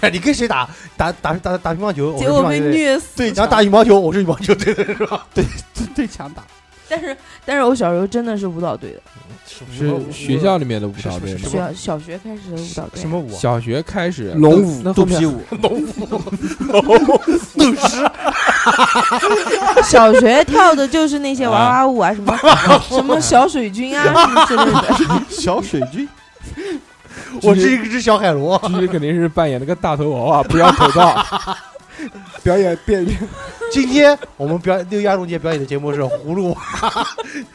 [SPEAKER 7] 的，
[SPEAKER 6] 你跟谁打？打打打打乒乓球，
[SPEAKER 7] 结果
[SPEAKER 6] 我
[SPEAKER 7] 被
[SPEAKER 6] 是乒乓球队。
[SPEAKER 7] 虐死。
[SPEAKER 6] 对，然后打羽毛球，我是羽毛 球队的是吧？
[SPEAKER 4] 对强打。
[SPEAKER 7] 但是但是我小时候真的是舞蹈队的，
[SPEAKER 1] 是学校里面的舞蹈队吗
[SPEAKER 6] 是什么？
[SPEAKER 7] 小小学开始的舞蹈队
[SPEAKER 6] 什。么舞啊？
[SPEAKER 1] 小学开始
[SPEAKER 5] 龙舞
[SPEAKER 1] 那
[SPEAKER 4] 肚
[SPEAKER 1] 后
[SPEAKER 4] 皮
[SPEAKER 1] 面
[SPEAKER 4] 舞，
[SPEAKER 7] 小学跳的就是那些娃娃舞啊，什么什么小水军啊，什么之类 的。
[SPEAKER 4] 小水军，
[SPEAKER 6] 我是一只小海螺，
[SPEAKER 1] 继续肯定是扮演那个大头娃啊娃，不要口罩。 啊
[SPEAKER 5] 表演变
[SPEAKER 6] 今天我们表六一儿童节表演的节目是 葫芦娃，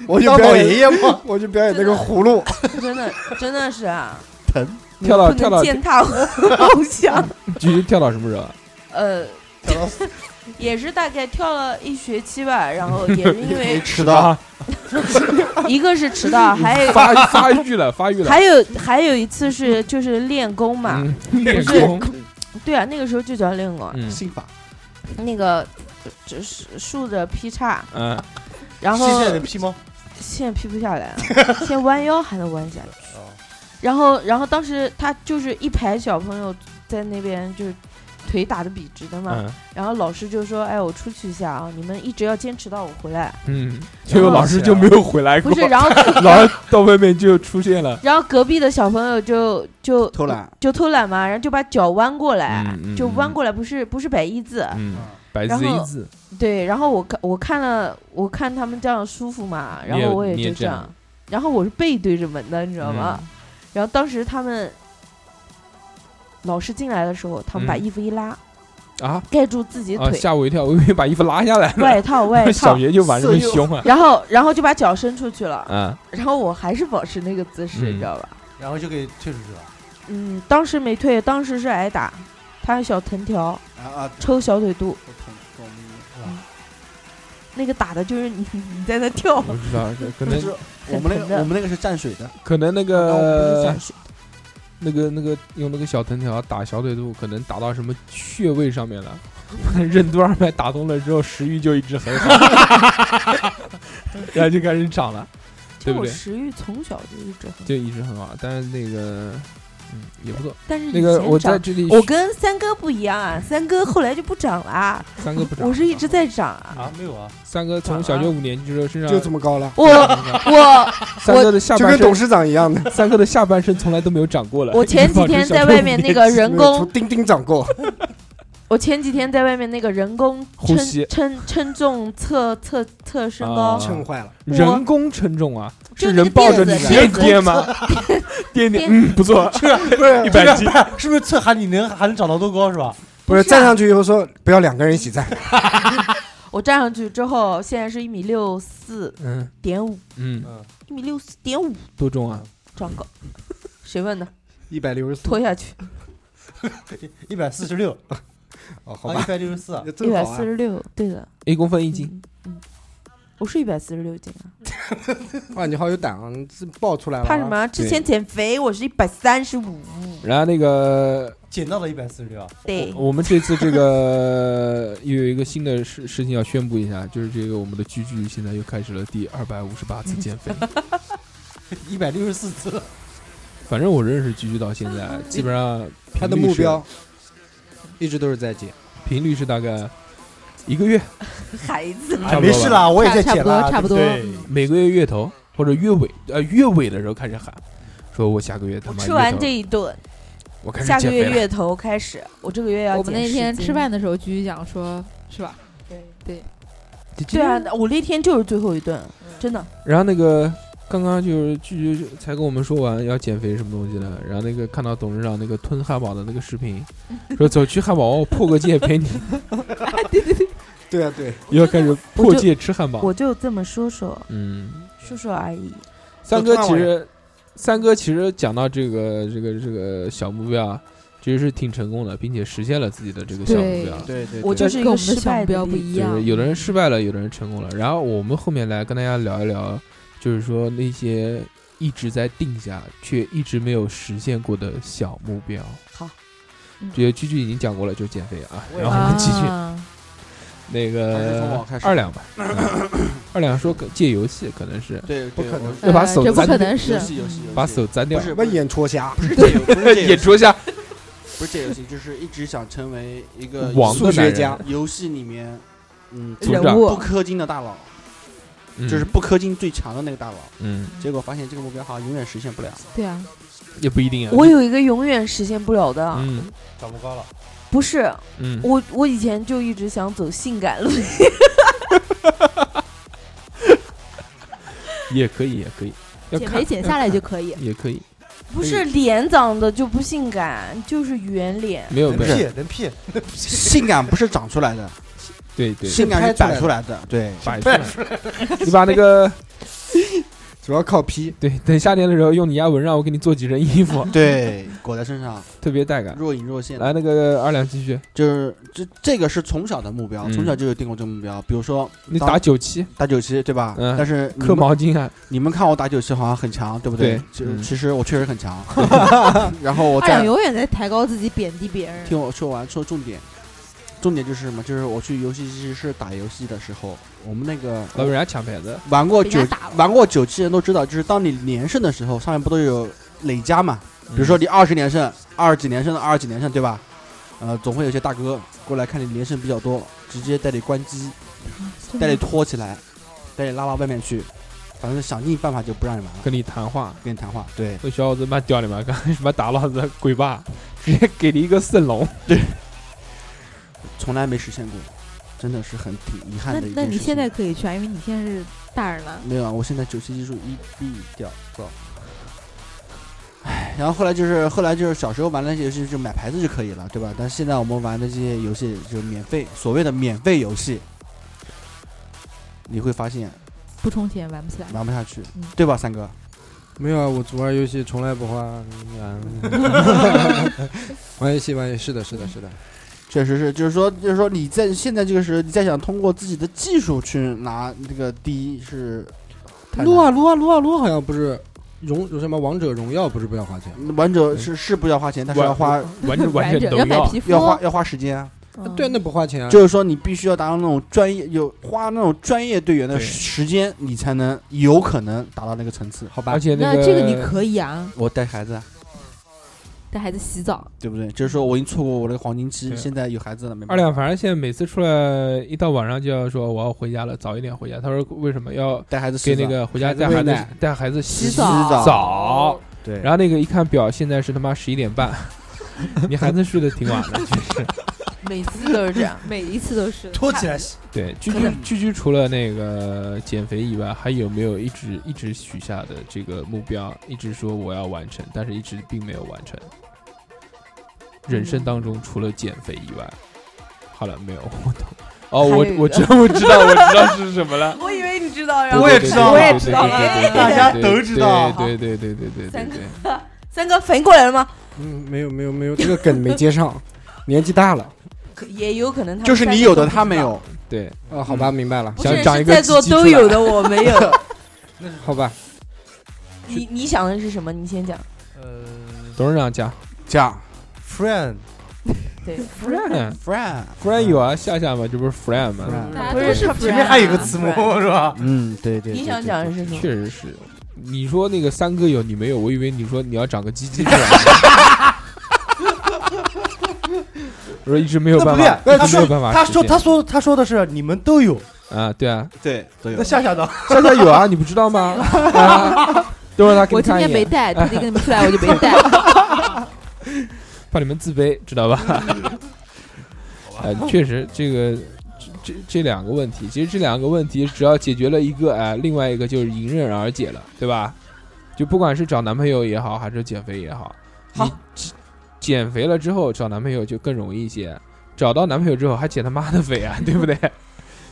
[SPEAKER 6] 我就
[SPEAKER 5] 当
[SPEAKER 6] 表
[SPEAKER 5] 我
[SPEAKER 6] 演爷爷嘛。
[SPEAKER 5] 我就表演那个葫芦，
[SPEAKER 7] 真的真的是啊，
[SPEAKER 4] 疼
[SPEAKER 7] 你
[SPEAKER 1] 跳到
[SPEAKER 7] 不
[SPEAKER 1] 跳
[SPEAKER 7] 能
[SPEAKER 1] 到
[SPEAKER 7] 践踏偶像。
[SPEAKER 1] 继续跳到什么时候？
[SPEAKER 7] 呃， 也是大概跳了一学期吧，然后也 是因为
[SPEAKER 4] 迟
[SPEAKER 1] 啊
[SPEAKER 6] 啊
[SPEAKER 4] 到，
[SPEAKER 7] 一个是迟到，还有
[SPEAKER 1] 发发育了，发育了。
[SPEAKER 7] 还有还有一次是就是练功嘛，
[SPEAKER 1] 嗯，练
[SPEAKER 7] 是
[SPEAKER 1] 功，
[SPEAKER 7] 对啊，那个时候就叫练功啊，
[SPEAKER 1] 嗯
[SPEAKER 4] 心法。
[SPEAKER 7] 那个只是竖着劈叉，
[SPEAKER 1] 嗯，
[SPEAKER 7] 然后
[SPEAKER 6] 现在能劈吗？
[SPEAKER 7] 现在劈不下来 啊，先弯腰还能弯下去。
[SPEAKER 6] 哦
[SPEAKER 7] 然后，然后当时他就是一排小朋友在那边就是腿打得笔直的嘛，
[SPEAKER 1] 嗯
[SPEAKER 7] 然后老师就说：“哎，我出去一下啊，你们一直要坚持到我回来。
[SPEAKER 1] 嗯，结果老师就没有回来”过
[SPEAKER 7] 不，是，然后
[SPEAKER 1] 老师到外面就出现了。
[SPEAKER 7] 然后隔壁的小朋友就就
[SPEAKER 4] 偷懒，
[SPEAKER 7] 就偷懒嘛，然后就把脚弯过来，
[SPEAKER 1] 嗯嗯
[SPEAKER 7] 哎就弯
[SPEAKER 1] 嗯
[SPEAKER 7] 过来，不是不是摆一字，
[SPEAKER 1] 嗯，白
[SPEAKER 7] 然
[SPEAKER 1] 字一
[SPEAKER 7] 后
[SPEAKER 1] 字，
[SPEAKER 7] 对。然后我看我看了，我看他们这样舒服嘛，然
[SPEAKER 1] 你也
[SPEAKER 7] 后我也
[SPEAKER 1] 你也
[SPEAKER 7] 就这
[SPEAKER 1] 这样嗯
[SPEAKER 7] 样，然后我是背对着门的，你知道吗？然后当时他们老师进来的时候，他们把
[SPEAKER 1] 嗯
[SPEAKER 7] 衣服一拉，
[SPEAKER 1] 啊
[SPEAKER 7] 盖住自己
[SPEAKER 1] 啊！
[SPEAKER 7] 腿，
[SPEAKER 1] 吓我一跳，我以为把衣服拉下来了。
[SPEAKER 7] 外套外
[SPEAKER 1] 小
[SPEAKER 7] 套，
[SPEAKER 1] 学就玩这么凶啊！
[SPEAKER 7] 然后然后就把脚伸出去了，
[SPEAKER 1] 啊，
[SPEAKER 7] 然后我还是保持那个姿势，
[SPEAKER 1] 嗯
[SPEAKER 7] 你知道吧？
[SPEAKER 6] 然后就给退出去了。
[SPEAKER 7] 嗯，当时没退，当时是挨打，他用小藤条
[SPEAKER 4] 啊啊！
[SPEAKER 7] 抽小腿肚，
[SPEAKER 4] 我疼懂
[SPEAKER 7] 那个打的就是你 你在那跳，
[SPEAKER 1] 我知道，可
[SPEAKER 4] 但
[SPEAKER 1] 能
[SPEAKER 4] 是我们那个
[SPEAKER 7] 很疼的
[SPEAKER 4] 我们那个是蘸水的，
[SPEAKER 1] 可能那
[SPEAKER 7] 然后不是
[SPEAKER 1] 个
[SPEAKER 7] 下水
[SPEAKER 1] 那个那个用那个小藤条打小腿肚，可能打到什么穴位上面 了，任督二脉打通了之后，食欲就一直很好， 然后就开始长了，
[SPEAKER 7] 就
[SPEAKER 1] 对不
[SPEAKER 7] 我
[SPEAKER 1] 对
[SPEAKER 7] 食欲从小就一直很，
[SPEAKER 1] 就一直很好。但是那个，嗯，也不错。
[SPEAKER 7] 但是
[SPEAKER 1] 那
[SPEAKER 7] 以
[SPEAKER 1] 个
[SPEAKER 7] 前
[SPEAKER 1] 我在
[SPEAKER 7] 长。
[SPEAKER 1] 这里，
[SPEAKER 7] 我跟三哥不一样啊，三哥后来就不长了啊，
[SPEAKER 1] 三哥不长，
[SPEAKER 7] 我是一直在长 啊。
[SPEAKER 6] 啊，没有啊，
[SPEAKER 1] 三哥从小学五年级的时候身上
[SPEAKER 5] 就这么高了，
[SPEAKER 7] 我我
[SPEAKER 1] 三哥的下
[SPEAKER 5] 就
[SPEAKER 1] 半
[SPEAKER 5] 跟董
[SPEAKER 1] 身，
[SPEAKER 5] 事长一样的。
[SPEAKER 1] 三哥的下半身从来都没有长过了。
[SPEAKER 7] 我前几天在外面那个人
[SPEAKER 5] 没有
[SPEAKER 7] 工
[SPEAKER 5] 从，钉钉长 过，
[SPEAKER 7] 我前几天在外面那个人工
[SPEAKER 1] 呼
[SPEAKER 7] 称
[SPEAKER 1] 吸
[SPEAKER 7] 称称重测测测身高，
[SPEAKER 1] 啊
[SPEAKER 5] 撑坏了。
[SPEAKER 1] 人工称重啊，
[SPEAKER 7] 就是那个
[SPEAKER 1] 人抱着你
[SPEAKER 7] 垫
[SPEAKER 1] 边
[SPEAKER 7] 子垫子
[SPEAKER 1] 颠吗？ 颠颠，嗯，不错，
[SPEAKER 6] 不是
[SPEAKER 5] 啊
[SPEAKER 1] 一百斤，
[SPEAKER 6] 是不是测喊你能还能长到多高是吧？
[SPEAKER 5] 不是站上去以后说不要两个人一起站，
[SPEAKER 7] 我站上去之后，现在是一米六四
[SPEAKER 1] 嗯
[SPEAKER 7] 点五，
[SPEAKER 1] 嗯，
[SPEAKER 6] 嗯，
[SPEAKER 7] 一米六四点五
[SPEAKER 1] 多重啊？
[SPEAKER 7] 长高，谁问的？
[SPEAKER 5] 一百六十四
[SPEAKER 7] 拖 下去
[SPEAKER 6] 一百四十六，
[SPEAKER 5] 哦，好
[SPEAKER 6] 啊，一
[SPEAKER 5] 吧，
[SPEAKER 6] 百六十
[SPEAKER 4] 哎
[SPEAKER 6] 四，
[SPEAKER 5] 也
[SPEAKER 7] 一
[SPEAKER 5] 正
[SPEAKER 7] 百
[SPEAKER 5] 好啊
[SPEAKER 7] 四。十六，对的，
[SPEAKER 1] 一公分一
[SPEAKER 7] 一
[SPEAKER 1] 斤，
[SPEAKER 7] 嗯，嗯我是一百四十六斤啊，
[SPEAKER 5] 哇，你好有胆啊！你自己爆出来了啊。
[SPEAKER 7] 怕什么？之前减肥我是一百三十五，
[SPEAKER 1] 然后那个
[SPEAKER 9] 减到了一百四十六，
[SPEAKER 7] 嗯对，
[SPEAKER 1] 我们这次这个 又有一个新的事事情要宣布一下，就是这个我们的居居现在又开始了第二百五十八次减肥。
[SPEAKER 9] 一百六十四次，
[SPEAKER 1] 反正我认识居居到现 在，基本上
[SPEAKER 5] 他的
[SPEAKER 1] 频率
[SPEAKER 5] 目
[SPEAKER 1] 是
[SPEAKER 5] 标一直都是在减。
[SPEAKER 1] 频率是大概一个月，
[SPEAKER 7] 孩子，
[SPEAKER 5] 哎
[SPEAKER 1] 差不多吧
[SPEAKER 9] 没事啦，我也在减啦，
[SPEAKER 2] 差不多
[SPEAKER 9] 对
[SPEAKER 2] 差不多
[SPEAKER 9] 对
[SPEAKER 1] 每个月月头或者月尾，呃月尾的时候开始喊，说我下个月他
[SPEAKER 7] 我
[SPEAKER 1] 妈
[SPEAKER 7] 吃完
[SPEAKER 1] 月头
[SPEAKER 7] 这一顿，
[SPEAKER 1] 我开始
[SPEAKER 7] 下
[SPEAKER 1] 减肥
[SPEAKER 7] 个月
[SPEAKER 1] 了
[SPEAKER 7] 月头开始，我这个月要
[SPEAKER 2] 我们
[SPEAKER 7] 减
[SPEAKER 2] 那
[SPEAKER 7] 10
[SPEAKER 2] 天
[SPEAKER 7] 斤
[SPEAKER 2] 吃饭的时候，居居讲说，是吧？
[SPEAKER 7] 对啊，我那天就是最后一顿，真的。
[SPEAKER 1] 然后那个刚刚就是拒绝才跟我们说完要减肥什么东西的，然后那个看到董事长那个吞汉堡的那个视频，说走去汉堡王，我破个戒陪你，
[SPEAKER 5] 对啊，对，
[SPEAKER 1] 又要开始破戒吃汉 堡。
[SPEAKER 7] 我就这么说说
[SPEAKER 1] 嗯，
[SPEAKER 7] 说说而已。
[SPEAKER 1] 三哥其实三哥其实讲到这个这个这个小目标啊，其实是挺成功的，并且实现了自己的这个小目标。
[SPEAKER 5] 对对，
[SPEAKER 7] 我
[SPEAKER 5] 对
[SPEAKER 7] 就是一
[SPEAKER 2] 跟我
[SPEAKER 7] 个
[SPEAKER 2] 们的
[SPEAKER 7] 失
[SPEAKER 2] 小
[SPEAKER 7] 败
[SPEAKER 2] 目标
[SPEAKER 7] 的
[SPEAKER 2] 不
[SPEAKER 7] 例子。
[SPEAKER 2] 一
[SPEAKER 1] 就
[SPEAKER 2] 样
[SPEAKER 1] 是。有的人失败了，有的人成功了。然后我们后面来跟大家聊一聊，就是说那些一直在定下却一直没有实现过的小目标。
[SPEAKER 7] 好，
[SPEAKER 1] 这些居居已经讲过了，就是减肥啊。然后我
[SPEAKER 2] 啊
[SPEAKER 1] 们继续、那
[SPEAKER 4] 还是从我
[SPEAKER 1] 个
[SPEAKER 4] 开始
[SPEAKER 1] 二两 吧。嗯二两说可戒游戏可能是
[SPEAKER 4] 对，不可能，
[SPEAKER 1] 要把手
[SPEAKER 2] 呃这不
[SPEAKER 1] 咱
[SPEAKER 2] 可能是
[SPEAKER 4] 游戏游戏游戏
[SPEAKER 1] 把手粘掉
[SPEAKER 4] 不，是
[SPEAKER 5] 什么眼戳瞎，
[SPEAKER 4] 不是这游不是这游
[SPEAKER 1] 也
[SPEAKER 4] 戏
[SPEAKER 1] 戳下
[SPEAKER 4] 不是这游戏，就是一直想成为一个
[SPEAKER 1] 王
[SPEAKER 5] 数
[SPEAKER 1] 的男
[SPEAKER 5] 学
[SPEAKER 1] 人
[SPEAKER 5] 家。
[SPEAKER 4] 游戏里面嗯
[SPEAKER 1] 组
[SPEAKER 4] 最
[SPEAKER 1] 长
[SPEAKER 2] 人
[SPEAKER 4] 不
[SPEAKER 2] 物，
[SPEAKER 4] 氪金的大佬，
[SPEAKER 1] 嗯
[SPEAKER 4] 就是不氪金最强的那个大佬。
[SPEAKER 1] 嗯，
[SPEAKER 4] 结果发现这个目标好像永远实现不了。
[SPEAKER 2] 对啊，
[SPEAKER 1] 也不一定啊。
[SPEAKER 7] 我有一个永远实现不了的，
[SPEAKER 4] 啊
[SPEAKER 1] 嗯
[SPEAKER 6] 长不高了，
[SPEAKER 7] 不是
[SPEAKER 1] 嗯，
[SPEAKER 7] 我，我以前就一直想走性感路线，
[SPEAKER 1] 也可以，也可以，要
[SPEAKER 2] 减
[SPEAKER 1] 看
[SPEAKER 2] 肥减下来就可以。
[SPEAKER 1] 也可以，
[SPEAKER 7] 不是脸长得就不性感，就是圆脸。
[SPEAKER 1] 没有
[SPEAKER 6] 能
[SPEAKER 1] 没有，
[SPEAKER 6] 屁能屁，
[SPEAKER 4] 性感不是长出来的，
[SPEAKER 1] 对对，
[SPEAKER 4] 性感是摆出来的。对，，
[SPEAKER 1] 摆出来， 你把那个。
[SPEAKER 5] 主要靠 P。
[SPEAKER 1] 对， 等夏天的时候用你压纹，让我给你做几身衣服
[SPEAKER 4] 对，裹在身上，
[SPEAKER 1] 特别 带感。
[SPEAKER 4] 若隐若现。
[SPEAKER 1] 嗯来，那个二两继续，
[SPEAKER 4] 就是这这个是从小的目标，
[SPEAKER 1] 嗯
[SPEAKER 4] 从小就有定过这个目标。比如说
[SPEAKER 1] 你
[SPEAKER 4] 当
[SPEAKER 1] 打九七，
[SPEAKER 4] 打九七，对吧？
[SPEAKER 1] 嗯
[SPEAKER 4] 但是你
[SPEAKER 1] 刻
[SPEAKER 4] 们
[SPEAKER 1] 毛巾啊，
[SPEAKER 4] 你们看我打九七好像很强，对不
[SPEAKER 1] 对
[SPEAKER 4] 其
[SPEAKER 1] 嗯
[SPEAKER 4] 其实我确实 很强。然后我
[SPEAKER 2] 二两
[SPEAKER 4] 再
[SPEAKER 2] 永远在抬高自己，贬低别人。
[SPEAKER 4] 听我说完，说重点。重点就是什么？就是我去游戏机室打游戏的时候，我们那个
[SPEAKER 1] 老被人家抢牌子。
[SPEAKER 4] 玩过
[SPEAKER 2] 被
[SPEAKER 4] 九
[SPEAKER 2] 人家打了
[SPEAKER 4] 玩过九七人都知道，就是当你连胜的时候，上面不都有累加嘛？比
[SPEAKER 1] 嗯
[SPEAKER 4] 如说你二十连胜、二十几连胜、二十几连胜，对吧？呃，总会有些大哥过来看你连胜比较多，直接带你关机，
[SPEAKER 2] 嗯
[SPEAKER 4] 带你拖起来，带你拉到外面去，反正想尽办法就不让你玩了，
[SPEAKER 1] 跟你谈话，
[SPEAKER 4] 跟你谈话。对，
[SPEAKER 1] 那小伙子妈屌你妈，刚才什么打老子鬼吧， 直接给你一个圣龙。
[SPEAKER 4] 从来没实现过，真的是很挺遗憾
[SPEAKER 2] 那
[SPEAKER 4] 的一件事情。
[SPEAKER 2] 那你现在可以去啊，因为你现在是大人了。
[SPEAKER 4] 没有啊？我现在九七技术一必掉走。唉，然后后来就是后来就是小时候玩那些游戏就买牌子就可以了，对吧？但是现在我们玩的这些游戏就是免费，所谓的免费游戏，你会发现
[SPEAKER 2] 不充钱玩不起来。
[SPEAKER 4] 玩不下去
[SPEAKER 2] 嗯，
[SPEAKER 4] 对吧，三哥？
[SPEAKER 5] 没有啊，我主玩游戏从来不花。你啊玩游戏，玩游戏，是的，是的，是的。
[SPEAKER 4] 确实是，就是说，就是说，你在现在这个时候，你再想通过自己的技术去拿这个第一是太难
[SPEAKER 5] 撸啊撸啊撸啊撸，好像不是荣什么王者荣耀，不是不要花钱。
[SPEAKER 4] 王者是是不要花钱，但是要花
[SPEAKER 1] 完全完全都
[SPEAKER 2] 要买
[SPEAKER 1] 要。
[SPEAKER 2] 皮肤，
[SPEAKER 4] 要花要花时间啊。
[SPEAKER 7] 嗯
[SPEAKER 5] 对，那不花钱啊。
[SPEAKER 4] 就是说你必须要达到那种专业，有花那种专业队员的
[SPEAKER 1] 对
[SPEAKER 4] 时间，你才能有可能达到那个层次，好吧
[SPEAKER 1] 而？且
[SPEAKER 2] 那
[SPEAKER 1] 个
[SPEAKER 2] 这个你可以啊，
[SPEAKER 4] 我带孩子啊，
[SPEAKER 2] 带孩子洗澡，
[SPEAKER 4] 对不对？就是说我已经错过我的黄金期，
[SPEAKER 1] 对
[SPEAKER 4] 现在有孩子了，没办
[SPEAKER 1] 二
[SPEAKER 4] 法
[SPEAKER 1] 两，反正现在每次出来一到晚上就要说我要回家了，早一点回家。他说为什么要
[SPEAKER 4] 带孩子
[SPEAKER 1] 给
[SPEAKER 4] 洗澡
[SPEAKER 1] 那个回家
[SPEAKER 4] 孩子
[SPEAKER 1] 带
[SPEAKER 4] 喂
[SPEAKER 1] 孩子
[SPEAKER 4] 奶
[SPEAKER 1] 带孩子洗
[SPEAKER 4] 洗澡
[SPEAKER 1] 澡？
[SPEAKER 4] 对，
[SPEAKER 1] 然后那个一看表，现在是他妈十一点半， 你孩子睡得挺晚的，其实。
[SPEAKER 7] 每次都是这样。
[SPEAKER 2] 每一次都是
[SPEAKER 9] 拖起来洗，
[SPEAKER 1] 对，居
[SPEAKER 2] 可
[SPEAKER 1] 居
[SPEAKER 2] 能
[SPEAKER 1] 居居除了那个减肥以外，还有没有一直一直许下的这个目标，一直说我要完成，但是一直并没有完成？人生当中除了减肥以外，好了，没有，我懂。哦，
[SPEAKER 7] 还
[SPEAKER 1] 我
[SPEAKER 7] 有一
[SPEAKER 1] 我
[SPEAKER 7] 个
[SPEAKER 1] 知道，我知道，我知道是什么了。
[SPEAKER 7] 我以为你知道，然
[SPEAKER 1] 对
[SPEAKER 7] 后
[SPEAKER 9] 我也知道
[SPEAKER 7] 我也
[SPEAKER 1] 对
[SPEAKER 7] 知
[SPEAKER 1] 对
[SPEAKER 7] 道
[SPEAKER 1] 对对对
[SPEAKER 7] 了。
[SPEAKER 1] 对
[SPEAKER 9] 大家都知道
[SPEAKER 1] 对对对对对对对
[SPEAKER 7] 三个
[SPEAKER 1] 对。
[SPEAKER 7] 三哥反应过来了吗？
[SPEAKER 5] 嗯，没有没有没有，这个梗没接 上，年纪大了。
[SPEAKER 7] 可也有可能他
[SPEAKER 4] 就是你有的他没，有，
[SPEAKER 1] 对，
[SPEAKER 5] 啊，好吧，明白了。
[SPEAKER 7] 不
[SPEAKER 1] 想
[SPEAKER 7] 是
[SPEAKER 1] 长一
[SPEAKER 7] 是
[SPEAKER 1] 个
[SPEAKER 7] 在座
[SPEAKER 1] 鸡鸡
[SPEAKER 7] 都
[SPEAKER 1] 出来
[SPEAKER 7] 有的我没有。
[SPEAKER 4] 好吧，
[SPEAKER 7] 你你想的是什么？你先讲。
[SPEAKER 6] 呃
[SPEAKER 1] 董事长讲，
[SPEAKER 4] 讲
[SPEAKER 6] ，friend
[SPEAKER 7] 对，
[SPEAKER 1] friend
[SPEAKER 4] friend，
[SPEAKER 1] friend 有啊，夏夏嘛，这不是 friend 吗？
[SPEAKER 4] friend，
[SPEAKER 2] 大家
[SPEAKER 7] 不
[SPEAKER 2] 都是
[SPEAKER 7] 是
[SPEAKER 2] friend
[SPEAKER 6] 前面还有一个词幕
[SPEAKER 2] 啊
[SPEAKER 6] 是吧？
[SPEAKER 4] 嗯，对对，
[SPEAKER 7] 你
[SPEAKER 4] 对
[SPEAKER 7] 想
[SPEAKER 4] 对
[SPEAKER 7] 讲
[SPEAKER 4] 对
[SPEAKER 6] 嗯
[SPEAKER 7] 的是什么？
[SPEAKER 1] 确实是。你说那个三哥有你没有？我以为你说你要长个鸡 鸡出来。我说一直没有
[SPEAKER 6] 那
[SPEAKER 1] 办
[SPEAKER 6] 不对
[SPEAKER 1] 法，，
[SPEAKER 6] 那
[SPEAKER 1] 一
[SPEAKER 6] 他
[SPEAKER 1] 直没
[SPEAKER 6] 说
[SPEAKER 1] 有办法
[SPEAKER 6] 他
[SPEAKER 1] 实
[SPEAKER 6] 说
[SPEAKER 1] 现
[SPEAKER 6] 他说他说的是你们都有，
[SPEAKER 1] 啊，对啊，
[SPEAKER 4] 对都有
[SPEAKER 6] 那。夏夏呢？
[SPEAKER 1] 夏夏有啊，你不知道 吗？啊，等会儿他给
[SPEAKER 2] 我
[SPEAKER 1] 你
[SPEAKER 2] 今
[SPEAKER 1] 看
[SPEAKER 2] 天
[SPEAKER 1] 一
[SPEAKER 2] 没
[SPEAKER 1] 眼，
[SPEAKER 2] 带，特地跟你们出来，我就没带。
[SPEAKER 1] 怕你们自卑，知道吧？ 呃，确实，这个这这这两个问题，其实这两个问题只要解决了一个，哎、另外一个就是迎刃而解了，对吧？就不管是找男朋友也好，还是减肥也好，
[SPEAKER 4] 好
[SPEAKER 1] 你减减肥了之后找男朋友就更容易一些，找到男朋友之后还减他妈的肥 啊，对不对？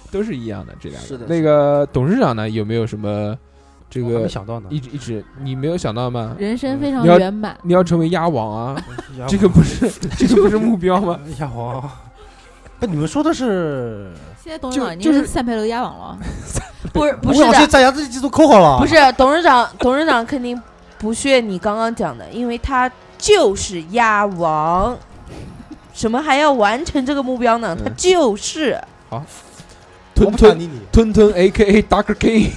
[SPEAKER 1] 都是一样的，这两个。
[SPEAKER 4] 是的
[SPEAKER 1] 那个董事长呢，有没有什么这
[SPEAKER 6] 我还
[SPEAKER 1] 个
[SPEAKER 6] 没想到呢，
[SPEAKER 1] 一直一直你没有想到吗？
[SPEAKER 2] 人生非常
[SPEAKER 1] 你要
[SPEAKER 2] 圆满，
[SPEAKER 1] 你要成为鸭王啊，
[SPEAKER 6] 呀
[SPEAKER 1] 这个不 是这个不是目标吗？
[SPEAKER 6] 亚黄，不，你们说的是，
[SPEAKER 2] 现在董事长已
[SPEAKER 1] 就
[SPEAKER 2] 经
[SPEAKER 1] 就是
[SPEAKER 2] 是三牌楼鸭王了，
[SPEAKER 7] 不是不
[SPEAKER 6] 我
[SPEAKER 7] 是
[SPEAKER 6] 想
[SPEAKER 7] 的
[SPEAKER 6] 先，咱家自己都扣好了，
[SPEAKER 7] 不是董事长，董事长肯定不屑你刚刚讲的，因为他就是鸭王。什么还要完成这个目标呢？他
[SPEAKER 1] 嗯
[SPEAKER 7] 就是
[SPEAKER 6] 我
[SPEAKER 1] 吞
[SPEAKER 6] 不想
[SPEAKER 1] 吞
[SPEAKER 6] 理你，
[SPEAKER 1] 吞吞 A K A Dark K，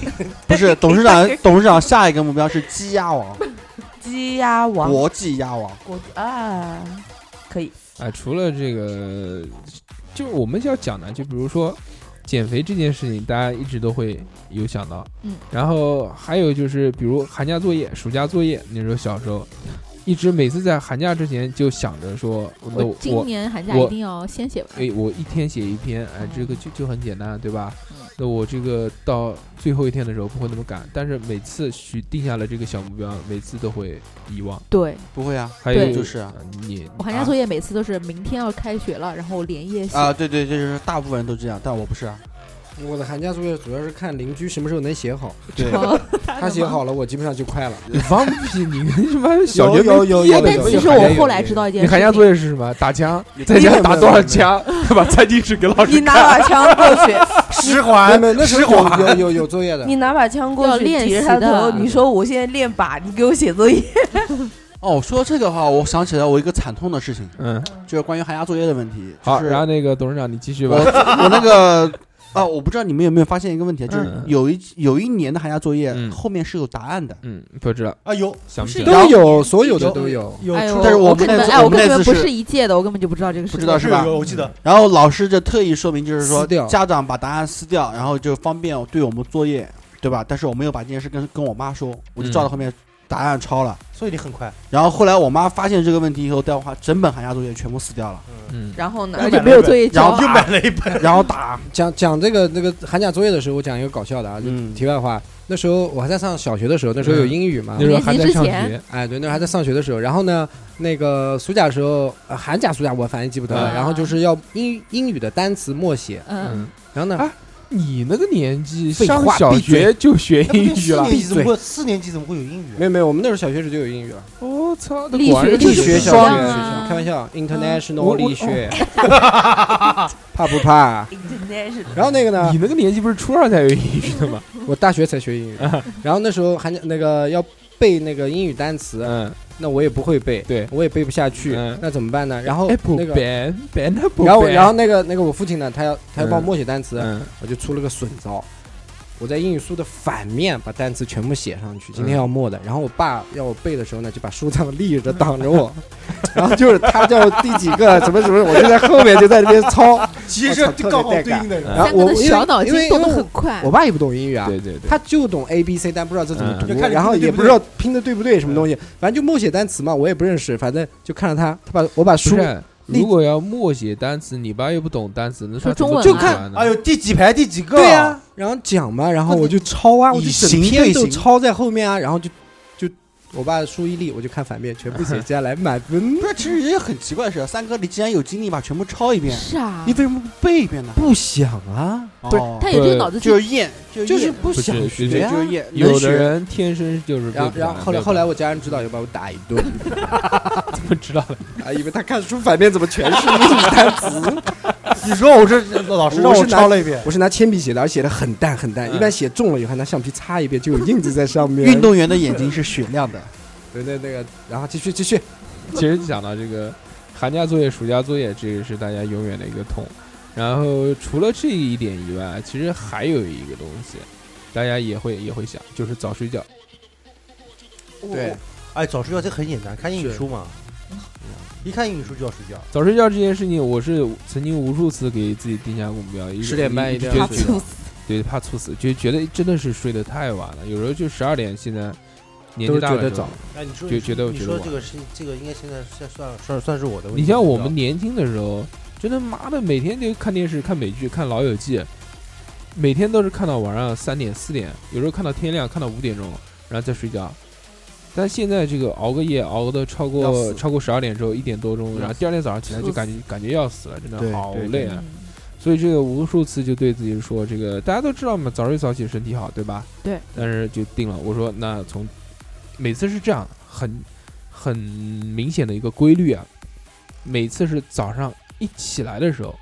[SPEAKER 4] 不是董事长，董事长下一个目标是鸡鸭王，
[SPEAKER 7] 鸡鸭王
[SPEAKER 4] 国际鸭王。
[SPEAKER 7] 国啊，可以。
[SPEAKER 1] 哎，除了这个，就我们要讲的，就比如说减肥这件事情，大家一直都会有想到，
[SPEAKER 2] 嗯，
[SPEAKER 1] 然后还有就是，比如寒假作业、暑假作业，那时候小时候，一直每次在寒假之前就想着说，那
[SPEAKER 2] 我
[SPEAKER 1] 我
[SPEAKER 2] 今年寒假
[SPEAKER 1] 我
[SPEAKER 2] 一定要先写完。
[SPEAKER 1] 哎，我一天写一篇，哎，这个就就很简单，对吧
[SPEAKER 2] 嗯？
[SPEAKER 1] 那我这个到最后一天的时候不会那么赶，但是每次许定下了这个小目标，每次都会遗忘。
[SPEAKER 2] 对
[SPEAKER 4] 不会啊，
[SPEAKER 1] 还有
[SPEAKER 2] 对
[SPEAKER 4] 就是啊
[SPEAKER 1] 呃你
[SPEAKER 2] 我寒假作业每次都是明天要开学了，然后连夜写。
[SPEAKER 4] 啊，对对，这就是大部分人都这样，但我不是啊。
[SPEAKER 5] 我的寒假作业主要是看邻居什么时候能写好，
[SPEAKER 4] 对，
[SPEAKER 2] 哦
[SPEAKER 5] 他写好了，我基本上就快了。
[SPEAKER 1] 你放屁，你跟他妈小学
[SPEAKER 4] 有
[SPEAKER 1] 没
[SPEAKER 4] 有有
[SPEAKER 1] 毕业
[SPEAKER 4] 有有
[SPEAKER 1] 的
[SPEAKER 2] 但
[SPEAKER 1] 时候
[SPEAKER 2] 其实
[SPEAKER 1] 寒假
[SPEAKER 2] 我
[SPEAKER 1] 有
[SPEAKER 2] 后来知道一件
[SPEAKER 1] 你
[SPEAKER 2] 事情，
[SPEAKER 1] 寒假作业是什么？打枪，
[SPEAKER 4] 有
[SPEAKER 1] 在家
[SPEAKER 5] 有
[SPEAKER 1] 打
[SPEAKER 5] 有
[SPEAKER 1] 多少
[SPEAKER 5] 有
[SPEAKER 1] 枪？把餐巾纸给老
[SPEAKER 7] 你
[SPEAKER 1] 师
[SPEAKER 7] 拿把枪过去，
[SPEAKER 6] 十
[SPEAKER 5] 没
[SPEAKER 6] 环
[SPEAKER 5] 没，那时
[SPEAKER 6] 十
[SPEAKER 5] 候
[SPEAKER 6] 环
[SPEAKER 5] 有有有有作业的
[SPEAKER 7] 你。拿把枪过
[SPEAKER 2] 要
[SPEAKER 7] 去，
[SPEAKER 2] 练
[SPEAKER 7] 提着
[SPEAKER 2] 习
[SPEAKER 7] 他
[SPEAKER 2] 的
[SPEAKER 7] 头，你说我现在练靶，你给我写作业。
[SPEAKER 4] 哦，说这个话，我想起来我一个惨痛的事情，
[SPEAKER 1] 嗯，
[SPEAKER 4] 就是关于寒假作业的问题。
[SPEAKER 1] 好，
[SPEAKER 4] 就是
[SPEAKER 1] 然后那个董事长你继续
[SPEAKER 4] 我
[SPEAKER 1] 吧。
[SPEAKER 4] 我那个 啊，我不知道你们有没有发现一个问题，就是
[SPEAKER 1] 嗯
[SPEAKER 4] 有一有一年的寒假作业
[SPEAKER 1] 嗯
[SPEAKER 4] 后面是有答案的，
[SPEAKER 1] 嗯，不知道，
[SPEAKER 6] 啊，有
[SPEAKER 1] 想不
[SPEAKER 2] 是
[SPEAKER 1] 起来了。
[SPEAKER 5] 都有，所有的都有。
[SPEAKER 6] 有
[SPEAKER 2] 哎呦，
[SPEAKER 6] 出
[SPEAKER 4] 但是我
[SPEAKER 2] 跟
[SPEAKER 4] 们
[SPEAKER 2] 你们
[SPEAKER 4] 那次
[SPEAKER 2] 哎，
[SPEAKER 4] 我
[SPEAKER 2] 我
[SPEAKER 4] 们
[SPEAKER 2] 跟你
[SPEAKER 4] 那
[SPEAKER 2] 们
[SPEAKER 4] 次
[SPEAKER 2] 不
[SPEAKER 4] 是
[SPEAKER 2] 是一届的，我根本就不知道这个事情。
[SPEAKER 4] 不知道是吧
[SPEAKER 6] 有有我记得
[SPEAKER 4] 然后老师就特意说明，就是说
[SPEAKER 5] 撕掉
[SPEAKER 4] 家长把答案撕掉，然后就方便对我们作业，对吧？但是我没有把这件事跟跟我妈说，我就照
[SPEAKER 1] 嗯
[SPEAKER 4] 着后面答案抄了。
[SPEAKER 6] 所以你很快，
[SPEAKER 4] 然后后来我妈发现这个问题以后，带我把整本寒假作业全部撕 掉了，
[SPEAKER 1] 嗯，
[SPEAKER 7] 然后呢
[SPEAKER 2] 然后就没有作业
[SPEAKER 4] 然
[SPEAKER 2] 交
[SPEAKER 4] 后。
[SPEAKER 6] 又买了一本，
[SPEAKER 4] 然后打，
[SPEAKER 5] 讲讲这个那个寒假作业的时候，我讲一个搞笑的啊，就
[SPEAKER 4] 嗯，
[SPEAKER 5] 题外话。那时候我还在上小学的时候，那时候有英语嘛
[SPEAKER 1] 嗯那，时候
[SPEAKER 2] 嗯年级
[SPEAKER 1] 还在
[SPEAKER 2] 之
[SPEAKER 1] 上
[SPEAKER 2] 前
[SPEAKER 1] 学，
[SPEAKER 5] 哎，对，那时候还在上学的时候。然后呢，那个暑假的时候，呃寒假暑假我反正记不得
[SPEAKER 1] 啊
[SPEAKER 5] 了。
[SPEAKER 2] 嗯
[SPEAKER 5] 然后就是要英英语的单词默写，
[SPEAKER 2] 嗯，
[SPEAKER 1] 嗯，
[SPEAKER 5] 然后呢，
[SPEAKER 1] 啊你那个年纪
[SPEAKER 5] 废
[SPEAKER 1] 上
[SPEAKER 5] 话
[SPEAKER 1] 小
[SPEAKER 5] 闭嘴
[SPEAKER 1] 学就学英语了
[SPEAKER 6] 哎四，年级怎么
[SPEAKER 5] 闭
[SPEAKER 6] 会四年级怎么会有英语
[SPEAKER 5] 没？有没有，我们那时候小学时就有英语了，
[SPEAKER 1] 我操，那
[SPEAKER 2] 力
[SPEAKER 1] 果然
[SPEAKER 2] 学
[SPEAKER 1] 是
[SPEAKER 2] 力
[SPEAKER 1] 学
[SPEAKER 5] 学
[SPEAKER 2] 学
[SPEAKER 5] 校
[SPEAKER 1] 校
[SPEAKER 2] 一样
[SPEAKER 1] 里面
[SPEAKER 2] 啊
[SPEAKER 5] 开玩笑
[SPEAKER 1] 我
[SPEAKER 5] ，international
[SPEAKER 1] 我
[SPEAKER 5] 力学， 怕不怕？然后那个呢
[SPEAKER 1] 你，那个年纪不是初二才有英语的吗？
[SPEAKER 5] 我大学才学英语，
[SPEAKER 1] 啊
[SPEAKER 5] 然后那时候寒假那个要背那个英语单词，
[SPEAKER 1] 嗯
[SPEAKER 5] 那我也不会背，
[SPEAKER 1] 对
[SPEAKER 5] 我也背不下去
[SPEAKER 1] 嗯，
[SPEAKER 5] 那怎么办呢？然 后
[SPEAKER 1] ，apple
[SPEAKER 5] 那个。
[SPEAKER 1] ban banana，
[SPEAKER 5] 然后，然后那个那个我父亲呢，他要他要帮我默写单词，
[SPEAKER 1] 嗯，
[SPEAKER 5] 我就出了个损招，我在英语书的反面把单词全部写上
[SPEAKER 1] 嗯
[SPEAKER 5] 去，今天要默的。然后我爸要我背的时候呢，就把书这样立着挡着我， 然后就是他叫我第几 个什么什么，我就在后面就在那边抄。
[SPEAKER 6] 其
[SPEAKER 5] 我操特别带感
[SPEAKER 6] 的
[SPEAKER 1] 嗯
[SPEAKER 5] 然后
[SPEAKER 2] 三哥
[SPEAKER 5] 我
[SPEAKER 2] 的
[SPEAKER 5] 因为
[SPEAKER 2] 小脑筋
[SPEAKER 5] 因为
[SPEAKER 2] 动得
[SPEAKER 5] 因为
[SPEAKER 2] 很快
[SPEAKER 5] 我，爸也不懂英语啊，
[SPEAKER 1] 对对对，
[SPEAKER 5] 他就懂 A B C，但不知道这怎么
[SPEAKER 1] 嗯
[SPEAKER 5] 读
[SPEAKER 6] 就看，你
[SPEAKER 5] 然后
[SPEAKER 6] 拼得对
[SPEAKER 5] 也
[SPEAKER 6] 不
[SPEAKER 5] 不知道拼的对不对什么东西，反正就默写单词嘛，我也不认识，反正就看着他，他把我把书
[SPEAKER 1] 不是，
[SPEAKER 5] 立
[SPEAKER 1] 如果要默写单词，你爸又不懂单词，那他
[SPEAKER 2] 说中
[SPEAKER 1] 怎么
[SPEAKER 2] 文
[SPEAKER 1] 读
[SPEAKER 2] 啊
[SPEAKER 1] 出来呢
[SPEAKER 6] 哎呦，第几排第几个？
[SPEAKER 5] 对呀、，然后讲嘛，然后我就抄啊，我就
[SPEAKER 4] 以
[SPEAKER 5] 整
[SPEAKER 4] 形
[SPEAKER 5] 篇
[SPEAKER 4] 对
[SPEAKER 5] 都
[SPEAKER 4] 形
[SPEAKER 5] 抄在后面啊，然后就就我爸注意力我就看反面，全部写下来满分。
[SPEAKER 4] 不是，其实也很奇怪的是，三哥你既然有精力把全部抄一遍，
[SPEAKER 2] 是啊
[SPEAKER 4] 你，为什么不背一遍呢？
[SPEAKER 5] 不想啊，
[SPEAKER 1] 对
[SPEAKER 4] 哦
[SPEAKER 2] 他有这个
[SPEAKER 1] 对
[SPEAKER 2] 脑子
[SPEAKER 4] 就
[SPEAKER 2] 去
[SPEAKER 4] 是厌，就
[SPEAKER 5] 就是
[SPEAKER 4] 是
[SPEAKER 5] 不
[SPEAKER 1] 不
[SPEAKER 5] 想
[SPEAKER 1] 是是
[SPEAKER 5] 学
[SPEAKER 1] 这
[SPEAKER 5] 啊。
[SPEAKER 4] 就是厌，
[SPEAKER 1] 有
[SPEAKER 4] 能
[SPEAKER 1] 的
[SPEAKER 4] 学。
[SPEAKER 1] 人天生就是
[SPEAKER 5] 然后，然后后来后来我家人知道，
[SPEAKER 1] 也
[SPEAKER 5] 要把我打一顿
[SPEAKER 1] 怎么知道的？
[SPEAKER 5] 啊，因为他看书反面怎么全是英语单词？
[SPEAKER 9] 你说我这老师让
[SPEAKER 5] 我是
[SPEAKER 9] 我
[SPEAKER 5] 拿
[SPEAKER 9] 抄了一遍，
[SPEAKER 5] 我是拿铅笔写的，而且写的很淡很淡，
[SPEAKER 1] 嗯
[SPEAKER 5] 一般写重了以后，拿橡皮擦一遍就有印子在上面。
[SPEAKER 4] 运动员的眼睛是雪亮的，
[SPEAKER 5] 对对那个，然后继续继续，
[SPEAKER 1] 其实讲到这个寒假作业、暑假作业，这个是大家永远的一个痛。然后除了这一点以外，其实还有一个东西，大家也会也会想，就是早睡觉。
[SPEAKER 5] 对，
[SPEAKER 6] 哎，早睡觉这很简单，看英语
[SPEAKER 5] 是
[SPEAKER 6] 书嘛，一看英语书就要睡觉。
[SPEAKER 1] 早睡觉这件事情，我是曾经无数次给自己定下过目标，一
[SPEAKER 5] 10点半
[SPEAKER 1] 一
[SPEAKER 5] 一定
[SPEAKER 1] 直
[SPEAKER 5] 要
[SPEAKER 1] 觉
[SPEAKER 5] 睡
[SPEAKER 1] 得
[SPEAKER 5] 觉
[SPEAKER 2] 猝死，
[SPEAKER 1] 对，怕猝死，就觉得真的是睡得太晚了，有时候就十二点。现在年纪大
[SPEAKER 5] 都
[SPEAKER 1] 了
[SPEAKER 5] 觉得
[SPEAKER 1] 之后
[SPEAKER 5] 早，
[SPEAKER 6] 哎，你说
[SPEAKER 1] 就觉得
[SPEAKER 6] 你
[SPEAKER 1] 觉得
[SPEAKER 6] 说
[SPEAKER 1] 晚
[SPEAKER 6] 这个是这个应该现在算算算算是我的问题。
[SPEAKER 1] 你像我
[SPEAKER 6] 知道
[SPEAKER 1] 们
[SPEAKER 6] 吧
[SPEAKER 1] 年轻的时候，真的妈的每天就看电视、看美剧、看《老友记》，每天都是看到晚上三点、四点，有时候看到天亮，看到五点钟，然后再睡觉。但现在这个熬个夜熬的超
[SPEAKER 4] 要
[SPEAKER 1] 过
[SPEAKER 4] 死
[SPEAKER 1] 超过十二点之后一点多钟，然后第二天早上起来就感觉感觉要死了，真
[SPEAKER 4] 对
[SPEAKER 1] 的好
[SPEAKER 4] 对
[SPEAKER 1] 累
[SPEAKER 4] 对
[SPEAKER 1] 啊！
[SPEAKER 2] 嗯
[SPEAKER 1] 所以这个无数次就对自己说，这个大家都知道嘛，早睡早起身体好，对吧？
[SPEAKER 2] 对。
[SPEAKER 1] 但是就定了，我说那从每次是这样，很很明显的一个规律啊，每次是早上一起来的时候，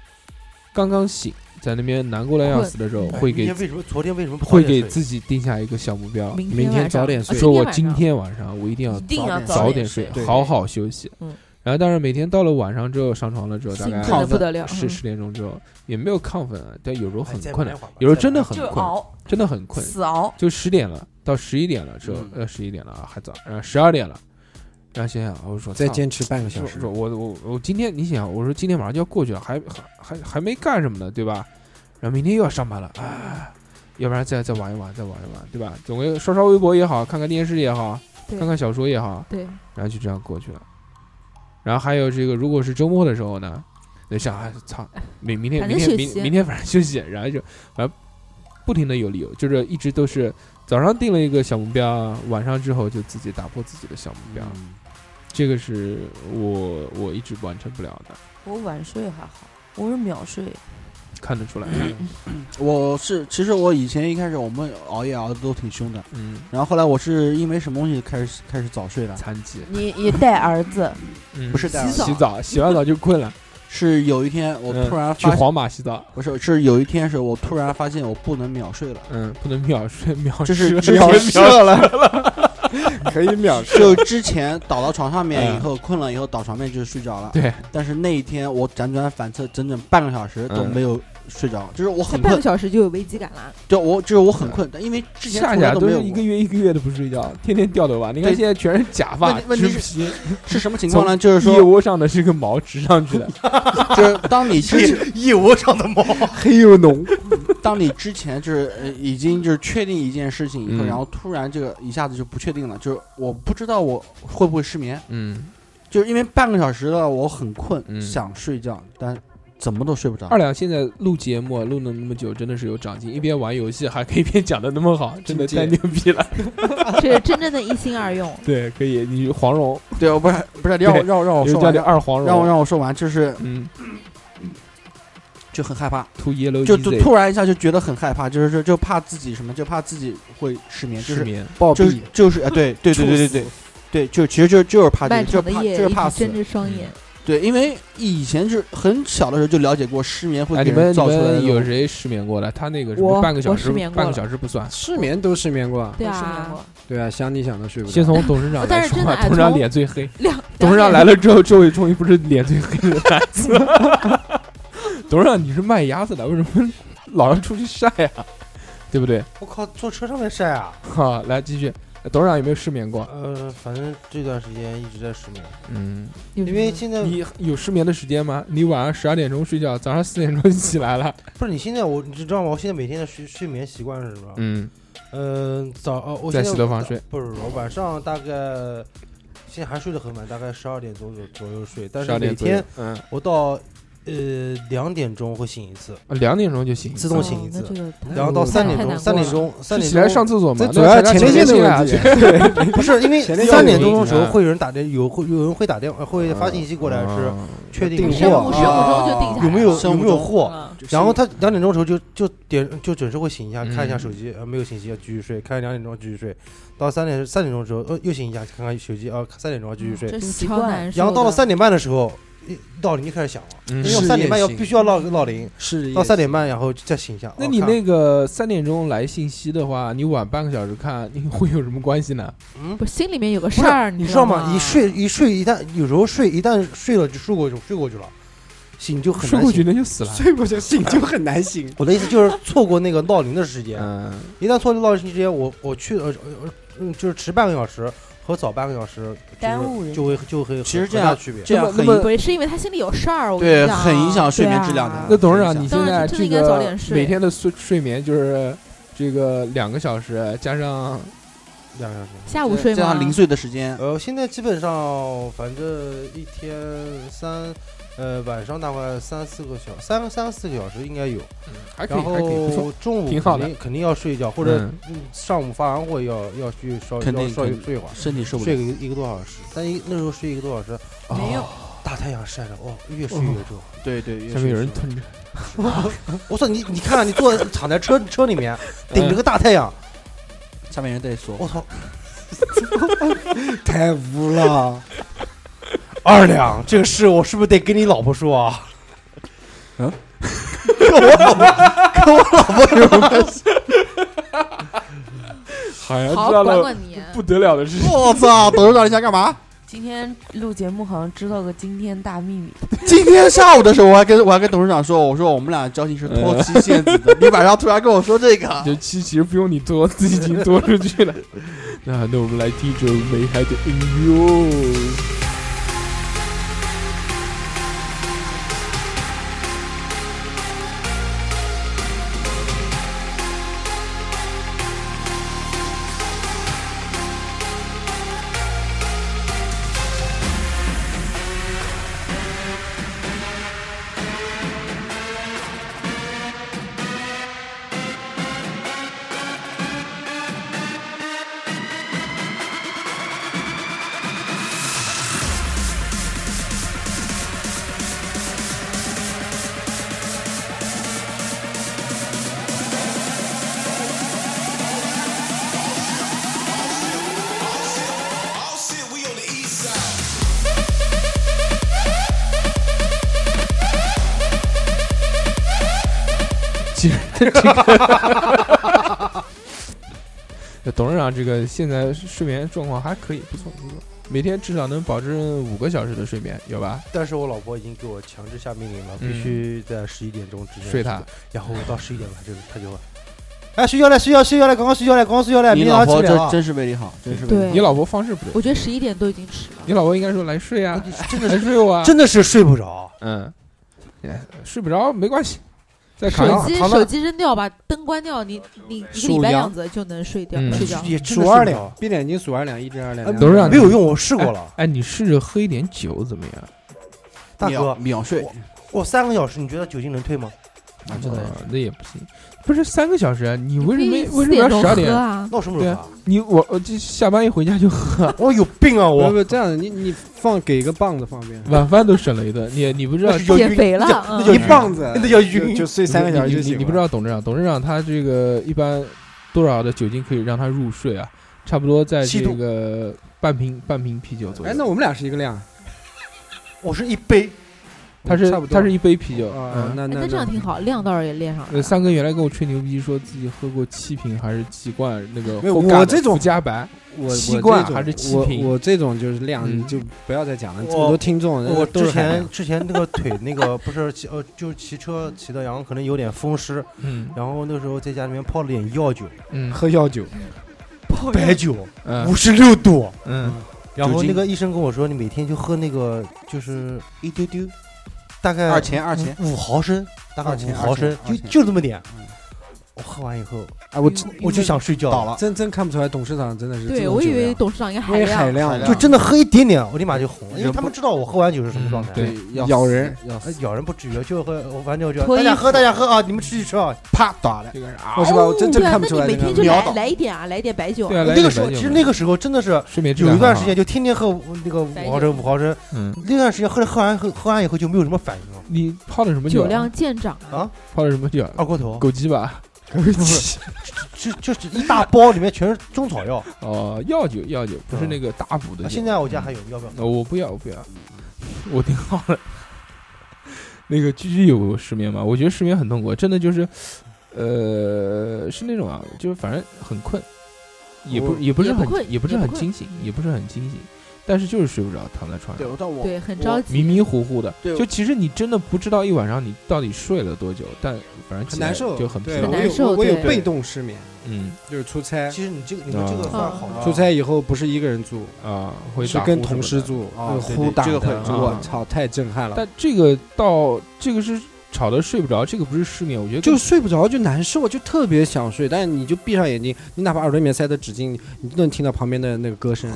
[SPEAKER 1] 刚刚醒，在那边难过的要死的时候，
[SPEAKER 6] 哎
[SPEAKER 1] 会给
[SPEAKER 6] 今天为什么昨天为什么不
[SPEAKER 1] 会
[SPEAKER 6] 早点
[SPEAKER 1] 给
[SPEAKER 6] 睡
[SPEAKER 1] 自己定下一个小目标，
[SPEAKER 2] 明
[SPEAKER 5] 明天
[SPEAKER 2] 晚上
[SPEAKER 5] 早点睡
[SPEAKER 2] 啊
[SPEAKER 1] 说我
[SPEAKER 2] 晚
[SPEAKER 1] 今
[SPEAKER 2] 上
[SPEAKER 1] 天晚上我一定要
[SPEAKER 7] 一定要
[SPEAKER 1] 早
[SPEAKER 7] 点
[SPEAKER 1] 点睡，
[SPEAKER 5] 对
[SPEAKER 1] 好好休息。
[SPEAKER 7] 嗯
[SPEAKER 1] 然后，但是每天到了晚上之后，上床了之后，大
[SPEAKER 2] 兴
[SPEAKER 1] 概
[SPEAKER 2] 奋的不得了，
[SPEAKER 1] 是
[SPEAKER 2] 嗯
[SPEAKER 1] 十点钟之后也没有亢奋啊，但有时候
[SPEAKER 6] 哎
[SPEAKER 1] 很
[SPEAKER 6] 再
[SPEAKER 1] 困
[SPEAKER 6] 玩
[SPEAKER 1] 的
[SPEAKER 6] 一会儿吧，
[SPEAKER 1] 有时候
[SPEAKER 6] 再
[SPEAKER 1] 真的
[SPEAKER 6] 玩
[SPEAKER 1] 很
[SPEAKER 7] 就
[SPEAKER 1] 困，
[SPEAKER 7] 熬，
[SPEAKER 1] 真的很困，
[SPEAKER 7] 死熬，
[SPEAKER 1] 就十点了到十一点了之后
[SPEAKER 4] 嗯，
[SPEAKER 1] 呃，十一点了啊还早，然后十二点了，然后想想我说
[SPEAKER 5] 再
[SPEAKER 1] 操
[SPEAKER 5] 坚持半个小
[SPEAKER 1] 说
[SPEAKER 5] 时
[SPEAKER 1] 说。我我我今天你想，我说今天马上就要过去了，还还还还没干什么呢，对吧？然后明天又要上班了，啊，要不然再再玩一玩，再玩一玩，对吧？总归刷刷微博也好看看电视也好，
[SPEAKER 2] 对
[SPEAKER 1] 看看小说也好，
[SPEAKER 2] 对，
[SPEAKER 1] 然后就这样过去了。然后还有这个，如果是周末的时候呢，就想哎操，明明天
[SPEAKER 2] 反
[SPEAKER 1] 明
[SPEAKER 2] 正
[SPEAKER 1] 天
[SPEAKER 2] 休
[SPEAKER 1] 明
[SPEAKER 2] 息
[SPEAKER 1] 明天晚上休息，然后就反正不停的有理由，就是一直都是早上定了一个小目标，晚上之后就自己打破自己的小目标，这个是我我一直完成不了的，
[SPEAKER 7] 我晚睡还好，我是秒睡，
[SPEAKER 1] 看得出来，
[SPEAKER 4] 我是其实我以前一开始我们熬夜熬的都挺凶的，
[SPEAKER 1] 嗯，
[SPEAKER 4] 然后后来我是因为什么东西开始开始早睡的，
[SPEAKER 1] 残疾，
[SPEAKER 7] 你你带儿子，
[SPEAKER 1] 嗯
[SPEAKER 4] 不是带儿子
[SPEAKER 1] 洗澡，洗完澡就困了，
[SPEAKER 4] 是有一天我
[SPEAKER 1] 嗯
[SPEAKER 4] 突然
[SPEAKER 1] 去
[SPEAKER 4] 发现，
[SPEAKER 1] 皇马洗澡，
[SPEAKER 4] 不是是有一天是我突然发现我不能秒睡了，
[SPEAKER 1] 嗯，不能秒睡，哦 秒
[SPEAKER 4] 这
[SPEAKER 1] 睡
[SPEAKER 4] 是
[SPEAKER 1] 了
[SPEAKER 4] 之前
[SPEAKER 5] 射了，可以秒射。
[SPEAKER 4] 就之前倒到床上面以后困了以后倒床面就睡着了，
[SPEAKER 1] 对，
[SPEAKER 4] 但是那一天我辗转反侧整整半个小时都
[SPEAKER 1] 嗯
[SPEAKER 4] 没有睡着，就是我
[SPEAKER 2] 才
[SPEAKER 4] 很
[SPEAKER 2] 半
[SPEAKER 4] 困
[SPEAKER 2] 个，小时就有危机感了，
[SPEAKER 4] 就我就是我很困，但因为之前
[SPEAKER 1] 夏
[SPEAKER 4] 从
[SPEAKER 1] 夏
[SPEAKER 4] 来都
[SPEAKER 1] 都
[SPEAKER 4] 没有
[SPEAKER 1] 是
[SPEAKER 4] 过
[SPEAKER 1] 一个月一个月的不睡觉，天天掉头发。你看
[SPEAKER 4] 对
[SPEAKER 1] 现在全是假发、
[SPEAKER 4] 问题问
[SPEAKER 1] 植
[SPEAKER 4] 题
[SPEAKER 1] 皮，
[SPEAKER 4] 是什么情况呢？就是
[SPEAKER 1] 腋
[SPEAKER 4] 说，
[SPEAKER 1] 窝上的是个毛直上 去的。
[SPEAKER 4] 就是当你 之前
[SPEAKER 6] 一一窝上的毛，
[SPEAKER 5] 黑又浓，
[SPEAKER 4] 当你之前就是呃已经就是确定一件事情以后，
[SPEAKER 1] 嗯
[SPEAKER 4] 然后突然这个一下子就不确定了，就是我不知道我会不会失眠，
[SPEAKER 1] 嗯，
[SPEAKER 4] 就是因为半个小时了，我很困，
[SPEAKER 1] 嗯
[SPEAKER 4] 想睡觉，但怎么都睡不着
[SPEAKER 1] 二。两现在录节目啊录了那么久，真的是有长进，一边玩游戏还可以一边讲的那么好，真的
[SPEAKER 5] 境界
[SPEAKER 1] 太牛逼了。。
[SPEAKER 2] 这是真正的一心二用
[SPEAKER 1] 对，可以，你黄蓉，
[SPEAKER 4] 对，我不是不是，让我
[SPEAKER 1] 对
[SPEAKER 4] 让我让我
[SPEAKER 1] 有
[SPEAKER 4] 说
[SPEAKER 1] 叫
[SPEAKER 4] 完
[SPEAKER 1] 你，二黄蓉，
[SPEAKER 4] 让我让我说完，就是
[SPEAKER 1] 嗯
[SPEAKER 4] 就很害怕，
[SPEAKER 1] ，to yellow
[SPEAKER 4] 就就
[SPEAKER 1] easy
[SPEAKER 4] 突然一下就觉得很害怕，就是就就怕自己什么，就怕自己会失眠，就
[SPEAKER 1] 失
[SPEAKER 4] 是
[SPEAKER 1] 眠，
[SPEAKER 5] 暴
[SPEAKER 4] 就是
[SPEAKER 5] 毙。
[SPEAKER 4] 就是啊，对对对对对对对，就其实就就是怕这
[SPEAKER 2] 漫
[SPEAKER 4] 个，就
[SPEAKER 2] 长
[SPEAKER 4] 是
[SPEAKER 2] 的
[SPEAKER 4] 怕
[SPEAKER 2] 夜
[SPEAKER 4] 就是
[SPEAKER 2] 一
[SPEAKER 4] 怕
[SPEAKER 2] 直
[SPEAKER 4] 死
[SPEAKER 2] 睁。着双眼，
[SPEAKER 4] 对，因为以前是很小的时候就了解过失眠会
[SPEAKER 1] 哎，
[SPEAKER 4] 给
[SPEAKER 1] 你
[SPEAKER 4] 人
[SPEAKER 1] 们你
[SPEAKER 4] 造成
[SPEAKER 1] 们有谁失眠过了？他那个什么
[SPEAKER 2] 我
[SPEAKER 1] 半个小
[SPEAKER 2] 我
[SPEAKER 1] 时
[SPEAKER 2] 失眠，过
[SPEAKER 1] 半个
[SPEAKER 2] 了
[SPEAKER 1] 小时不 算。
[SPEAKER 5] 失眠都失眠过，
[SPEAKER 2] 对
[SPEAKER 7] 我失眠
[SPEAKER 2] 啊，
[SPEAKER 7] 过，
[SPEAKER 5] 对啊，想你想都睡不着。
[SPEAKER 1] 先从董事长
[SPEAKER 2] 但
[SPEAKER 1] 来
[SPEAKER 2] 是
[SPEAKER 1] 说
[SPEAKER 2] 真的
[SPEAKER 1] 吧，
[SPEAKER 2] 哎
[SPEAKER 1] 董事长
[SPEAKER 2] 从
[SPEAKER 1] 脸最黑。
[SPEAKER 2] 两
[SPEAKER 1] 董事长来
[SPEAKER 2] 了，
[SPEAKER 1] 了之后，周伟终于不是脸最黑的男子了。 董事长，你是卖鸭子的，为什么老要出去晒啊？对不对？
[SPEAKER 6] 我靠，坐车上面晒啊！
[SPEAKER 1] 哈，来继续。董事长有没有失眠过？
[SPEAKER 6] 呃，反正这段时间一直在失眠，
[SPEAKER 1] 嗯，
[SPEAKER 2] 因
[SPEAKER 6] 因为现在
[SPEAKER 1] 你有失眠的时间吗？你晚上十二点钟睡觉，早上四点钟起来了。
[SPEAKER 6] 不是你现在我，你知道吗？我现在每天的睡睡眠习惯是什么？
[SPEAKER 1] 嗯，
[SPEAKER 6] 嗯，早呃，我
[SPEAKER 1] 在
[SPEAKER 6] 现
[SPEAKER 1] 洗头房睡。
[SPEAKER 6] 不是，我晚上大概现在还睡得很晚，大概十二点左右左右睡，但
[SPEAKER 1] 十
[SPEAKER 6] 是
[SPEAKER 1] 二
[SPEAKER 6] 每
[SPEAKER 1] 点左右
[SPEAKER 6] 天
[SPEAKER 1] 嗯，
[SPEAKER 6] 我到呃两点钟会醒一次，
[SPEAKER 1] 啊两点钟就醒，
[SPEAKER 6] 自动醒一
[SPEAKER 7] 那
[SPEAKER 6] 次，
[SPEAKER 7] 这个太
[SPEAKER 6] 然后到
[SPEAKER 7] 那
[SPEAKER 6] 三点
[SPEAKER 7] 太
[SPEAKER 6] 钟，
[SPEAKER 7] 难
[SPEAKER 6] 三点
[SPEAKER 7] 过了
[SPEAKER 6] 钟，三
[SPEAKER 1] 是
[SPEAKER 6] 点
[SPEAKER 1] 起来
[SPEAKER 6] 钟
[SPEAKER 1] 上厕所嘛？
[SPEAKER 5] 这主要
[SPEAKER 1] 那
[SPEAKER 5] 前
[SPEAKER 1] 前
[SPEAKER 5] 列腺
[SPEAKER 1] 的
[SPEAKER 5] 的问
[SPEAKER 1] 题啊。，
[SPEAKER 5] 题
[SPEAKER 6] 不是因为
[SPEAKER 5] 前列腺
[SPEAKER 6] 三
[SPEAKER 5] 有
[SPEAKER 6] 点钟
[SPEAKER 5] 问
[SPEAKER 6] 的
[SPEAKER 5] 题
[SPEAKER 6] 时
[SPEAKER 1] 嗯
[SPEAKER 6] 候会有人打电，有会有人会打电话，会发信息过来是
[SPEAKER 1] 啊
[SPEAKER 6] 确定
[SPEAKER 5] 订
[SPEAKER 6] 你
[SPEAKER 2] 生
[SPEAKER 5] 货
[SPEAKER 2] 物
[SPEAKER 5] 啊
[SPEAKER 2] 生物钟就定下来了
[SPEAKER 6] 有没有
[SPEAKER 4] 生
[SPEAKER 6] 有
[SPEAKER 4] 物
[SPEAKER 6] 没有
[SPEAKER 4] 钟
[SPEAKER 6] 货。
[SPEAKER 2] 嗯
[SPEAKER 6] 然后他两点钟的时候就就点就准时会醒一下，
[SPEAKER 1] 嗯
[SPEAKER 6] 看一下手机，呃没有信息要继续睡，看两点钟继续睡，到三点三点钟的时候呃又醒一下，看看手机啊，三点钟要继续睡，
[SPEAKER 2] 这
[SPEAKER 7] 习
[SPEAKER 2] 超
[SPEAKER 7] 惯
[SPEAKER 2] 难受的。
[SPEAKER 6] 然后到了三点半的时候，一闹铃就开始响了，
[SPEAKER 1] 嗯
[SPEAKER 6] 因为我
[SPEAKER 5] 是
[SPEAKER 6] 三点半要
[SPEAKER 5] 夜行
[SPEAKER 6] 必须要闹闹铃，
[SPEAKER 5] 是
[SPEAKER 6] 到三点半然后再醒一下。
[SPEAKER 1] 那
[SPEAKER 6] 哦
[SPEAKER 1] 你
[SPEAKER 6] 看
[SPEAKER 1] 那个三点钟来信息的话，你晚半个小时看，你会有什么关系呢？
[SPEAKER 2] 不心里面有个
[SPEAKER 6] 嗯不
[SPEAKER 2] 事
[SPEAKER 6] 是
[SPEAKER 2] 儿，
[SPEAKER 6] 你
[SPEAKER 2] 知
[SPEAKER 6] 知
[SPEAKER 2] 道
[SPEAKER 6] 道吗？一睡一睡一旦有时候睡一旦睡了就睡过去睡过去了，醒就很
[SPEAKER 1] 睡
[SPEAKER 6] 难
[SPEAKER 1] 过
[SPEAKER 6] 醒。
[SPEAKER 1] 去那就死了。嗯
[SPEAKER 5] 睡过去醒就很难 醒。
[SPEAKER 6] 我的意思就是错过那个闹铃的时间，
[SPEAKER 1] 嗯，
[SPEAKER 6] 一旦错过闹铃时间，我我去呃呃嗯就是迟半个小时和早半个小时就是
[SPEAKER 7] 耽误人
[SPEAKER 1] 啊
[SPEAKER 6] 就会就会
[SPEAKER 4] 其实
[SPEAKER 6] 很
[SPEAKER 4] 这
[SPEAKER 6] 很大
[SPEAKER 4] 样
[SPEAKER 6] 区别。
[SPEAKER 4] 这样
[SPEAKER 1] 那
[SPEAKER 4] 很
[SPEAKER 1] 么
[SPEAKER 4] 影
[SPEAKER 2] 不是，是因为他心里有事儿，我跟
[SPEAKER 4] 对
[SPEAKER 2] 你讲啊，
[SPEAKER 4] 很影响睡眠质量
[SPEAKER 7] 对啊
[SPEAKER 4] 的。
[SPEAKER 1] 那董事长，
[SPEAKER 4] 影响
[SPEAKER 1] 你现在
[SPEAKER 2] 当然是
[SPEAKER 1] 这
[SPEAKER 2] 真的应该早
[SPEAKER 1] 个
[SPEAKER 2] 点睡
[SPEAKER 1] 每天的睡睡眠就是这个两个小时，加上
[SPEAKER 6] 两个小时。
[SPEAKER 2] 下午睡
[SPEAKER 4] 加
[SPEAKER 2] 吗？
[SPEAKER 4] 上零碎的时间，
[SPEAKER 6] 呃，现在基本上反正一天三。呃，晚上大概三四个小三三四个小时应该有，
[SPEAKER 1] 还可以，
[SPEAKER 6] 然
[SPEAKER 1] 还可以，不错。
[SPEAKER 6] 后中午
[SPEAKER 1] 挺好的
[SPEAKER 6] 肯定肯定要睡一觉，或者
[SPEAKER 1] 嗯
[SPEAKER 6] 嗯上午发完货要要去稍
[SPEAKER 4] 肯
[SPEAKER 6] 要
[SPEAKER 4] 定
[SPEAKER 6] 稍微
[SPEAKER 4] 肯定
[SPEAKER 6] 睡一会儿，
[SPEAKER 4] 身体受不
[SPEAKER 6] 睡
[SPEAKER 4] 了。
[SPEAKER 6] 个一一个多小时。但一那时候睡一个多小时，
[SPEAKER 2] 没有，
[SPEAKER 6] 大太阳晒着，哇，越睡越热。
[SPEAKER 4] 对对，
[SPEAKER 1] 下面有人吞着，
[SPEAKER 6] 我说你你看，你坐 躺在车车里面，顶着
[SPEAKER 1] 嗯
[SPEAKER 6] 个大太阳，
[SPEAKER 4] 下面人在说，
[SPEAKER 1] 哦
[SPEAKER 6] 我操，
[SPEAKER 5] 太污了。
[SPEAKER 6] 二两，这个事我是不是得跟你老婆说啊？
[SPEAKER 4] 嗯，
[SPEAKER 6] 跟我老婆，跟我老婆有什么关系？
[SPEAKER 1] 好像
[SPEAKER 2] 好管管你。
[SPEAKER 1] 不得了的事 情。
[SPEAKER 4] 我操，董事长你想干嘛？
[SPEAKER 7] 今天录节目好像知道个惊天大秘密，
[SPEAKER 4] 今天下午的时候，我还跟我还跟董事长说，我说我们俩交情是托妻献子 的，你晚上突然跟我说这个，
[SPEAKER 1] 这期其实不用你做，自己已经做出去 了。那那我们来听一首美好的音乐哦。其实这个董事长这个现在睡眠状况还可以，不错不错，每天至少能保证五个小时的睡眠，有吧？
[SPEAKER 6] 但是我老婆已经给我强制下命令了，必
[SPEAKER 1] 嗯
[SPEAKER 6] 须在十一点钟之前
[SPEAKER 1] 睡他，
[SPEAKER 6] 然后到十一点半，这个他就会，哎，睡觉了，睡觉，睡觉了，赶快睡觉了，赶快睡觉了，
[SPEAKER 4] 你
[SPEAKER 6] 明天
[SPEAKER 4] 老
[SPEAKER 6] 早上
[SPEAKER 4] 婆
[SPEAKER 6] 七点
[SPEAKER 4] 真
[SPEAKER 6] 啊！
[SPEAKER 4] 真是为你好，真是为
[SPEAKER 1] 你
[SPEAKER 4] 你好。
[SPEAKER 1] 老婆方式不对，
[SPEAKER 2] 我觉得十一点都已经迟了。
[SPEAKER 1] 你老婆应该说来睡啊，来睡我啊，
[SPEAKER 6] 真的是睡不着，
[SPEAKER 1] 嗯，哎睡不着没关系，再扛
[SPEAKER 2] 手
[SPEAKER 1] 一
[SPEAKER 2] 机
[SPEAKER 6] 扛到
[SPEAKER 2] 手机扔掉，把灯关掉，你你一个礼拜样子就能睡掉
[SPEAKER 1] 嗯
[SPEAKER 2] 睡觉。
[SPEAKER 6] 也真的
[SPEAKER 5] 数
[SPEAKER 6] 睡
[SPEAKER 5] 二
[SPEAKER 6] 不
[SPEAKER 5] 两
[SPEAKER 6] 着，，
[SPEAKER 5] 闭着眼睛数二两，一只二两。
[SPEAKER 6] 哎
[SPEAKER 5] 两
[SPEAKER 1] 董事长
[SPEAKER 5] 两
[SPEAKER 6] 没有用，我试过 了，
[SPEAKER 1] 哎，你试着喝一点酒怎么样？
[SPEAKER 6] 大
[SPEAKER 4] 秒
[SPEAKER 6] 哥，
[SPEAKER 4] 秒睡，
[SPEAKER 6] 我三个小时，你觉得酒精能退吗？
[SPEAKER 4] 啊真的
[SPEAKER 1] 哦那也不行，不是三个小时啊？你为什么为
[SPEAKER 2] 四
[SPEAKER 1] 什么要
[SPEAKER 2] 点钟
[SPEAKER 1] 十二
[SPEAKER 2] 喝
[SPEAKER 1] 点？
[SPEAKER 2] 啊？
[SPEAKER 6] 那我什么时候喝啊？
[SPEAKER 1] 你我我就下班一回家就喝，
[SPEAKER 6] 我有病啊！
[SPEAKER 5] 不
[SPEAKER 6] 我
[SPEAKER 5] 不，这样的你你放给一个棒子放边，
[SPEAKER 1] 晚饭都省了一顿。你你不知道
[SPEAKER 6] 那是有
[SPEAKER 2] 减肥了
[SPEAKER 6] 那叫
[SPEAKER 2] 嗯
[SPEAKER 6] 那叫
[SPEAKER 5] 一
[SPEAKER 6] 晕
[SPEAKER 5] 棒子
[SPEAKER 6] 那叫晕
[SPEAKER 5] 就就睡三个小时
[SPEAKER 1] 你
[SPEAKER 5] 就
[SPEAKER 1] 你
[SPEAKER 5] 行
[SPEAKER 1] 你你不知道董事长，董事长他这个一般多少的酒精可以让他入睡啊？差不多在这
[SPEAKER 6] 七度
[SPEAKER 1] 个半瓶半瓶啤酒左右。
[SPEAKER 5] 哎，那我们俩是一个量，
[SPEAKER 6] 我是一杯，
[SPEAKER 1] 他是
[SPEAKER 5] 差不多
[SPEAKER 1] 他是一杯啤酒，
[SPEAKER 5] 啊，
[SPEAKER 1] 嗯
[SPEAKER 5] 那
[SPEAKER 2] 哎
[SPEAKER 5] 那
[SPEAKER 2] 那这样挺。好，量倒是也练上
[SPEAKER 1] 呃，
[SPEAKER 2] 了。
[SPEAKER 1] 三哥原来跟我吹牛逼，说自己喝过七瓶还是几罐那个
[SPEAKER 5] 没有
[SPEAKER 1] 后盖的
[SPEAKER 5] 我这种
[SPEAKER 1] 福加白，
[SPEAKER 5] 我我
[SPEAKER 1] 七罐
[SPEAKER 5] 这种
[SPEAKER 1] 还是七瓶
[SPEAKER 5] 我我这种就是量，
[SPEAKER 1] 嗯
[SPEAKER 5] 你就不要再讲了，
[SPEAKER 6] 我
[SPEAKER 5] 这么多听众，
[SPEAKER 6] 我
[SPEAKER 5] 都是海
[SPEAKER 6] 之前
[SPEAKER 5] 量
[SPEAKER 6] 之前那个腿那个 不是骑呃，就是骑车骑的，然后可能有点风湿，
[SPEAKER 1] 嗯
[SPEAKER 6] 然后那时候在家里面泡了点药酒，
[SPEAKER 1] 嗯
[SPEAKER 5] 喝药酒，
[SPEAKER 6] 白酒五
[SPEAKER 4] 啊
[SPEAKER 1] 嗯
[SPEAKER 6] 十六度，
[SPEAKER 1] 嗯，
[SPEAKER 6] 然
[SPEAKER 4] 酒
[SPEAKER 6] 后
[SPEAKER 4] 精
[SPEAKER 6] 那个医生跟我说，你每天就喝那个就是
[SPEAKER 4] 一丢丢，
[SPEAKER 6] 大概
[SPEAKER 4] 二钱二钱，
[SPEAKER 6] 五毫升，大概
[SPEAKER 4] 二钱
[SPEAKER 6] 五毫
[SPEAKER 4] 二钱
[SPEAKER 6] 升，就
[SPEAKER 4] 二钱
[SPEAKER 6] 就这么点
[SPEAKER 4] 嗯。
[SPEAKER 6] 我喝完以后，
[SPEAKER 5] 哎，我
[SPEAKER 2] 晕
[SPEAKER 5] 真
[SPEAKER 6] 我就想睡觉
[SPEAKER 4] 倒了
[SPEAKER 5] 真真看不出来，董事长真的是这
[SPEAKER 2] 对
[SPEAKER 5] 种
[SPEAKER 2] 我以
[SPEAKER 5] 酒
[SPEAKER 2] 为
[SPEAKER 5] 量
[SPEAKER 2] 董事长应该
[SPEAKER 5] 因为海量
[SPEAKER 4] 海量
[SPEAKER 6] 就真的喝一点点，我立马就红了，因为
[SPEAKER 4] 人
[SPEAKER 6] 他
[SPEAKER 4] 不嗯
[SPEAKER 6] 们知道我喝完酒是什么状态。
[SPEAKER 1] 对
[SPEAKER 4] 要
[SPEAKER 5] 咬
[SPEAKER 4] 死
[SPEAKER 5] 人，
[SPEAKER 4] 要
[SPEAKER 6] 哎
[SPEAKER 4] 死，
[SPEAKER 6] 咬人不至于，就喝，我反正我就
[SPEAKER 7] 脱
[SPEAKER 6] 大
[SPEAKER 7] 衣
[SPEAKER 6] 家
[SPEAKER 7] 服
[SPEAKER 6] 喝，大家喝啊，你们出去吃啊。
[SPEAKER 4] 啪打了，
[SPEAKER 1] 这个人啊，
[SPEAKER 5] 哦是吧？我真真
[SPEAKER 2] 对啊
[SPEAKER 5] 看不出来
[SPEAKER 2] 那
[SPEAKER 5] 这
[SPEAKER 2] 你每天
[SPEAKER 5] 个
[SPEAKER 2] 就
[SPEAKER 4] 秒
[SPEAKER 2] 来
[SPEAKER 4] 倒
[SPEAKER 2] 来一点啊，来一点白酒啊。
[SPEAKER 1] 对啊，来
[SPEAKER 6] 那个时候，其实那个时候真的是
[SPEAKER 1] 睡眠质
[SPEAKER 6] 有
[SPEAKER 1] 量
[SPEAKER 6] 一段时
[SPEAKER 1] 很
[SPEAKER 6] 间就天天喝那个五毫升、五毫升，
[SPEAKER 1] 好，嗯，
[SPEAKER 6] 那段时间喝了喝完喝喝完以后就没有什么反应了，
[SPEAKER 1] 你泡的什么
[SPEAKER 2] 酒
[SPEAKER 1] 啊
[SPEAKER 2] 量见长啊，
[SPEAKER 1] 泡的什么酒啊？
[SPEAKER 5] 哦
[SPEAKER 6] 二锅头，
[SPEAKER 1] 枸杞吧，
[SPEAKER 6] 就就是一大包，里面全是中草药。
[SPEAKER 1] 哦，药酒药酒，
[SPEAKER 5] 嗯
[SPEAKER 1] 不是那个大补的
[SPEAKER 6] 啊
[SPEAKER 1] 酒。
[SPEAKER 6] 现在我家还有，要不要？
[SPEAKER 1] 呃，我不要，我不要，我挺好的。 那个居居有失眠吗？我觉得失眠很痛苦，真的就是，呃，是那种啊，就是反正很困，也不
[SPEAKER 4] 我
[SPEAKER 1] 也不是
[SPEAKER 2] 也不
[SPEAKER 1] 很
[SPEAKER 2] 困
[SPEAKER 1] 也不是
[SPEAKER 2] 也不
[SPEAKER 1] 很
[SPEAKER 2] 困
[SPEAKER 1] 清醒，也不是很清醒，但是就是睡不着，躺在床
[SPEAKER 4] 对，
[SPEAKER 1] 上
[SPEAKER 4] 我到我
[SPEAKER 2] 对，很
[SPEAKER 4] 我
[SPEAKER 2] 着急。
[SPEAKER 1] 迷迷糊糊的。
[SPEAKER 4] 对
[SPEAKER 1] 就其实你真的不知道一晚上你到底睡了多久，但反正起
[SPEAKER 5] 很
[SPEAKER 1] 来
[SPEAKER 5] 难受，
[SPEAKER 1] 就很疲
[SPEAKER 5] 对
[SPEAKER 1] 劳
[SPEAKER 5] 我。
[SPEAKER 2] 难
[SPEAKER 5] 有
[SPEAKER 2] 受
[SPEAKER 5] 我我有
[SPEAKER 2] 对
[SPEAKER 5] 被动失眠，
[SPEAKER 1] 嗯
[SPEAKER 5] 就是出差，
[SPEAKER 6] 其实你这个你们这个算好的，
[SPEAKER 5] 出差以后不是一个人住，
[SPEAKER 1] 啊，会
[SPEAKER 5] 是
[SPEAKER 1] 打
[SPEAKER 5] 跟
[SPEAKER 1] 呼什
[SPEAKER 5] 同
[SPEAKER 1] 么
[SPEAKER 5] 事
[SPEAKER 1] 的
[SPEAKER 5] 住，
[SPEAKER 4] 啊
[SPEAKER 5] 那个啊
[SPEAKER 4] 对
[SPEAKER 5] 呼
[SPEAKER 4] 对
[SPEAKER 5] 打
[SPEAKER 4] 这个
[SPEAKER 5] 的
[SPEAKER 4] 会
[SPEAKER 1] 这个
[SPEAKER 5] 我
[SPEAKER 1] 会
[SPEAKER 5] 操，太震撼了。
[SPEAKER 1] 但这个到这个是吵得睡不着，这个不是失眠，我觉得
[SPEAKER 5] 就
[SPEAKER 1] 跟
[SPEAKER 5] 睡不着，就难受，啊就特别想睡，但是你就闭上眼睛，你哪怕耳朵里面塞的纸巾，你你都能听到旁边的那个歌声。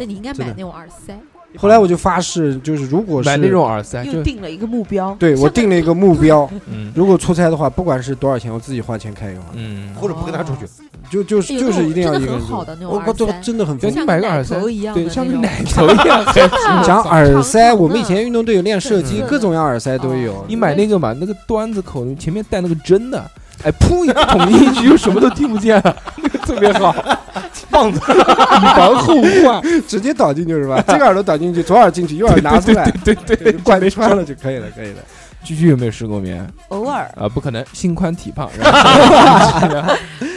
[SPEAKER 2] 那你应该买
[SPEAKER 5] 真的
[SPEAKER 2] 那种耳塞，
[SPEAKER 5] 后来我就发誓，就是如果是
[SPEAKER 1] 买那种耳塞，
[SPEAKER 7] 又
[SPEAKER 1] 就
[SPEAKER 7] 定了一个目标，
[SPEAKER 5] 对我定了一个目标，
[SPEAKER 1] 嗯
[SPEAKER 5] 如果出差的话，不管是多少钱，我自己花钱开一个，
[SPEAKER 1] 嗯，
[SPEAKER 6] 或者不跟他出去。
[SPEAKER 5] 就就是
[SPEAKER 2] 有
[SPEAKER 5] 就是
[SPEAKER 2] 哎那
[SPEAKER 5] 一定要
[SPEAKER 2] 种
[SPEAKER 5] 一
[SPEAKER 2] 真
[SPEAKER 5] 个
[SPEAKER 2] 的
[SPEAKER 5] 人
[SPEAKER 2] 很
[SPEAKER 5] 住。
[SPEAKER 2] 好的那种
[SPEAKER 5] 我我
[SPEAKER 2] 耳
[SPEAKER 5] 都
[SPEAKER 2] 塞，
[SPEAKER 5] 真的很
[SPEAKER 1] 对
[SPEAKER 5] 疯
[SPEAKER 1] 你
[SPEAKER 2] 像
[SPEAKER 1] 买个
[SPEAKER 2] 奶
[SPEAKER 1] 耳塞
[SPEAKER 2] 头一样的
[SPEAKER 1] 对，
[SPEAKER 2] 那
[SPEAKER 1] 像个
[SPEAKER 2] 种
[SPEAKER 1] 奶头一 样很
[SPEAKER 2] 啊
[SPEAKER 5] 讲耳塞，我们以
[SPEAKER 2] 长
[SPEAKER 5] 前运动队有练射击，
[SPEAKER 2] 嗯
[SPEAKER 5] 各种样耳塞都有
[SPEAKER 2] 哦。
[SPEAKER 1] 你买那个嘛，那个端子口前面带那个针的，哎，噗一捅进去，就什么都听不见了， 那个特别好，棒子以防后患，
[SPEAKER 5] 直接倒进去是吧？这个耳朵倒进去，左耳进去，右耳拿出来，
[SPEAKER 1] 对对对，
[SPEAKER 5] 管
[SPEAKER 1] 没
[SPEAKER 5] 穿了就可以了，可以了。
[SPEAKER 1] 居居有没有失过眠？
[SPEAKER 7] 偶尔
[SPEAKER 1] 啊，不可能，心宽体胖，然后然后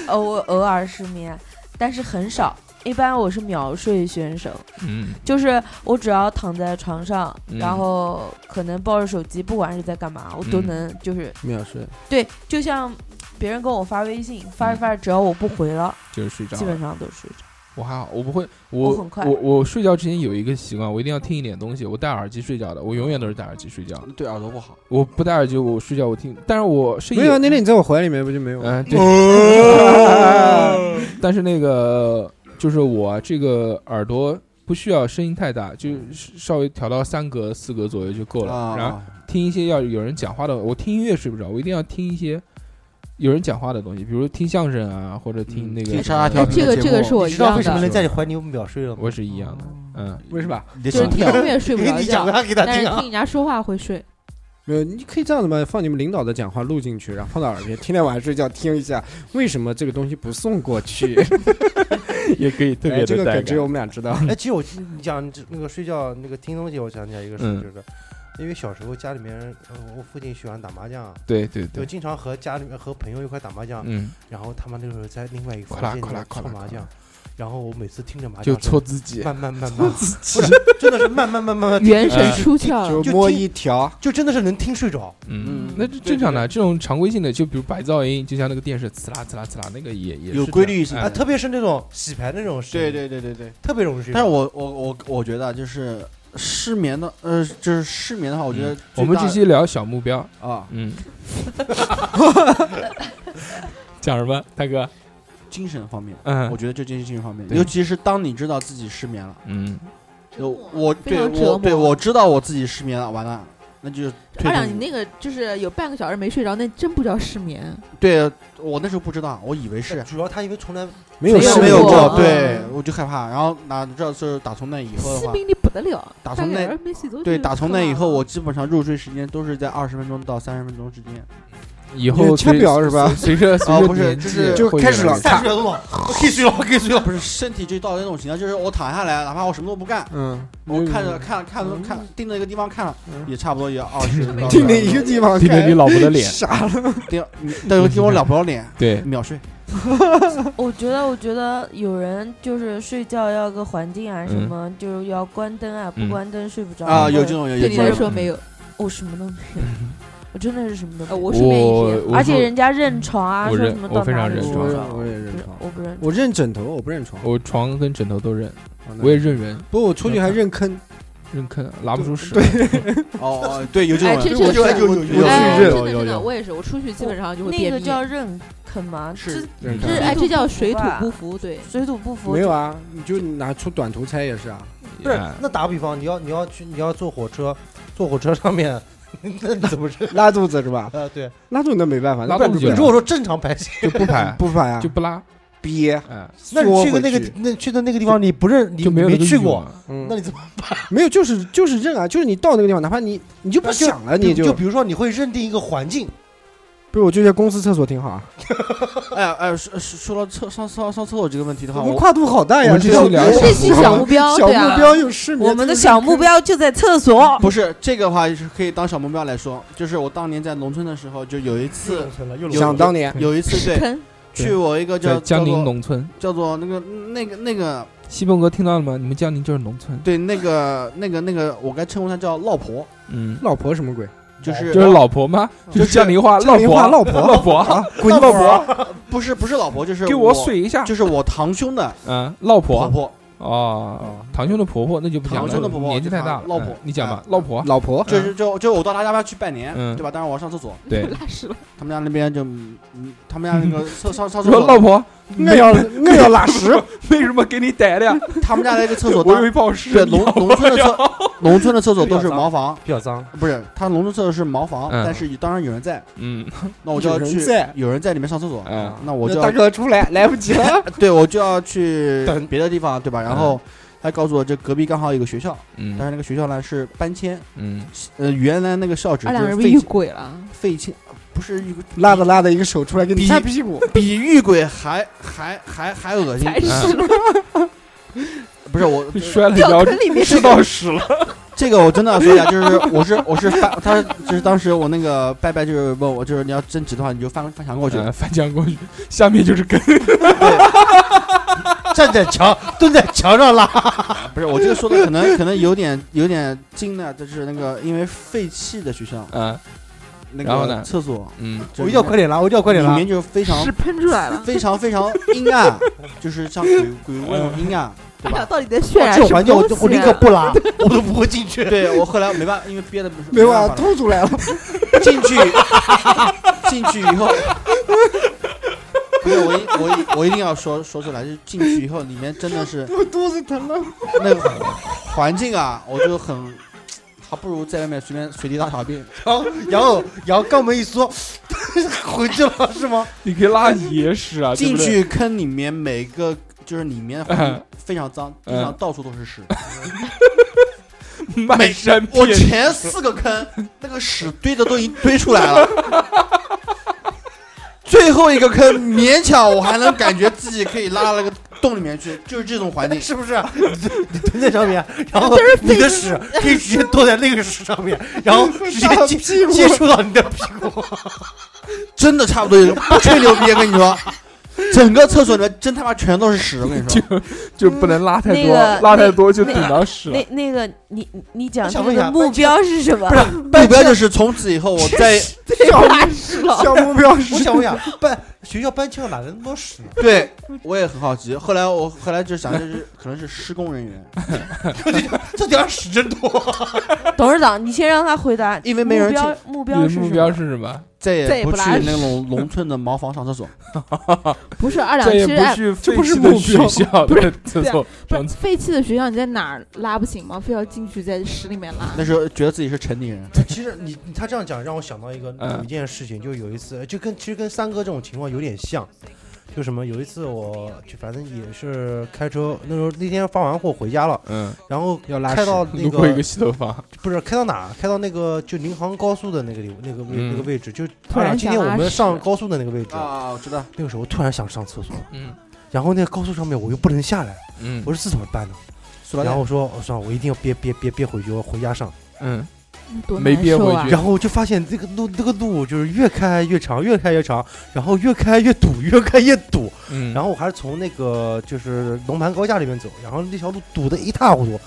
[SPEAKER 7] 偶我偶尔失眠，但是很少。一般我是秒睡选手，
[SPEAKER 1] 嗯
[SPEAKER 7] 就是我只要躺在床上，
[SPEAKER 1] 嗯
[SPEAKER 7] 然后可能抱着手机，不管是在干嘛，我都
[SPEAKER 1] 嗯
[SPEAKER 7] 能就是
[SPEAKER 5] 秒睡，
[SPEAKER 7] 对，就像别人跟我发微信，发着发着，只要我不回了，
[SPEAKER 1] 就是睡着
[SPEAKER 7] 基
[SPEAKER 1] 了
[SPEAKER 7] 本。上都睡着。
[SPEAKER 1] 我还好，我不会，
[SPEAKER 7] 我
[SPEAKER 1] 我
[SPEAKER 7] 很快
[SPEAKER 1] 我我睡觉之前有一个习惯，我一定要听一点东西。我戴耳机睡觉的，我永远都是戴耳机睡觉。
[SPEAKER 4] 对耳朵不好，
[SPEAKER 1] 我不戴耳机，我睡觉我听，但是我是
[SPEAKER 5] 没有啊那天你在我怀里面不就没有吗？
[SPEAKER 1] 嗯、对，
[SPEAKER 4] 哦
[SPEAKER 1] 但是那个就是我这个耳朵不需要声音太大，就是稍微调到三格四格左右就够了。然后
[SPEAKER 4] 啊，
[SPEAKER 1] 听一些要有人讲话的，我听音乐睡不着，我一定要听一些有人讲话的东西，比如听相声啊，或者听
[SPEAKER 5] 嗯
[SPEAKER 1] 那个
[SPEAKER 4] 听
[SPEAKER 1] 什么
[SPEAKER 4] 叉叉调
[SPEAKER 1] 的
[SPEAKER 4] 频
[SPEAKER 2] 这个这个是我哦一
[SPEAKER 6] 你知道
[SPEAKER 2] 样
[SPEAKER 6] 为什么
[SPEAKER 2] 的，
[SPEAKER 6] 能在你怀里秒睡了吗？
[SPEAKER 1] 我是一样的，嗯，
[SPEAKER 5] 为什么？
[SPEAKER 6] 你的
[SPEAKER 2] 就是
[SPEAKER 6] 心
[SPEAKER 2] 听
[SPEAKER 6] 跳，
[SPEAKER 2] 音乐睡 不着
[SPEAKER 6] 你讲
[SPEAKER 2] 觉，
[SPEAKER 6] 他给他
[SPEAKER 2] 但
[SPEAKER 6] 听
[SPEAKER 2] 是听
[SPEAKER 6] 啊。
[SPEAKER 2] 人家说话会睡。
[SPEAKER 5] 没有，你可以这样子嘛，放你们领导的讲话录进去，然后放到耳边，天天晚上睡觉听一下，为什么这个东西不送过去？
[SPEAKER 1] 也可以特
[SPEAKER 5] 哎，
[SPEAKER 1] 地
[SPEAKER 5] 这个
[SPEAKER 1] 带
[SPEAKER 5] 梗只有
[SPEAKER 1] 感。
[SPEAKER 5] 我们俩知道。
[SPEAKER 6] 哎，其实我你讲这那个睡觉那个听东西，我想起来一个事，
[SPEAKER 1] 嗯
[SPEAKER 6] 就是因为小时候家里面，呃我父亲喜欢打麻将，
[SPEAKER 1] 对对
[SPEAKER 6] 就
[SPEAKER 1] 对，
[SPEAKER 6] 经常和家里面和朋友一块打麻将，
[SPEAKER 1] 嗯，
[SPEAKER 6] 然后他们那个时候在另外一个
[SPEAKER 1] 快
[SPEAKER 6] 房
[SPEAKER 1] 啦
[SPEAKER 6] 间
[SPEAKER 1] 快
[SPEAKER 6] 里
[SPEAKER 1] 啦
[SPEAKER 6] 面
[SPEAKER 1] 快
[SPEAKER 6] 搓
[SPEAKER 1] 啦
[SPEAKER 6] 麻
[SPEAKER 1] 快啦
[SPEAKER 6] 将，然后我每次听着麻
[SPEAKER 1] 就
[SPEAKER 6] 将
[SPEAKER 1] 搓
[SPEAKER 6] 声，
[SPEAKER 1] 自 己。
[SPEAKER 6] 慢慢慢慢， 不是真的是慢慢慢慢慢，
[SPEAKER 2] 元神出
[SPEAKER 1] 啊
[SPEAKER 2] 窍了，
[SPEAKER 5] 就摸一条，
[SPEAKER 6] 就真的是能听睡着。
[SPEAKER 1] 嗯
[SPEAKER 4] 嗯，
[SPEAKER 1] 那这正常的，这种常规性的，就比如白噪音，就像那个电视呲啦呲啦呲啦，那个也也是
[SPEAKER 4] 有
[SPEAKER 1] 这
[SPEAKER 4] 规
[SPEAKER 1] 样
[SPEAKER 4] 律性
[SPEAKER 1] 哎
[SPEAKER 6] 啊，特别是那种洗牌那种声音，
[SPEAKER 4] 对对对对对。
[SPEAKER 6] 特别容易睡着。
[SPEAKER 4] 但是我我我我觉得啊就是失眠的，呃，就是失眠的嗯话，我觉得
[SPEAKER 1] 嗯我们这
[SPEAKER 4] 这
[SPEAKER 1] 期聊小目标，
[SPEAKER 4] 啊，
[SPEAKER 1] 嗯， 讲什么，大哥？
[SPEAKER 4] 精神方面，我
[SPEAKER 1] 嗯
[SPEAKER 4] 觉得就精神方面，
[SPEAKER 1] 对
[SPEAKER 4] 尤其是当你知道自己失眠了，
[SPEAKER 1] 嗯，
[SPEAKER 4] 就呃我
[SPEAKER 2] 非
[SPEAKER 4] 对
[SPEAKER 2] 常折磨
[SPEAKER 4] 我对我知道我自己失眠了，完了，那就退
[SPEAKER 2] 二两，
[SPEAKER 4] 出
[SPEAKER 2] 啊你那个就是有半个小时没睡着，那真不叫失眠。
[SPEAKER 4] 对我那时候不知道，我以为是
[SPEAKER 6] 主要他因为从来
[SPEAKER 5] 没有
[SPEAKER 2] 没有
[SPEAKER 5] 试
[SPEAKER 4] 没有
[SPEAKER 2] 过
[SPEAKER 4] 过
[SPEAKER 2] 啊，
[SPEAKER 4] 对我就害怕，然后哪知道就是打从那以后的
[SPEAKER 2] 吸
[SPEAKER 4] 话，
[SPEAKER 2] 病的不得了，
[SPEAKER 4] 打从那
[SPEAKER 2] 半个小时没睡着
[SPEAKER 4] 对
[SPEAKER 2] 就
[SPEAKER 4] 打从那
[SPEAKER 2] 可怕
[SPEAKER 4] 以后，
[SPEAKER 2] 了
[SPEAKER 4] 我基本上入睡时间都是在二十分钟到三十分钟之间，
[SPEAKER 1] 以
[SPEAKER 5] 你
[SPEAKER 1] 后
[SPEAKER 5] 的切
[SPEAKER 1] 随
[SPEAKER 5] 表是吧
[SPEAKER 1] 随随着随着
[SPEAKER 4] 不是
[SPEAKER 1] 年
[SPEAKER 4] 就
[SPEAKER 1] 纪
[SPEAKER 4] 是
[SPEAKER 5] 就
[SPEAKER 1] 会
[SPEAKER 5] 开
[SPEAKER 1] 越
[SPEAKER 5] 始
[SPEAKER 1] 来
[SPEAKER 5] 了
[SPEAKER 1] 越
[SPEAKER 5] 看
[SPEAKER 6] 三十秒钟了，我可以睡了，我可以睡了。
[SPEAKER 4] 不是身体就到那种情况，就是我躺下来，哪怕我什么都不干，
[SPEAKER 5] 嗯，
[SPEAKER 4] 我看着看看
[SPEAKER 2] 嗯
[SPEAKER 4] 着看盯着一个地方看了，
[SPEAKER 5] 嗯
[SPEAKER 4] 也差不多也二 十到
[SPEAKER 5] 盯着一个地方看，
[SPEAKER 1] 盯着你老 婆的脸，
[SPEAKER 5] 傻了。
[SPEAKER 4] 盯嗯但有盯我老婆脸，
[SPEAKER 1] 对，
[SPEAKER 4] 秒睡。
[SPEAKER 7] 我觉得，我觉得有人就是睡觉要个环境啊，什么、就是要关灯啊，不
[SPEAKER 1] 嗯
[SPEAKER 7] 关灯睡不着
[SPEAKER 4] 啊，
[SPEAKER 7] 或者
[SPEAKER 4] 有这种有
[SPEAKER 2] 对
[SPEAKER 4] 有
[SPEAKER 2] 你
[SPEAKER 4] 这
[SPEAKER 2] 来
[SPEAKER 4] 种，
[SPEAKER 2] 说没有，
[SPEAKER 7] 我什么都没有，我真的是什么都没
[SPEAKER 2] 呃，
[SPEAKER 7] 有。
[SPEAKER 2] 我
[SPEAKER 1] 我
[SPEAKER 2] 失眠一天，
[SPEAKER 1] 我
[SPEAKER 7] 而且
[SPEAKER 1] 说
[SPEAKER 7] 人家认床啊，
[SPEAKER 1] 我
[SPEAKER 7] 说
[SPEAKER 1] 认
[SPEAKER 7] 什么
[SPEAKER 1] 我
[SPEAKER 7] 到
[SPEAKER 1] 非
[SPEAKER 7] 哪
[SPEAKER 1] 常
[SPEAKER 7] 里
[SPEAKER 1] 认
[SPEAKER 7] 睡
[SPEAKER 1] 床
[SPEAKER 7] 着
[SPEAKER 5] 我也认
[SPEAKER 7] 不是
[SPEAKER 5] 床
[SPEAKER 7] 我不认，
[SPEAKER 5] 我认枕头，我不认床。啊
[SPEAKER 1] 我床跟枕头都认，
[SPEAKER 5] 好的
[SPEAKER 1] 我也认人，
[SPEAKER 5] 不，我出去还认坑，
[SPEAKER 1] 认坑拉不出屎。
[SPEAKER 4] 哦哦，对，有这
[SPEAKER 2] 哎
[SPEAKER 4] 种
[SPEAKER 2] 这
[SPEAKER 4] 人，
[SPEAKER 2] 这
[SPEAKER 4] 我觉得
[SPEAKER 2] 这
[SPEAKER 4] 有有有
[SPEAKER 2] 哎
[SPEAKER 4] 有
[SPEAKER 2] 真
[SPEAKER 4] 有
[SPEAKER 2] 的
[SPEAKER 4] 有
[SPEAKER 2] 真
[SPEAKER 4] 有
[SPEAKER 2] 的，
[SPEAKER 4] 有，
[SPEAKER 2] 我也是，我出去基本上就会
[SPEAKER 7] 那
[SPEAKER 2] 便
[SPEAKER 7] 个
[SPEAKER 2] 秘。
[SPEAKER 7] 叫认坑吗？
[SPEAKER 4] 是
[SPEAKER 5] 认
[SPEAKER 7] 这
[SPEAKER 5] 可
[SPEAKER 2] 哎，这叫水
[SPEAKER 7] 水
[SPEAKER 2] 土
[SPEAKER 7] 土
[SPEAKER 2] 不
[SPEAKER 7] 不啊
[SPEAKER 2] 服，对，
[SPEAKER 7] 水土不服
[SPEAKER 5] 没有啊？你就拿出短途猜也是啊。
[SPEAKER 6] 不是
[SPEAKER 1] 哎，
[SPEAKER 6] 那打个比方，你要你要去你要坐火车，坐火车上面， 那你怎么是？
[SPEAKER 5] 拉肚子是吧？
[SPEAKER 6] 啊，对，
[SPEAKER 5] 拉肚子那没办法，
[SPEAKER 1] 拉
[SPEAKER 5] 那
[SPEAKER 1] 肚子
[SPEAKER 5] 不
[SPEAKER 6] 你
[SPEAKER 5] 然
[SPEAKER 1] 对
[SPEAKER 6] 如果说正常排泄，
[SPEAKER 1] 就不 排
[SPEAKER 5] 不排啊，
[SPEAKER 1] 就不拉，
[SPEAKER 5] 憋。
[SPEAKER 1] 哎，
[SPEAKER 6] 那你
[SPEAKER 5] 缩
[SPEAKER 6] 去
[SPEAKER 5] 回
[SPEAKER 6] 个那个
[SPEAKER 5] 去
[SPEAKER 6] 那去的那个地方，你不认你
[SPEAKER 1] 就没有
[SPEAKER 6] 没
[SPEAKER 1] 那个
[SPEAKER 6] 去
[SPEAKER 1] 欲
[SPEAKER 6] 过，
[SPEAKER 1] 望
[SPEAKER 5] 嗯
[SPEAKER 6] 那，你怎么
[SPEAKER 5] 没有，就是就是认啊，就是你到那个地方，哪怕你你就不想了，你
[SPEAKER 6] 就
[SPEAKER 5] 就
[SPEAKER 6] 比如说你会认定一个环境，
[SPEAKER 5] 比如我就觉得公司厕所挺好啊，
[SPEAKER 4] 哎哎，说说说到厕上上上厕所这个问题的话，
[SPEAKER 5] 我们
[SPEAKER 4] 我
[SPEAKER 5] 跨度好大呀
[SPEAKER 1] 我，们
[SPEAKER 5] 这
[SPEAKER 1] 这期
[SPEAKER 5] 个
[SPEAKER 1] 聊
[SPEAKER 2] 这是小目标，
[SPEAKER 5] 小
[SPEAKER 2] 对
[SPEAKER 5] 目
[SPEAKER 2] 啊，
[SPEAKER 5] 标有失眠，
[SPEAKER 7] 我们的小目标就在厕所。
[SPEAKER 4] 不是这个话是可以当小目标来说，就是我当年在农村的时候，就有一次
[SPEAKER 6] 有
[SPEAKER 4] 有
[SPEAKER 5] 想当年
[SPEAKER 4] 有一次对，
[SPEAKER 2] 坑
[SPEAKER 4] 去我一个
[SPEAKER 1] 在
[SPEAKER 4] 叫
[SPEAKER 1] 江宁
[SPEAKER 4] 叫做
[SPEAKER 1] 农村，
[SPEAKER 4] 叫做那个那个那个
[SPEAKER 1] 西蒙哥听到了吗？你们江宁就是农村，
[SPEAKER 4] 对那个那个那个，我该称呼她叫老婆，
[SPEAKER 1] 嗯，
[SPEAKER 5] 老婆什么鬼？
[SPEAKER 4] 就是
[SPEAKER 1] 哦就是老婆吗？就是江宁话，老
[SPEAKER 5] 江宁话
[SPEAKER 1] 婆，
[SPEAKER 5] 老婆
[SPEAKER 1] 老婆，
[SPEAKER 5] 滚老婆，
[SPEAKER 4] 不是不是老婆，就是
[SPEAKER 1] 给
[SPEAKER 4] 我
[SPEAKER 1] 我，水一下。
[SPEAKER 4] 就是我堂兄的
[SPEAKER 1] 嗯，老
[SPEAKER 4] 婆
[SPEAKER 1] 婆
[SPEAKER 4] 婆，
[SPEAKER 1] 哦，堂兄的婆婆那就不讲了，
[SPEAKER 4] 堂兄的婆婆
[SPEAKER 1] 年纪太大了。
[SPEAKER 4] 老婆
[SPEAKER 1] 嗯你讲吧
[SPEAKER 4] 啊，
[SPEAKER 1] 老婆，
[SPEAKER 5] 老婆
[SPEAKER 4] 就是就就我到她家拜去拜年，
[SPEAKER 1] 嗯
[SPEAKER 4] 对吧？当然我要上厕所，
[SPEAKER 1] 对，
[SPEAKER 2] 拉屎了，
[SPEAKER 4] 他们家那边就嗯，他们家那个厕上上厕
[SPEAKER 1] 说老
[SPEAKER 4] 所，
[SPEAKER 1] 婆，
[SPEAKER 5] 我要我要拉 屎，
[SPEAKER 1] 为什么给你逮的呀？
[SPEAKER 4] 他们家那个厕所
[SPEAKER 1] 我
[SPEAKER 4] 当
[SPEAKER 1] 有一泡屎，
[SPEAKER 4] 对
[SPEAKER 1] 你
[SPEAKER 4] 农
[SPEAKER 1] 要
[SPEAKER 4] 农
[SPEAKER 1] 不
[SPEAKER 4] 村的
[SPEAKER 1] 要
[SPEAKER 4] 厕农村的厕所都是
[SPEAKER 6] 不要
[SPEAKER 4] 茅房，
[SPEAKER 6] 比较脏，
[SPEAKER 4] 不是，他农村厕所是茅房，
[SPEAKER 1] 嗯
[SPEAKER 4] 但是当然有人在，
[SPEAKER 1] 嗯，
[SPEAKER 4] 那我就要
[SPEAKER 5] 有人
[SPEAKER 4] 去
[SPEAKER 5] 在，
[SPEAKER 4] 有人在里面上厕所，
[SPEAKER 1] 嗯
[SPEAKER 4] 那我就
[SPEAKER 5] 大
[SPEAKER 4] 要
[SPEAKER 5] 哥出来来不及 了，
[SPEAKER 4] 对我就要去
[SPEAKER 5] 等
[SPEAKER 4] 别的地方，对吧？然后他告诉我，这隔壁刚好有个学校，但
[SPEAKER 1] 嗯
[SPEAKER 4] 是那个学校呢是搬迁，
[SPEAKER 1] 嗯，
[SPEAKER 4] 呃，原来那个校址
[SPEAKER 7] 啊
[SPEAKER 2] 二
[SPEAKER 4] 啊
[SPEAKER 2] 两
[SPEAKER 4] 是
[SPEAKER 2] 人
[SPEAKER 4] 废
[SPEAKER 2] 遇
[SPEAKER 4] 弃
[SPEAKER 2] 鬼了，
[SPEAKER 4] 废弃，不是一个
[SPEAKER 5] 拉着拉着一个手出来给你
[SPEAKER 4] 比
[SPEAKER 5] 擦屁股，
[SPEAKER 4] 比遇鬼还还还还恶心
[SPEAKER 2] 才，
[SPEAKER 1] 是
[SPEAKER 2] 是
[SPEAKER 4] 不是我
[SPEAKER 1] 摔了一
[SPEAKER 2] 掉
[SPEAKER 1] 跤，
[SPEAKER 2] 坑里面
[SPEAKER 1] 吃到屎了，
[SPEAKER 4] 这个我真的要说一下，就是我是我是翻，他就是当时我那个拜拜就是问我，就是你要争执的话，你就翻翻墙过去，
[SPEAKER 1] 嗯翻墙过去，下面就是根，
[SPEAKER 6] 站在墙 蹲在墙上拉，
[SPEAKER 4] 不是，我这个说的可 能可能有点有点近呢，就是那个因为废弃的学校，
[SPEAKER 1] 嗯
[SPEAKER 4] 那
[SPEAKER 1] 然后呢
[SPEAKER 4] 个厕所，
[SPEAKER 1] 嗯，
[SPEAKER 6] 我一定要快点拉，我一定要快点
[SPEAKER 4] 里
[SPEAKER 6] 拉。
[SPEAKER 4] 面就是非常
[SPEAKER 2] 屎喷出来了。
[SPEAKER 4] 非常非常阴暗， 就是像鬼鬼屋那种阴暗，对
[SPEAKER 2] 二两
[SPEAKER 4] 吧？
[SPEAKER 2] 到底在渲染
[SPEAKER 6] 这种
[SPEAKER 2] 什么
[SPEAKER 6] 环境我
[SPEAKER 2] 东
[SPEAKER 6] 就
[SPEAKER 2] 西？
[SPEAKER 6] 我宁可不 拉，我都不会进去。
[SPEAKER 4] 对我后来没办法，因为憋的不是
[SPEAKER 5] 没办法
[SPEAKER 4] 办法
[SPEAKER 5] 吐出来了，
[SPEAKER 4] 了，进去 进去以后，不是我一我一我一定要说说出来，就是进去以后里面真的是
[SPEAKER 5] 我肚子疼 了，
[SPEAKER 4] 那个环境啊，我就很，还不如在外面随便随地大小便。
[SPEAKER 6] 然后然后然后肛门一缩， 回去了是吗？
[SPEAKER 1] 你可以拉野屎啊，对
[SPEAKER 4] 进
[SPEAKER 1] 不对，
[SPEAKER 4] 去坑里面每个就是里面环境非常脏，
[SPEAKER 1] 嗯
[SPEAKER 4] 地上到处都是屎。
[SPEAKER 1] 满山
[SPEAKER 4] 我
[SPEAKER 1] 遍野，
[SPEAKER 4] 前四个坑那个屎堆的都已经堆出来了， 最后一个坑勉强我还能感觉自己可以拉到那个洞里面去，就是这种环境。
[SPEAKER 6] 是不是？啊你你蹲在上 面，然后你的屎可以直接坐在那个屎上面，然 后直接接
[SPEAKER 5] 屁股
[SPEAKER 6] 接触到你的屁股。
[SPEAKER 4] 真的差不多，不吹牛逼，跟你说，整个厕所里面真他妈全都是屎，我跟你说，
[SPEAKER 1] 就不能拉太
[SPEAKER 7] 那
[SPEAKER 1] 多，
[SPEAKER 7] 个
[SPEAKER 1] 拉太多就
[SPEAKER 7] 那
[SPEAKER 1] 顶到屎了
[SPEAKER 7] 那。那个你你你讲
[SPEAKER 6] 想
[SPEAKER 7] 这
[SPEAKER 6] 问一下
[SPEAKER 7] 个目标是什么？
[SPEAKER 4] 目标就是从此以后我再
[SPEAKER 2] 拉屎了，
[SPEAKER 5] 小目标
[SPEAKER 6] 我
[SPEAKER 5] 是
[SPEAKER 6] 想问一下，搬学校搬迁哪能那么多屎呢？
[SPEAKER 4] 对，我也很好奇。后来我后来就想，就是可能是施工人员，
[SPEAKER 6] 这点屎真 多。
[SPEAKER 7] 董事长，你先让他回答，
[SPEAKER 4] 因为没人
[SPEAKER 7] 目
[SPEAKER 4] 进
[SPEAKER 1] 你
[SPEAKER 7] 标目标
[SPEAKER 1] 的
[SPEAKER 7] 是
[SPEAKER 1] 目
[SPEAKER 7] 什
[SPEAKER 1] 标
[SPEAKER 7] 么
[SPEAKER 1] 是什么？
[SPEAKER 4] 再
[SPEAKER 2] 再
[SPEAKER 4] 也
[SPEAKER 2] 也不
[SPEAKER 4] 不去
[SPEAKER 2] 拉屎
[SPEAKER 4] 那种农村的茅房上厕所。
[SPEAKER 2] 不是二两
[SPEAKER 1] 再
[SPEAKER 2] 其
[SPEAKER 1] 也
[SPEAKER 2] 实
[SPEAKER 1] 不
[SPEAKER 2] 哎
[SPEAKER 1] 去
[SPEAKER 5] 这
[SPEAKER 1] 废
[SPEAKER 5] 不是
[SPEAKER 1] 弃的
[SPEAKER 5] 目
[SPEAKER 1] 学
[SPEAKER 5] 标
[SPEAKER 1] 校
[SPEAKER 2] 不是
[SPEAKER 1] 的厕所
[SPEAKER 2] 不
[SPEAKER 1] 上
[SPEAKER 2] 是
[SPEAKER 1] 厕
[SPEAKER 2] 废弃的学校，你在哪儿拉不行吗？非要进去在屎里面拉？
[SPEAKER 4] 那时候觉得自己是城里人，
[SPEAKER 6] 其实你你他这样讲，让我想到一个
[SPEAKER 1] 嗯
[SPEAKER 6] 有一件事情，就有一次，就跟其实跟三哥这种情况有点像。就什么？有一次我就反正也是开车，那时候那天发完货回家了，
[SPEAKER 1] 嗯，
[SPEAKER 6] 然后
[SPEAKER 5] 要拉
[SPEAKER 6] 开
[SPEAKER 5] 屎，
[SPEAKER 6] 到
[SPEAKER 1] 路
[SPEAKER 6] 那
[SPEAKER 1] 过一
[SPEAKER 6] 个
[SPEAKER 1] 个洗头房，
[SPEAKER 6] 不是开到哪儿？开到那个就宁杭高速的那个地那个位、
[SPEAKER 1] 嗯
[SPEAKER 6] 那个位置，就
[SPEAKER 2] 突然
[SPEAKER 6] 啊今天我
[SPEAKER 2] 想拉
[SPEAKER 6] 们
[SPEAKER 2] 屎
[SPEAKER 6] 上高速的那个位置，
[SPEAKER 4] 啊，我知道，
[SPEAKER 6] 那个时候突然想上厕所，
[SPEAKER 1] 嗯
[SPEAKER 6] 然后那个高速上面我又不能下来，
[SPEAKER 1] 嗯
[SPEAKER 6] 我说这怎么办呢？
[SPEAKER 4] 塑料
[SPEAKER 6] 然
[SPEAKER 4] 袋
[SPEAKER 6] 后我说哦算了，我一定要憋憋憋憋回去，我回家上。
[SPEAKER 1] 嗯，
[SPEAKER 2] 多
[SPEAKER 1] 没
[SPEAKER 2] 难
[SPEAKER 1] 憋
[SPEAKER 2] 受
[SPEAKER 1] 回
[SPEAKER 2] 啊
[SPEAKER 1] 去！
[SPEAKER 6] 然后我就发现这个路这个路就是越开越长，越开越长，然后越开越堵，越开越堵。
[SPEAKER 1] 嗯
[SPEAKER 6] 然后我还是从那个就是龙盘高架那边走，然后那条路堵得一塌糊涂，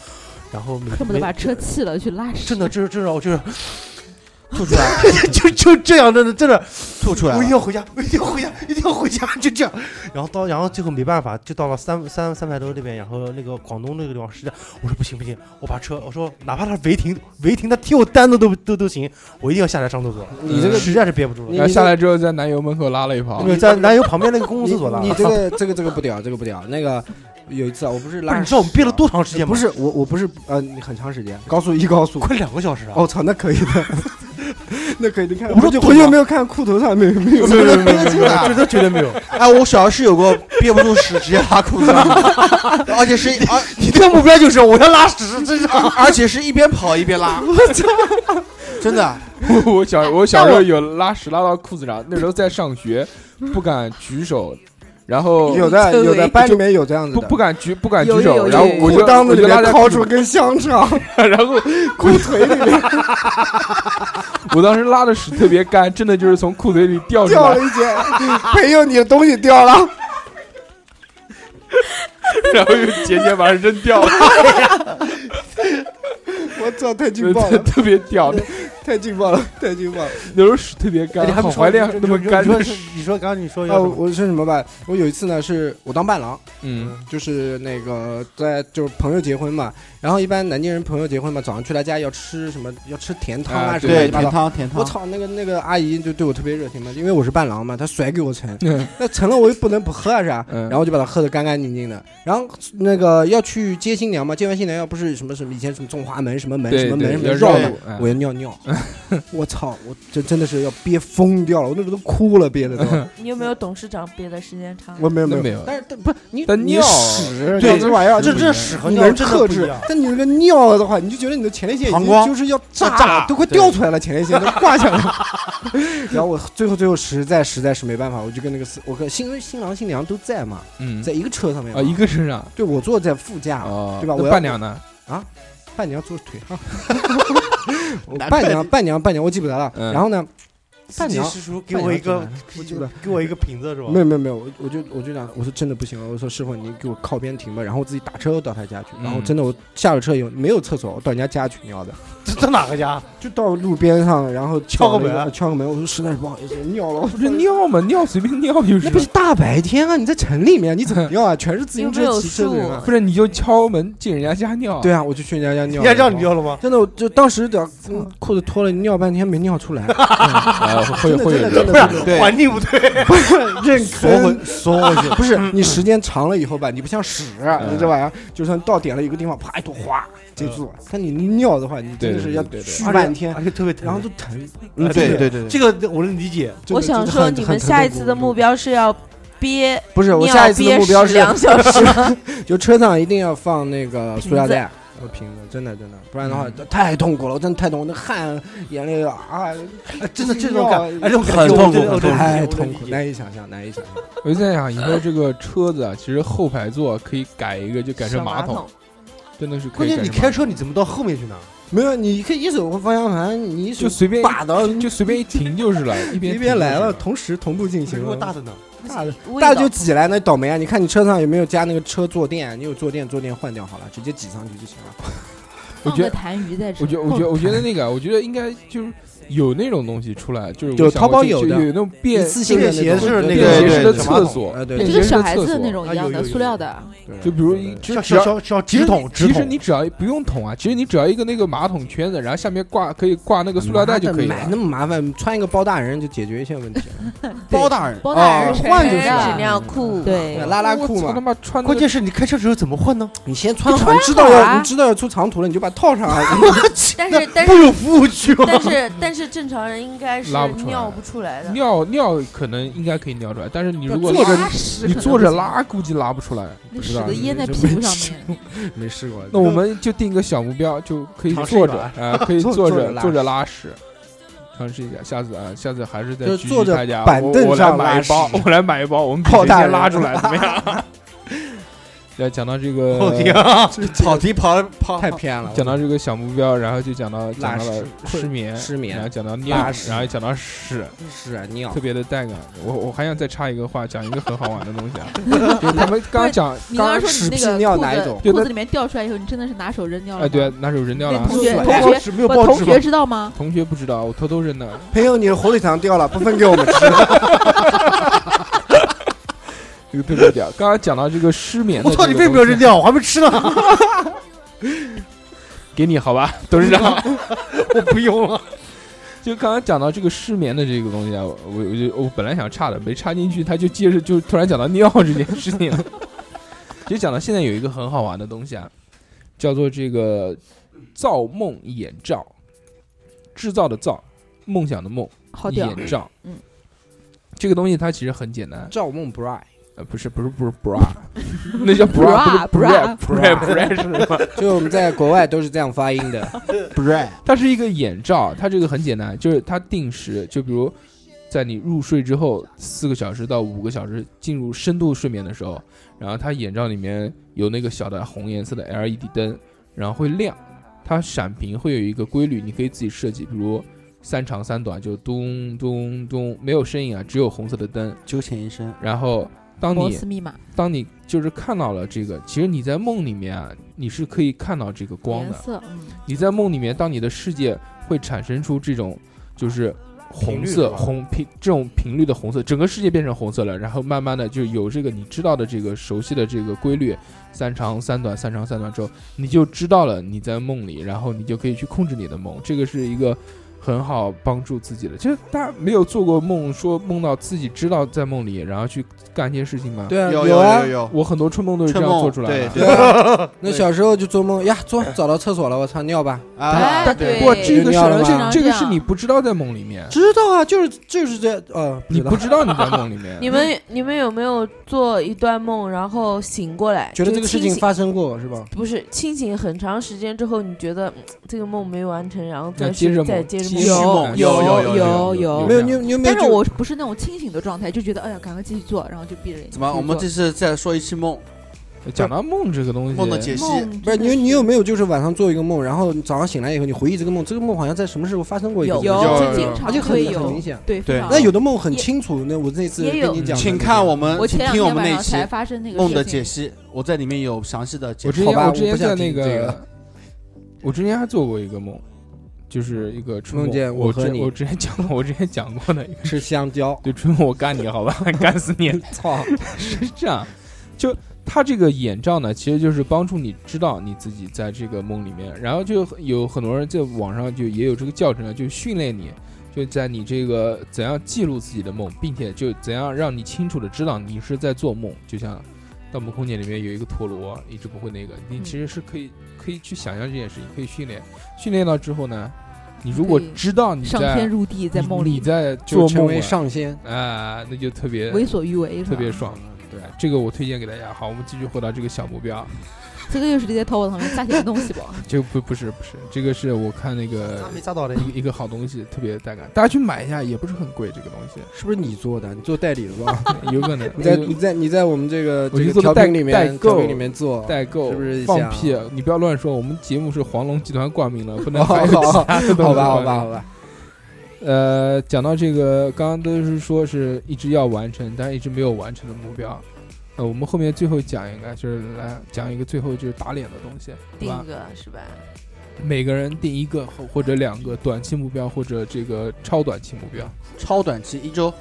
[SPEAKER 6] 然后没
[SPEAKER 2] 恨不得把车弃了去拉屎。
[SPEAKER 6] 真的，这是这是让我就是
[SPEAKER 4] 吐出来，
[SPEAKER 6] 就就这样，真的真的，
[SPEAKER 4] 吐出来
[SPEAKER 6] 我一定
[SPEAKER 4] 了。
[SPEAKER 6] 要回家，我 一定要回家，一定要回家， 就这样。啊然后到，然后最后没办法，就到了三三三牌楼这边，然后那个广东那个地方是这样，我说不行不行，我把车，我说哪怕他违停违停，他踢我单子都都都行，我一定要下来上厕所。
[SPEAKER 5] 你这个
[SPEAKER 6] 实在是憋不住
[SPEAKER 5] 你
[SPEAKER 6] 了，
[SPEAKER 1] 然后下来之后，在男友门口拉了一泡
[SPEAKER 6] 没，有在男友旁边那个公共厕所了。
[SPEAKER 5] 你你这 个这个这个不屌，这个不屌。那个有一次啊，我不是
[SPEAKER 6] 不是
[SPEAKER 5] 拉，
[SPEAKER 6] 你知道我们憋了多长时间吗？
[SPEAKER 5] 不是我我不是呃很长时间，高速一 高速，哦
[SPEAKER 6] 快两个小时啊！
[SPEAKER 5] 我操，那可以的， 那可以。你看，
[SPEAKER 6] 我不是
[SPEAKER 5] 我
[SPEAKER 6] 懂吗
[SPEAKER 5] 有没有看裤头上没有没有
[SPEAKER 4] 怎么能憋住
[SPEAKER 6] 这
[SPEAKER 4] 的？
[SPEAKER 6] 都绝对没有，
[SPEAKER 4] 哎，我小时候是有过憋不住屎直接拉裤子上的，而且是而
[SPEAKER 6] 你这个目标就是我要拉屎，这是
[SPEAKER 4] 而且是一边跑一边拉，真的。
[SPEAKER 1] 我小我小时候有拉屎拉到裤子上，那时候在上学，不敢举手，然后
[SPEAKER 5] 有的有的班里面有这样子
[SPEAKER 1] 不
[SPEAKER 5] 的
[SPEAKER 1] 不，敢举不敢
[SPEAKER 2] 有
[SPEAKER 1] 举
[SPEAKER 2] 有
[SPEAKER 1] 手，
[SPEAKER 2] 有
[SPEAKER 1] 然后
[SPEAKER 2] 有
[SPEAKER 1] 我
[SPEAKER 5] 裤
[SPEAKER 1] 就
[SPEAKER 5] 裆子
[SPEAKER 1] 我
[SPEAKER 5] 里
[SPEAKER 1] 就拉
[SPEAKER 5] 面
[SPEAKER 1] 在
[SPEAKER 5] 掏出根香肠，
[SPEAKER 1] 然后
[SPEAKER 5] 裤腿里面
[SPEAKER 1] 我当时拉的屎特别干，真的就是从裤腿里掉出
[SPEAKER 5] 掉
[SPEAKER 1] 来
[SPEAKER 5] 了，一截。 朋友，你的东西掉了。
[SPEAKER 1] 然后又节节把它扔掉了，
[SPEAKER 5] 我操，太劲爆
[SPEAKER 1] 特
[SPEAKER 5] 了，
[SPEAKER 1] 特别屌。
[SPEAKER 5] 太劲爆了，太劲爆了！
[SPEAKER 1] 那时候屎特别
[SPEAKER 6] 哦
[SPEAKER 1] 干，好怀念那么干的
[SPEAKER 6] 你
[SPEAKER 1] 屎。
[SPEAKER 6] 说你说刚刚你说
[SPEAKER 5] 啊，
[SPEAKER 6] 要什么
[SPEAKER 5] 我说什么吧？我有一次呢，是我当伴郎，
[SPEAKER 1] 嗯
[SPEAKER 5] 就是那个在就是朋友结婚嘛，然后一般南京人朋友结婚嘛，早上去他家要吃什么，要吃甜汤
[SPEAKER 1] 啊
[SPEAKER 5] 啊什么乱
[SPEAKER 4] 对，
[SPEAKER 5] 七八
[SPEAKER 4] 甜
[SPEAKER 5] 糟。
[SPEAKER 4] 汤甜汤，
[SPEAKER 5] 我操，那个那个阿姨就对我特别热情嘛，因为我是伴郎嘛，她甩给我 盛，
[SPEAKER 1] 嗯
[SPEAKER 5] 那盛了我又不能不喝啊，是吧？
[SPEAKER 1] 嗯
[SPEAKER 5] 然后我就把它喝得干干净净的。然后那个要去接新娘嘛，接完新娘要不是什么什么以前什么中华门什么门什
[SPEAKER 1] 对
[SPEAKER 5] 么门
[SPEAKER 1] 对
[SPEAKER 5] 什，么
[SPEAKER 1] 要
[SPEAKER 5] 绕
[SPEAKER 1] 绕
[SPEAKER 5] 路
[SPEAKER 1] 路，嗯
[SPEAKER 5] 我要尿尿， 我操，我这真的是要憋疯掉了，我那时候都哭了，憋的都。
[SPEAKER 7] 你有没有董事长憋的时间长？
[SPEAKER 5] 我没有
[SPEAKER 1] 嗯那
[SPEAKER 5] 没
[SPEAKER 1] 没
[SPEAKER 5] 有
[SPEAKER 1] 有，
[SPEAKER 5] 但是但不是你
[SPEAKER 1] 但
[SPEAKER 5] 你
[SPEAKER 1] 尿
[SPEAKER 5] 屎
[SPEAKER 1] 对
[SPEAKER 5] 尿这玩意儿，
[SPEAKER 6] 这
[SPEAKER 5] 就
[SPEAKER 6] 这屎和
[SPEAKER 5] 你
[SPEAKER 6] 尿
[SPEAKER 5] 能
[SPEAKER 6] 真的
[SPEAKER 5] 克
[SPEAKER 6] 不一
[SPEAKER 5] 制
[SPEAKER 6] 样，。
[SPEAKER 5] 但你那个尿的话，你就觉得你的前列腺已
[SPEAKER 4] 膀
[SPEAKER 5] 经
[SPEAKER 4] 胱
[SPEAKER 5] 就是要炸了，
[SPEAKER 6] 炸
[SPEAKER 5] 都快掉出来了，前列 腺都挂下来了。然后我最后最后实在实在是没办法，我就跟那个司我跟新因为新郎新娘都在嘛，
[SPEAKER 1] 嗯
[SPEAKER 5] 在一个车上面嘛
[SPEAKER 1] 啊一个身上
[SPEAKER 5] 对我坐在副驾，
[SPEAKER 1] 哦，
[SPEAKER 5] 啊对吧
[SPEAKER 1] 那
[SPEAKER 5] 我要
[SPEAKER 1] 伴娘呢？
[SPEAKER 5] 伴娘坐腿 上，我伴娘伴娘伴娘我记不得了。
[SPEAKER 1] 嗯
[SPEAKER 5] 然后呢，伴娘
[SPEAKER 6] 师叔给我一个
[SPEAKER 5] 伴娘我记不得。
[SPEAKER 6] 给我一个瓶子是吧？
[SPEAKER 5] 没有没有没有，我我就我就讲，我说真的不行了，我说师傅你给我靠边停吧，然后我自己打车到他家去，然后
[SPEAKER 1] 嗯
[SPEAKER 5] 真的我下了车以后没有厕所，我到人家家去尿的，
[SPEAKER 6] 这这哪个家？
[SPEAKER 5] 就到路边上，然后
[SPEAKER 6] 敲个
[SPEAKER 5] 找了一
[SPEAKER 6] 门
[SPEAKER 5] 敲个门，我说实在是不好意思，我尿了，我
[SPEAKER 1] 不
[SPEAKER 5] 说
[SPEAKER 1] 是，尿嘛，尿随便尿有
[SPEAKER 5] 那
[SPEAKER 1] 什
[SPEAKER 5] 不
[SPEAKER 1] 么
[SPEAKER 5] 是？大白天 啊，你在城里面你怎么尿啊？全是自行
[SPEAKER 7] 又没
[SPEAKER 5] 车
[SPEAKER 7] 有
[SPEAKER 5] 骑车的人啊
[SPEAKER 1] 不，是，你就敲门进人家家尿。
[SPEAKER 5] 对啊，我就去人家家尿，
[SPEAKER 6] 人家让你。尿了吗？
[SPEAKER 5] 真的，我就当时的嗯裤子脱了，尿半天没尿出 来，
[SPEAKER 1] 啊，会会
[SPEAKER 5] 真的
[SPEAKER 1] 有
[SPEAKER 5] 真
[SPEAKER 1] 的。
[SPEAKER 5] 的真的
[SPEAKER 4] 对，
[SPEAKER 6] 环境不对，
[SPEAKER 5] 认
[SPEAKER 4] 缩
[SPEAKER 5] 坑
[SPEAKER 4] 回缩回去，
[SPEAKER 5] 不是你时间长了以后吧，你不像屎，你这玩意儿就算到点了一个地方，啪一坨哗接住了。但你尿的话，你真的是要
[SPEAKER 1] 对对对对
[SPEAKER 5] 续半天，
[SPEAKER 6] 而且特别疼。
[SPEAKER 5] 然后就疼。
[SPEAKER 6] 嗯
[SPEAKER 4] 对
[SPEAKER 6] 对
[SPEAKER 4] 对对
[SPEAKER 6] 这个我能理解，
[SPEAKER 5] 真的
[SPEAKER 7] 我想
[SPEAKER 5] 真的
[SPEAKER 7] 说，
[SPEAKER 5] 很
[SPEAKER 7] 你
[SPEAKER 5] 很
[SPEAKER 7] 们
[SPEAKER 5] 疼
[SPEAKER 7] 下
[SPEAKER 5] 痛
[SPEAKER 7] 一次的
[SPEAKER 5] 苦
[SPEAKER 7] 目标是要憋
[SPEAKER 5] 不是我
[SPEAKER 7] 尿
[SPEAKER 5] 下一次的
[SPEAKER 7] 憋
[SPEAKER 5] 目标
[SPEAKER 7] 屎啊
[SPEAKER 5] 是
[SPEAKER 7] 两小时。
[SPEAKER 5] 就车上一定要放那个塑料
[SPEAKER 7] 瓶子
[SPEAKER 5] 袋和瓶子，真的真的，不然的话太痛苦了，我真的太痛苦，那汗眼泪啊，
[SPEAKER 6] 哎真的这种感，哎，这种感
[SPEAKER 4] 很
[SPEAKER 6] 觉
[SPEAKER 4] 痛
[SPEAKER 6] 我真的
[SPEAKER 4] 苦
[SPEAKER 6] 我真的
[SPEAKER 5] 太
[SPEAKER 6] 我真的
[SPEAKER 5] 痛苦，
[SPEAKER 6] 理解
[SPEAKER 5] 难以想象，难以想象。
[SPEAKER 1] 我就在想，以后这个车子啊，其实后排座可以改一个，就改成
[SPEAKER 7] 小
[SPEAKER 1] 马
[SPEAKER 7] 马
[SPEAKER 1] 桶，，真的是可
[SPEAKER 6] 关
[SPEAKER 1] 以改成
[SPEAKER 6] 键你
[SPEAKER 1] 马桶。
[SPEAKER 6] 开车你怎么到后面去呢？
[SPEAKER 5] 没有，你可以一手握方向盘，你一手
[SPEAKER 1] 就随便
[SPEAKER 5] 把到
[SPEAKER 1] 就随便一停就是了，一边
[SPEAKER 5] 一
[SPEAKER 1] 一
[SPEAKER 5] 边来了，同时同步进行
[SPEAKER 6] 如
[SPEAKER 5] 了
[SPEAKER 6] 果。大的呢？
[SPEAKER 5] 大的
[SPEAKER 7] 味
[SPEAKER 5] 大
[SPEAKER 7] 道
[SPEAKER 5] 的就挤来，那倒霉啊！你看你车上有没有加那个车坐垫？你有坐垫，坐垫换掉好了，直接挤上去就行了。
[SPEAKER 1] 我
[SPEAKER 2] 放
[SPEAKER 1] 觉
[SPEAKER 2] 个
[SPEAKER 1] 得
[SPEAKER 2] 痰盂在这
[SPEAKER 1] 我觉得，我觉得，我觉得那个，我觉得应该就是有那种东西出来，就是我
[SPEAKER 5] 有
[SPEAKER 1] 想
[SPEAKER 5] 淘宝
[SPEAKER 1] 过就
[SPEAKER 5] 有的
[SPEAKER 1] 就有那种
[SPEAKER 5] 一
[SPEAKER 1] 便
[SPEAKER 5] 次性的那种
[SPEAKER 6] 便携式那
[SPEAKER 1] 便
[SPEAKER 6] 个
[SPEAKER 1] 携
[SPEAKER 4] 对
[SPEAKER 1] 式
[SPEAKER 4] 对
[SPEAKER 1] 的
[SPEAKER 4] 对
[SPEAKER 1] 厕所，
[SPEAKER 5] 啊对
[SPEAKER 2] 就
[SPEAKER 1] 便携
[SPEAKER 2] 跟
[SPEAKER 1] 式
[SPEAKER 2] 小
[SPEAKER 1] 的
[SPEAKER 2] 孩
[SPEAKER 1] 厕
[SPEAKER 2] 子那
[SPEAKER 1] 所，哦
[SPEAKER 2] 种
[SPEAKER 6] 啊
[SPEAKER 2] 一样
[SPEAKER 6] 有
[SPEAKER 2] 的
[SPEAKER 6] 有有
[SPEAKER 2] 塑料的，
[SPEAKER 5] 对
[SPEAKER 1] 就比如
[SPEAKER 5] 对
[SPEAKER 1] 只
[SPEAKER 6] 小
[SPEAKER 1] 只要
[SPEAKER 6] 小小
[SPEAKER 1] 其实
[SPEAKER 6] 纸筒，纸
[SPEAKER 1] 其实
[SPEAKER 6] 筒
[SPEAKER 1] 你。只要不用桶啊，其实你只要一个那个马桶圈子，然后下面挂可以挂那个塑料袋就可以
[SPEAKER 5] 买
[SPEAKER 1] 了
[SPEAKER 5] 那。么麻烦，穿一个包大人就解决一切问题 了。
[SPEAKER 4] 包大人，
[SPEAKER 2] 包大人
[SPEAKER 5] 哦
[SPEAKER 2] 是
[SPEAKER 5] 换就是
[SPEAKER 2] 全
[SPEAKER 5] 了
[SPEAKER 2] 的
[SPEAKER 7] 质量裤，
[SPEAKER 2] 对
[SPEAKER 5] 拉拉裤
[SPEAKER 1] 我操他
[SPEAKER 5] 嘛，
[SPEAKER 1] 妈穿那个
[SPEAKER 6] 关键是你开车时候怎么换呢？
[SPEAKER 5] 你先穿好，
[SPEAKER 2] 穿
[SPEAKER 5] 你知道
[SPEAKER 2] 好啊
[SPEAKER 5] 要你知道要出长途了，你就把它套 上啊。
[SPEAKER 7] 但是但
[SPEAKER 6] 不
[SPEAKER 7] 是
[SPEAKER 6] 有服务区吗？
[SPEAKER 7] 但是但是正常人应该是
[SPEAKER 1] 拉不出来
[SPEAKER 7] 尿不出来的。
[SPEAKER 1] 尿尿可能应该可以尿出来，但是你如果
[SPEAKER 5] 坐着
[SPEAKER 1] 拉
[SPEAKER 2] 拉屎
[SPEAKER 1] 你
[SPEAKER 2] 可能
[SPEAKER 1] 坐着
[SPEAKER 2] 不行，
[SPEAKER 1] 拉估计拉不出来，不
[SPEAKER 2] 那
[SPEAKER 1] 知
[SPEAKER 2] 屎
[SPEAKER 1] 道
[SPEAKER 2] 都。
[SPEAKER 5] 你
[SPEAKER 2] 淹在
[SPEAKER 5] 这
[SPEAKER 2] 屁
[SPEAKER 5] 没
[SPEAKER 2] 股上
[SPEAKER 5] 吃
[SPEAKER 2] 面，
[SPEAKER 5] 没试过，
[SPEAKER 1] 那我们就定个小目标，就可以
[SPEAKER 6] 尝试一
[SPEAKER 1] 坐
[SPEAKER 6] 把
[SPEAKER 1] 着啊， 可以
[SPEAKER 5] 坐
[SPEAKER 1] 坐
[SPEAKER 5] 坐
[SPEAKER 1] 着
[SPEAKER 5] 着拉
[SPEAKER 1] 坐着拉屎，尝试一下。下次啊，下次还是在
[SPEAKER 5] 就
[SPEAKER 1] 局
[SPEAKER 5] 坐
[SPEAKER 1] 局
[SPEAKER 5] 着
[SPEAKER 1] 大家
[SPEAKER 5] 板
[SPEAKER 1] 我
[SPEAKER 5] 凳
[SPEAKER 1] 我来
[SPEAKER 5] 上
[SPEAKER 1] 买
[SPEAKER 5] 拉
[SPEAKER 1] 一包，
[SPEAKER 5] 屎
[SPEAKER 1] 我来买一包，我们比
[SPEAKER 5] 靠
[SPEAKER 1] 谁
[SPEAKER 5] 大
[SPEAKER 1] 先
[SPEAKER 5] 人
[SPEAKER 1] 拉出来怎么样？来讲到这 个，
[SPEAKER 9] 跑题啊，
[SPEAKER 4] 跑题跑跑
[SPEAKER 5] 太偏了。
[SPEAKER 1] 讲到这个小目标，然后就讲到
[SPEAKER 5] 拉
[SPEAKER 1] 讲到了
[SPEAKER 5] 屎
[SPEAKER 1] 失眠，
[SPEAKER 5] 失眠
[SPEAKER 1] 然后讲到尿
[SPEAKER 5] 拉，屎
[SPEAKER 1] 然后讲到屎，
[SPEAKER 5] 是啊，尿
[SPEAKER 1] 特别的带感。我我还想再插一个话，讲一个很好玩的东 西啊，就他们刚刚 讲
[SPEAKER 2] 你
[SPEAKER 1] 刚
[SPEAKER 2] 刚刚
[SPEAKER 1] 刚
[SPEAKER 2] 说
[SPEAKER 5] 屎
[SPEAKER 2] 你那
[SPEAKER 5] 屁
[SPEAKER 2] 个
[SPEAKER 5] 尿
[SPEAKER 2] 裤
[SPEAKER 5] 哪一
[SPEAKER 2] 子
[SPEAKER 5] 种
[SPEAKER 1] 对
[SPEAKER 2] 裤
[SPEAKER 1] 那
[SPEAKER 2] 子里面掉出来以后，你真的是拿手扔掉了
[SPEAKER 1] 哎
[SPEAKER 2] 吗？
[SPEAKER 1] 对啊，拿手扔掉了啊
[SPEAKER 2] 同。
[SPEAKER 6] 哎
[SPEAKER 2] 学
[SPEAKER 5] 不
[SPEAKER 2] 同
[SPEAKER 5] 是
[SPEAKER 2] 学
[SPEAKER 9] 没有
[SPEAKER 2] 不
[SPEAKER 9] 报
[SPEAKER 2] 同
[SPEAKER 9] 纸吗
[SPEAKER 2] 学？知道吗？
[SPEAKER 1] 同学不知道，我偷偷扔的。
[SPEAKER 5] 朋友，你的火腿肠掉了，不分给我们吃。
[SPEAKER 1] 这个特别屌。刚刚讲到这个失眠的
[SPEAKER 9] 我
[SPEAKER 1] 这个
[SPEAKER 9] 操，
[SPEAKER 1] 东西，
[SPEAKER 9] 你为什么要扔掉？我还没吃呢，
[SPEAKER 1] 给你好吧，董事长。
[SPEAKER 9] 我不用了。
[SPEAKER 1] 就刚刚讲到这个失眠的这个东西啊，我我我就我本来想插的，没插进去，他就接着就突然讲到尿这件事情了。 其实讲到现在有一个很好玩的东西啊，叫做这个造梦眼罩，制造的造，梦想的梦，
[SPEAKER 2] 好屌！
[SPEAKER 1] 眼罩。
[SPEAKER 2] 嗯，
[SPEAKER 1] 这个东西它其实很简单，
[SPEAKER 5] 赵梦 bra，
[SPEAKER 1] 呃，不是不是不是 bra，那 叫 bra，不是
[SPEAKER 2] bra，
[SPEAKER 1] 啊 bra bra bra 是吗？
[SPEAKER 5] 就我们在国外都是这样发音 的。
[SPEAKER 4] 不是
[SPEAKER 1] 它是一个眼罩，它这个很简单，就是它定时，就比如在你入睡之后四个小时到五个小时进入深度睡眠的时候，然后它眼罩里面有那个小的红颜色的 LED 灯，然后会亮，它闪屏会有一个规律，你可以自己设计，比如三长三短，就咚咚咚，没有声音啊，只有红色的灯，
[SPEAKER 4] 九浅一深，
[SPEAKER 1] 然后当
[SPEAKER 2] 摩
[SPEAKER 1] 你
[SPEAKER 2] 斯密码
[SPEAKER 1] 当你就是看到了这个，其实你在梦里面啊，你是可以看到这个光
[SPEAKER 2] 颜
[SPEAKER 1] 的。
[SPEAKER 2] 色，嗯，
[SPEAKER 1] 你在梦里面，当你的世界会产生出这种就是红
[SPEAKER 6] 频率
[SPEAKER 1] 色
[SPEAKER 6] 是吧
[SPEAKER 1] 红频这种频率的红色，整个世界变成红色了，然后慢慢的就有这个你知道的这个熟悉的这个规律，三长三短，三长三短之后，你就知道了你在梦里，然后你就可以去控制你的梦，这个是一个。很好，帮助自己的。其实大家没有做过梦，说梦到自己知道在梦里，然后去干一些事情吗？
[SPEAKER 5] 对啊，
[SPEAKER 4] 有
[SPEAKER 5] 啊
[SPEAKER 4] 有。有，
[SPEAKER 1] 我很多春梦都是这样
[SPEAKER 4] 春梦
[SPEAKER 1] 做出来的。
[SPEAKER 4] 对
[SPEAKER 5] 对啊，那小时候就做梦呀，
[SPEAKER 1] 哎
[SPEAKER 5] 坐找到厕所了，我操，尿吧。
[SPEAKER 4] 啊，
[SPEAKER 2] 哎
[SPEAKER 1] 不
[SPEAKER 2] 对
[SPEAKER 1] 过这个是
[SPEAKER 5] 尿了吗
[SPEAKER 1] 这这个是
[SPEAKER 2] 这样
[SPEAKER 1] 你不知道在梦里面，
[SPEAKER 5] 知道啊，就是就是这呃，
[SPEAKER 1] 哎你
[SPEAKER 5] 不
[SPEAKER 1] 不知道你在梦里面。
[SPEAKER 7] 你们你们有没有做一段梦，然后醒过来，
[SPEAKER 5] 觉得
[SPEAKER 7] 就
[SPEAKER 5] 这个事
[SPEAKER 7] 清
[SPEAKER 5] 情
[SPEAKER 7] 醒
[SPEAKER 5] 发生过是吧？
[SPEAKER 7] 不是清醒很长时间之后，你觉得嗯这个梦没完成，然后
[SPEAKER 1] 那
[SPEAKER 7] 再
[SPEAKER 1] 接
[SPEAKER 7] 睡
[SPEAKER 1] 着
[SPEAKER 7] 再
[SPEAKER 1] 梦
[SPEAKER 7] 接着
[SPEAKER 1] 继续
[SPEAKER 7] 梦醒。
[SPEAKER 1] 梦
[SPEAKER 2] 有
[SPEAKER 1] 有
[SPEAKER 2] 有有
[SPEAKER 1] 有
[SPEAKER 2] 有
[SPEAKER 5] 没有，你有你有没有
[SPEAKER 2] 但是
[SPEAKER 5] 就？
[SPEAKER 2] 我不是那种清醒的状态，就觉得哎呀，赶快继续做，然后就闭着眼睛继续做。
[SPEAKER 4] 怎么？我们这次再说一期梦
[SPEAKER 1] 讲到梦这个东西，
[SPEAKER 4] 梦的解析，
[SPEAKER 2] 梦
[SPEAKER 5] 不是你有你有没有就是晚上做一个梦，然后你早上醒来以后，你回忆这个梦，这个梦好像在什么时候发生过一个
[SPEAKER 2] 有
[SPEAKER 5] 梦
[SPEAKER 4] 有
[SPEAKER 2] 经
[SPEAKER 4] 有
[SPEAKER 2] 经常
[SPEAKER 5] 而且很
[SPEAKER 2] 会
[SPEAKER 5] 很
[SPEAKER 2] 有
[SPEAKER 5] 明，显。
[SPEAKER 1] 啊
[SPEAKER 2] 对
[SPEAKER 4] 对
[SPEAKER 2] 非常
[SPEAKER 5] 那有的梦很清楚，那我那次
[SPEAKER 7] 也
[SPEAKER 5] 跟
[SPEAKER 7] 有
[SPEAKER 5] 你讲的那个，
[SPEAKER 4] 请看我们，
[SPEAKER 2] 我
[SPEAKER 4] 请
[SPEAKER 2] 前两
[SPEAKER 4] 听我
[SPEAKER 2] 天
[SPEAKER 4] 们那
[SPEAKER 2] 晚
[SPEAKER 4] 一
[SPEAKER 2] 上
[SPEAKER 4] 期
[SPEAKER 2] 才发生那个
[SPEAKER 4] 梦的
[SPEAKER 2] 事情
[SPEAKER 4] 解析，我在里面有详细的解
[SPEAKER 1] 我之
[SPEAKER 4] 析。
[SPEAKER 5] 好
[SPEAKER 1] 前
[SPEAKER 5] 吧
[SPEAKER 1] 我之
[SPEAKER 5] 我不
[SPEAKER 1] 前在
[SPEAKER 5] 想听
[SPEAKER 1] 那
[SPEAKER 5] 这
[SPEAKER 1] 个
[SPEAKER 5] 个，
[SPEAKER 1] 我之前还做过一个梦，就是一个春
[SPEAKER 5] 梦见
[SPEAKER 1] 我
[SPEAKER 5] 我和
[SPEAKER 1] 之
[SPEAKER 5] 你
[SPEAKER 1] 我之前讲过，我之前讲过的一个，
[SPEAKER 5] 吃香蕉，
[SPEAKER 1] 对春梦我干你好吧， 干死你！
[SPEAKER 5] 操，
[SPEAKER 1] 是这样，就它这个眼罩呢，其实就是帮助你知道你自己在这个梦里面，然后就有很多人在网上就也有这个教程啊，就训练你。就在你这个怎样记录自己的梦，并且就怎样让你清楚的知道你是在做梦，就像《盗梦空间》里面有一个陀螺一直不会那个，你
[SPEAKER 2] 嗯
[SPEAKER 1] 其实是可以可以去想象这件事情，可以训练，训练到之后呢，你如果
[SPEAKER 2] 对
[SPEAKER 1] 知道你
[SPEAKER 2] 上
[SPEAKER 1] 在
[SPEAKER 2] 天入地，在
[SPEAKER 1] 你
[SPEAKER 2] 梦
[SPEAKER 1] 你
[SPEAKER 2] 里
[SPEAKER 1] 在
[SPEAKER 5] 就
[SPEAKER 1] 做
[SPEAKER 5] 成
[SPEAKER 1] 梦
[SPEAKER 5] 为
[SPEAKER 1] 了
[SPEAKER 5] 上仙。
[SPEAKER 1] 啊、那就特别
[SPEAKER 2] 为所欲为，是吧
[SPEAKER 1] 特别。
[SPEAKER 5] 嗯
[SPEAKER 1] 爽。对，这个我推荐给大家。好，我们继续回到这个小目标，
[SPEAKER 2] 这个就是你在淘宝上面下写的东西吧？
[SPEAKER 1] 这个不不是不是，这个是我看那个
[SPEAKER 6] 咋没咋到嘞？
[SPEAKER 1] 一个一个好东西，特别带感，大家去买一下，也不是很贵，这个东西
[SPEAKER 5] 是不是你做的？你做代理了吧？
[SPEAKER 1] 有可能
[SPEAKER 5] 你 在你在你在我们这个
[SPEAKER 1] 啊我
[SPEAKER 5] 这
[SPEAKER 1] 去
[SPEAKER 5] 个
[SPEAKER 1] 做
[SPEAKER 5] 调
[SPEAKER 1] 代
[SPEAKER 5] 频里
[SPEAKER 1] 代
[SPEAKER 5] 面
[SPEAKER 1] 购
[SPEAKER 5] 调频里面做，
[SPEAKER 1] 代购
[SPEAKER 5] 是不是
[SPEAKER 1] 放
[SPEAKER 5] 像
[SPEAKER 1] 屁？啊你不要乱说，我们节目是黄龙集团冠名了，不能
[SPEAKER 5] 好
[SPEAKER 1] 还有
[SPEAKER 5] 好
[SPEAKER 1] 其他的东西
[SPEAKER 5] 哦好吧好
[SPEAKER 1] 冠名
[SPEAKER 5] 吧好吧，
[SPEAKER 1] 呃，讲到这个，刚刚都是说是一直要完成，但是一直没有完成的目标。呃，我们后面最后讲一个，就是来讲一个最后就是打脸的东西，对
[SPEAKER 7] 定
[SPEAKER 1] 吧？
[SPEAKER 7] 个是吧？
[SPEAKER 1] 每个人定一个或或者两个短期目标，或者这个超短期目标，
[SPEAKER 4] 超短期一周，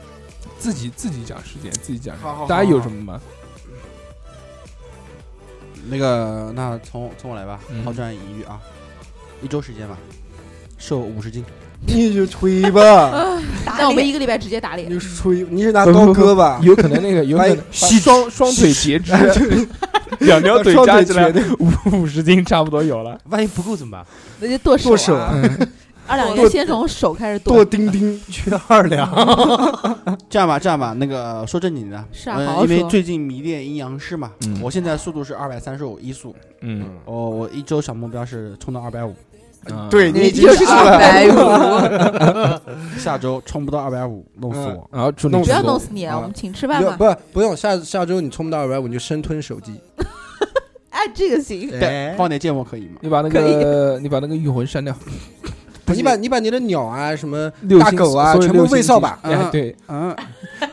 [SPEAKER 1] 自己自己讲时间，自己讲时间。
[SPEAKER 4] 好好好
[SPEAKER 1] 大家有什么吗？
[SPEAKER 4] 那个那从从我来吧
[SPEAKER 1] 嗯，
[SPEAKER 4] 抛砖引玉啊，一周时间吧，瘦五十斤，
[SPEAKER 5] 你就吹吧，
[SPEAKER 2] 那我们一个礼拜直接打
[SPEAKER 5] 你
[SPEAKER 2] 脸，
[SPEAKER 5] 就吹，你是拿刀割吧？
[SPEAKER 1] 有可能那个有可能
[SPEAKER 5] 把
[SPEAKER 1] 把双双腿截肢， 两条腿
[SPEAKER 5] 双
[SPEAKER 1] 加
[SPEAKER 5] 腿
[SPEAKER 1] 起来
[SPEAKER 5] 瘸的，
[SPEAKER 1] 五五十斤差不多有了。
[SPEAKER 6] 万一不够怎么办？
[SPEAKER 2] 那就剁
[SPEAKER 5] 剁手
[SPEAKER 2] 手啊！二两
[SPEAKER 5] 剁
[SPEAKER 2] 个先从手开始
[SPEAKER 5] 剁
[SPEAKER 2] 剁，
[SPEAKER 5] 钉钉，
[SPEAKER 6] 缺二两，
[SPEAKER 4] 这样吧，这样吧，那个说正经的，
[SPEAKER 2] 是啊
[SPEAKER 4] 嗯
[SPEAKER 2] 好好
[SPEAKER 4] 因为
[SPEAKER 2] 说
[SPEAKER 4] 最近迷恋阴阳师嘛，
[SPEAKER 1] 嗯
[SPEAKER 4] 我现在速度是二百三十五一速，
[SPEAKER 1] 嗯，
[SPEAKER 4] 哦，我一周小目标是冲到二百五，
[SPEAKER 5] 嗯
[SPEAKER 1] 啊
[SPEAKER 5] 对你已经
[SPEAKER 2] 就是
[SPEAKER 5] 是了，
[SPEAKER 2] 白五，
[SPEAKER 4] 啊 下周冲不到二百五，弄死
[SPEAKER 5] 嗯
[SPEAKER 4] 我。
[SPEAKER 1] 然后祝你
[SPEAKER 5] 弄
[SPEAKER 2] 不
[SPEAKER 5] 死
[SPEAKER 1] 成
[SPEAKER 2] 要
[SPEAKER 1] 功
[SPEAKER 2] 弄死你，
[SPEAKER 5] 啊
[SPEAKER 2] 我们请吃
[SPEAKER 5] 不
[SPEAKER 2] 饭
[SPEAKER 5] 要
[SPEAKER 2] 吧。
[SPEAKER 5] 不不用下下周你冲不到二百五，你就生吞手机，
[SPEAKER 2] 按哎这个行。
[SPEAKER 5] 哎
[SPEAKER 4] 对，放点芥末可以吗？
[SPEAKER 1] 你把那个你把那个御魂删掉，
[SPEAKER 5] 你把你把你的鸟啊、什么
[SPEAKER 1] 六
[SPEAKER 5] 大
[SPEAKER 1] 星
[SPEAKER 5] 狗啊，
[SPEAKER 1] 所有
[SPEAKER 5] 全部
[SPEAKER 1] 六星
[SPEAKER 5] 喂
[SPEAKER 1] 级
[SPEAKER 5] 扫把，
[SPEAKER 1] 哎，对，
[SPEAKER 4] 嗯，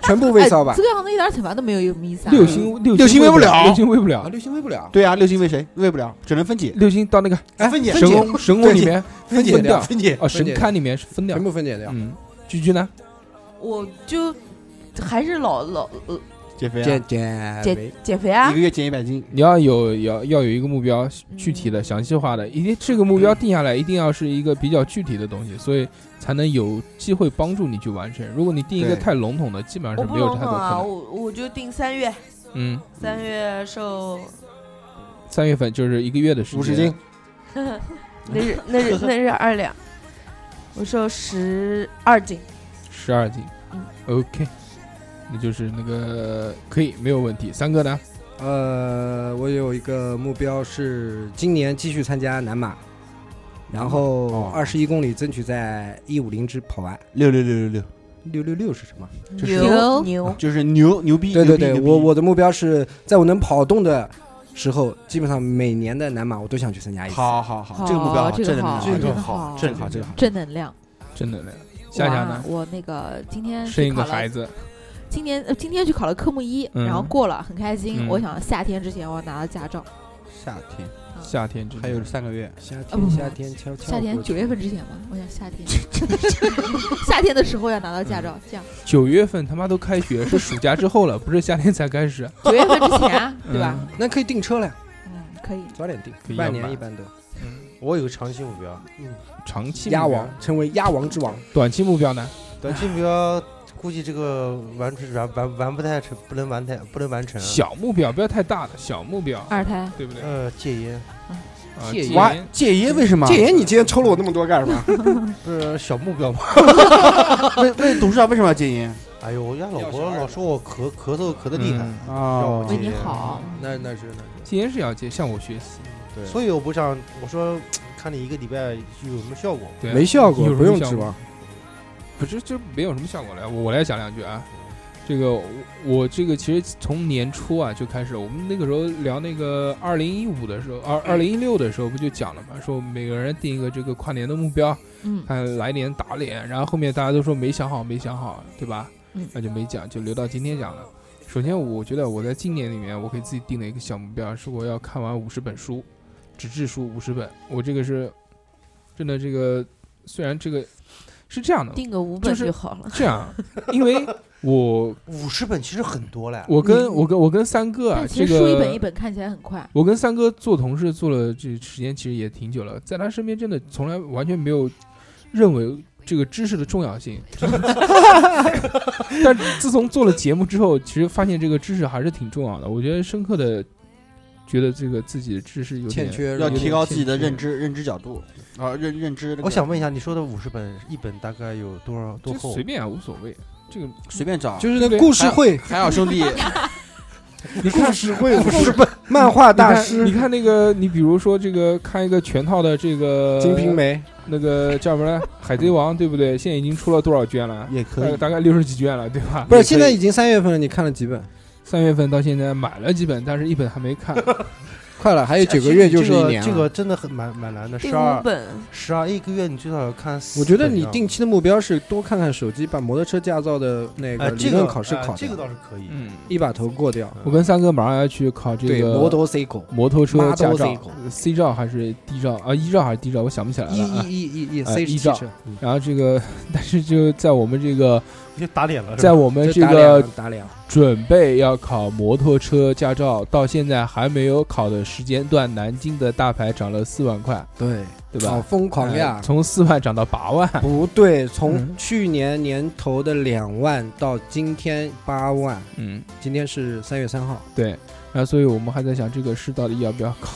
[SPEAKER 5] 全部 喂扫把
[SPEAKER 2] 哎资。料上的一点惩罚都没有，有迷思啊。
[SPEAKER 1] 六星六
[SPEAKER 4] 六星喂
[SPEAKER 1] 不
[SPEAKER 4] 不了
[SPEAKER 1] 六星喂不
[SPEAKER 5] 啊，
[SPEAKER 1] 了，
[SPEAKER 5] 六星喂不了，
[SPEAKER 4] 对啊，六星喂谁？喂不了，只能分解。
[SPEAKER 1] 六星到那个
[SPEAKER 5] 哎，分解
[SPEAKER 1] 神
[SPEAKER 5] 分解
[SPEAKER 1] 宫神宫里面
[SPEAKER 5] 分解
[SPEAKER 1] 分
[SPEAKER 5] 掉
[SPEAKER 1] 掉，
[SPEAKER 5] 分解
[SPEAKER 1] 哦，神
[SPEAKER 5] 分解
[SPEAKER 1] 龛里面是分掉
[SPEAKER 5] 全，部分解掉，
[SPEAKER 1] 嗯，居居呢？
[SPEAKER 7] 我就还是老老呃
[SPEAKER 4] 减肥啊，
[SPEAKER 5] 减减
[SPEAKER 7] 减
[SPEAKER 5] 肥
[SPEAKER 7] 减肥啊
[SPEAKER 4] 一个，月减一百斤。
[SPEAKER 1] 你要有要要有一个目标，具体
[SPEAKER 7] 嗯
[SPEAKER 1] 的、详细化的，一定这个目标定下来，一定要是一个比较具体的东西，所以才能有机会帮助你去完成。如果你定一个
[SPEAKER 5] 对
[SPEAKER 1] 太笼统的，基本
[SPEAKER 7] 我
[SPEAKER 1] 上是
[SPEAKER 7] 不
[SPEAKER 1] 没有
[SPEAKER 7] 笼
[SPEAKER 1] 太
[SPEAKER 7] 统
[SPEAKER 1] 多可
[SPEAKER 7] 啊，
[SPEAKER 1] 能。
[SPEAKER 7] 我我就定三月，
[SPEAKER 1] 嗯，
[SPEAKER 7] 三月瘦，
[SPEAKER 1] 三月份就是一个月的时间，
[SPEAKER 5] 五 十斤，
[SPEAKER 7] 那是那是那是二两，我瘦十二斤，
[SPEAKER 1] 十二斤。
[SPEAKER 7] 嗯
[SPEAKER 1] OK，那就是那个可以没有问题。三哥呢？
[SPEAKER 5] 呃，我有一个目标是今年继续参加南马，然后
[SPEAKER 4] 哦
[SPEAKER 5] 二十一公里争取在一五零之跑完。
[SPEAKER 4] 六六六六六，
[SPEAKER 5] 六六六是什么？
[SPEAKER 2] 嗯
[SPEAKER 4] 就是
[SPEAKER 7] 牛
[SPEAKER 2] 哦
[SPEAKER 7] 牛
[SPEAKER 4] 就是牛牛逼。
[SPEAKER 5] 对
[SPEAKER 4] 牛
[SPEAKER 5] 对
[SPEAKER 4] 逼
[SPEAKER 5] 对，
[SPEAKER 4] 牛逼
[SPEAKER 5] 我我的目标是在我能跑动的时候，基本上每年的南马我都想去参加一次。
[SPEAKER 4] 好好好，这个目标好，
[SPEAKER 2] 好这个
[SPEAKER 4] 正能
[SPEAKER 2] 好
[SPEAKER 4] 量
[SPEAKER 2] 这个好
[SPEAKER 4] 好，正好正好。
[SPEAKER 2] 正能量。
[SPEAKER 1] 真的呢？夏夏呢
[SPEAKER 2] 哇？我那个今天
[SPEAKER 1] 生
[SPEAKER 2] 去
[SPEAKER 1] 一
[SPEAKER 2] 考
[SPEAKER 1] 个
[SPEAKER 2] 了
[SPEAKER 1] 孩，子，
[SPEAKER 2] 今年呃今天去考了科目一，
[SPEAKER 1] 嗯
[SPEAKER 2] 然后过了，很开心。
[SPEAKER 1] 嗯
[SPEAKER 2] 我想夏天之前我要拿到驾照，
[SPEAKER 7] 嗯
[SPEAKER 4] 夏天
[SPEAKER 1] 夏天之内
[SPEAKER 4] 还有三个月，
[SPEAKER 5] 夏
[SPEAKER 2] 啊不
[SPEAKER 5] 天夏天悄悄
[SPEAKER 2] 夏天
[SPEAKER 5] 过去
[SPEAKER 2] 九月份之前吧，我想夏 天， 夏天的时候要拿到驾
[SPEAKER 1] 嗯
[SPEAKER 2] 照，这样
[SPEAKER 1] 九月份他妈都开学，是暑假之后了，不是夏天才开始。
[SPEAKER 2] 九月份之前啊，
[SPEAKER 1] 嗯
[SPEAKER 2] 对吧？
[SPEAKER 5] 那可以订车了，
[SPEAKER 2] 嗯，可以。
[SPEAKER 5] 早点订
[SPEAKER 1] 可以，
[SPEAKER 5] 半
[SPEAKER 1] 要
[SPEAKER 5] 年
[SPEAKER 1] 买
[SPEAKER 5] 一般都。
[SPEAKER 6] 我有个长期目标，
[SPEAKER 1] 长期目
[SPEAKER 5] 鸭
[SPEAKER 1] 标
[SPEAKER 5] 王，成为鸭王之王，
[SPEAKER 1] 短期目标呢？
[SPEAKER 6] 短期目标估计这个完成完完完不太成，不能完太不能完
[SPEAKER 5] 嗯
[SPEAKER 6] 成。，啊
[SPEAKER 1] 小目标，不要太大的小目标，
[SPEAKER 2] 二胎，
[SPEAKER 1] 对不对？
[SPEAKER 6] 呃，戒烟
[SPEAKER 1] 啊
[SPEAKER 5] 戒
[SPEAKER 1] 戒
[SPEAKER 4] 哇
[SPEAKER 1] 烟，
[SPEAKER 4] 戒烟为什么？
[SPEAKER 5] 戒爷，你今天抽了我那么多干什么？
[SPEAKER 6] 不是小目标吗？
[SPEAKER 4] 为为董事长为什么要戒烟
[SPEAKER 6] 哎呦，我家老婆老说我咳咳嗽咳的厉害，
[SPEAKER 1] 嗯
[SPEAKER 6] 让我
[SPEAKER 4] 啊
[SPEAKER 6] 戒
[SPEAKER 2] 为
[SPEAKER 6] 烟
[SPEAKER 2] 你好，
[SPEAKER 5] 那那是那
[SPEAKER 1] 戒烟是要戒，向我学习。
[SPEAKER 6] 对所以我不想我说看你一个礼拜有什么效果。
[SPEAKER 1] 对啊，
[SPEAKER 5] 没效
[SPEAKER 1] 有，
[SPEAKER 5] 果
[SPEAKER 1] 什么
[SPEAKER 5] 不用
[SPEAKER 1] 效
[SPEAKER 5] 指
[SPEAKER 1] 果
[SPEAKER 5] 望。
[SPEAKER 1] 不是，这没有什么效果了。我我来讲两句啊。这个我我这个其实从年初啊就开始，我们那个时候聊那个二零一五的时候，二二零一六的时候不就讲了嘛，说每个人定一个这个跨年的目标，
[SPEAKER 2] 嗯，
[SPEAKER 1] 看来年打脸，然后后面大家都说没想好，没想好，对吧？
[SPEAKER 2] 嗯
[SPEAKER 1] 那就没讲，就留到今天讲了。首先，我觉得我在今年里面，我给自己定了一个小目标，是我要看完五十本书，纸质书五十本。我这个是真的，这个虽然这个是这样的，
[SPEAKER 7] 定个五
[SPEAKER 1] 就
[SPEAKER 7] 本
[SPEAKER 1] 是
[SPEAKER 7] 就 好了。
[SPEAKER 1] 这样，因为我
[SPEAKER 6] 五十本其实很多嘞，
[SPEAKER 1] 我跟我跟我跟三哥啊
[SPEAKER 2] 但，
[SPEAKER 1] 这
[SPEAKER 2] 其实书一本一
[SPEAKER 1] 个
[SPEAKER 2] 本看起来很快，
[SPEAKER 1] 我跟三哥做同事做了这时间其实也挺久了，在他身边真的从来完全没有认为这个知识的重要性。但自从做了节目之后，其实发现这个知识还是挺重要的。我觉得深刻的觉得这个自己的知识有点
[SPEAKER 5] 欠缺
[SPEAKER 1] 有
[SPEAKER 4] 要
[SPEAKER 1] 点
[SPEAKER 4] 提高自己的
[SPEAKER 1] 欠缺
[SPEAKER 4] 认。知认知角度啊，认认知那个。
[SPEAKER 6] 我想问一下，你说的五十本一本大概有多少多
[SPEAKER 1] 就
[SPEAKER 6] 厚
[SPEAKER 1] 随？便啊，无所谓。这个
[SPEAKER 4] 随便找，
[SPEAKER 5] 就是那故事会，
[SPEAKER 4] 海尔兄 弟
[SPEAKER 1] 你看
[SPEAKER 5] 事 会五十本，漫画大师，
[SPEAKER 1] 你看，你看那个，你比如说这个，看一个全套的这个
[SPEAKER 5] 《金瓶梅》
[SPEAKER 1] 那个叫什么呢？海贼王对不对？现在已经出了多少卷了？
[SPEAKER 4] 也
[SPEAKER 1] 大
[SPEAKER 4] 可
[SPEAKER 1] 概
[SPEAKER 6] 哎
[SPEAKER 4] 以。
[SPEAKER 1] 大概六十几卷了，对吧？
[SPEAKER 5] 不
[SPEAKER 4] 也可以
[SPEAKER 5] 是，现在已经三月份了，你看了几本？
[SPEAKER 1] 三月份到现在买了几本，但是一本还没看。
[SPEAKER 5] 快了，还有九个月就是一年了。啊
[SPEAKER 6] 这个真的很蛮蛮难的，
[SPEAKER 7] 定
[SPEAKER 6] 十
[SPEAKER 7] 五
[SPEAKER 6] 二
[SPEAKER 7] 本，
[SPEAKER 6] 十二一个月你最少要看四
[SPEAKER 5] 我
[SPEAKER 6] 本
[SPEAKER 5] 觉
[SPEAKER 6] 以上。
[SPEAKER 5] 得你定期的目标是多看看手机，把摩托车驾照的那
[SPEAKER 6] 哎
[SPEAKER 5] 个理
[SPEAKER 6] 这
[SPEAKER 5] 论
[SPEAKER 6] 个
[SPEAKER 5] 考试
[SPEAKER 6] 哎
[SPEAKER 5] 考
[SPEAKER 6] 这
[SPEAKER 5] 掉
[SPEAKER 6] 个，倒是可以。
[SPEAKER 1] 嗯，
[SPEAKER 5] 一把头过掉。
[SPEAKER 1] 我跟三哥马上要去考这
[SPEAKER 5] 对，
[SPEAKER 1] 个
[SPEAKER 5] 摩托 C 狗，
[SPEAKER 1] 摩托车驾照
[SPEAKER 5] Motorcycle
[SPEAKER 1] ，C 照还是 D 照啊？E 照还是 D 照？我想不起来
[SPEAKER 5] 一
[SPEAKER 1] 了。啊。
[SPEAKER 5] 一一一一
[SPEAKER 1] 呃
[SPEAKER 5] C
[SPEAKER 1] 依
[SPEAKER 5] 是汽
[SPEAKER 1] 照
[SPEAKER 5] 车，嗯
[SPEAKER 1] 然后这个，但是就在我们这个，
[SPEAKER 6] 呃就打脸了，
[SPEAKER 1] 在我们这
[SPEAKER 5] 打
[SPEAKER 1] 个
[SPEAKER 5] 脸打脸。
[SPEAKER 1] 准备要考摩托车驾照，到现在还没有考的时间段，南京的大牌涨了四万块，
[SPEAKER 5] 对，哎
[SPEAKER 1] 对
[SPEAKER 5] 好
[SPEAKER 1] 吧？
[SPEAKER 5] 疯哦狂
[SPEAKER 1] 哎
[SPEAKER 5] 呀！
[SPEAKER 1] 从四万涨到八万，
[SPEAKER 5] 不对，
[SPEAKER 1] 嗯
[SPEAKER 5] 从去年年头的两万到今天八万，
[SPEAKER 1] 嗯，
[SPEAKER 5] 今天是三月三号，
[SPEAKER 1] 对。然后，所以我们还在想这个试到底要不要考，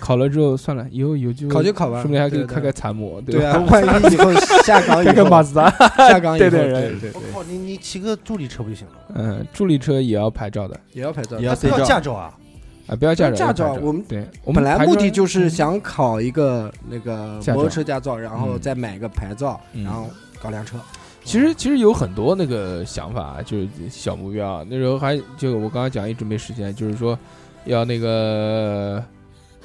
[SPEAKER 1] 考了之后算了，以后有机会
[SPEAKER 5] 考就考吧，
[SPEAKER 1] 说不定还可以
[SPEAKER 5] 对
[SPEAKER 1] 开开残模，
[SPEAKER 5] 对
[SPEAKER 1] 吧？
[SPEAKER 5] 啊， 万一以后下岗以
[SPEAKER 1] 开开马
[SPEAKER 5] 后，
[SPEAKER 1] 自达，
[SPEAKER 5] 下岗以
[SPEAKER 1] 对
[SPEAKER 5] 后，
[SPEAKER 1] 对
[SPEAKER 5] 对对
[SPEAKER 6] 我
[SPEAKER 5] 对，
[SPEAKER 6] 靠，你你骑个助力车不就行了？
[SPEAKER 1] 嗯，助力车也要牌照的
[SPEAKER 5] 也要拍照
[SPEAKER 4] 也。要
[SPEAKER 6] 不
[SPEAKER 4] C
[SPEAKER 6] 要
[SPEAKER 4] 照
[SPEAKER 6] 驾，照啊？
[SPEAKER 1] 啊，不要驾照，
[SPEAKER 5] 驾照
[SPEAKER 1] 要牌
[SPEAKER 5] 我们
[SPEAKER 1] 对，我们
[SPEAKER 5] 本来
[SPEAKER 1] 牌照嗯
[SPEAKER 5] 目的就是想考一个那个
[SPEAKER 1] 驾照
[SPEAKER 5] 摩托车嗯驾照，然后
[SPEAKER 1] 嗯
[SPEAKER 5] 再买个牌照，
[SPEAKER 1] 嗯
[SPEAKER 5] 然后搞辆车。
[SPEAKER 1] 其 实其实有很多那啊个想法，就是小目标。那时候还就我刚刚讲一直没实现，就是说，要那个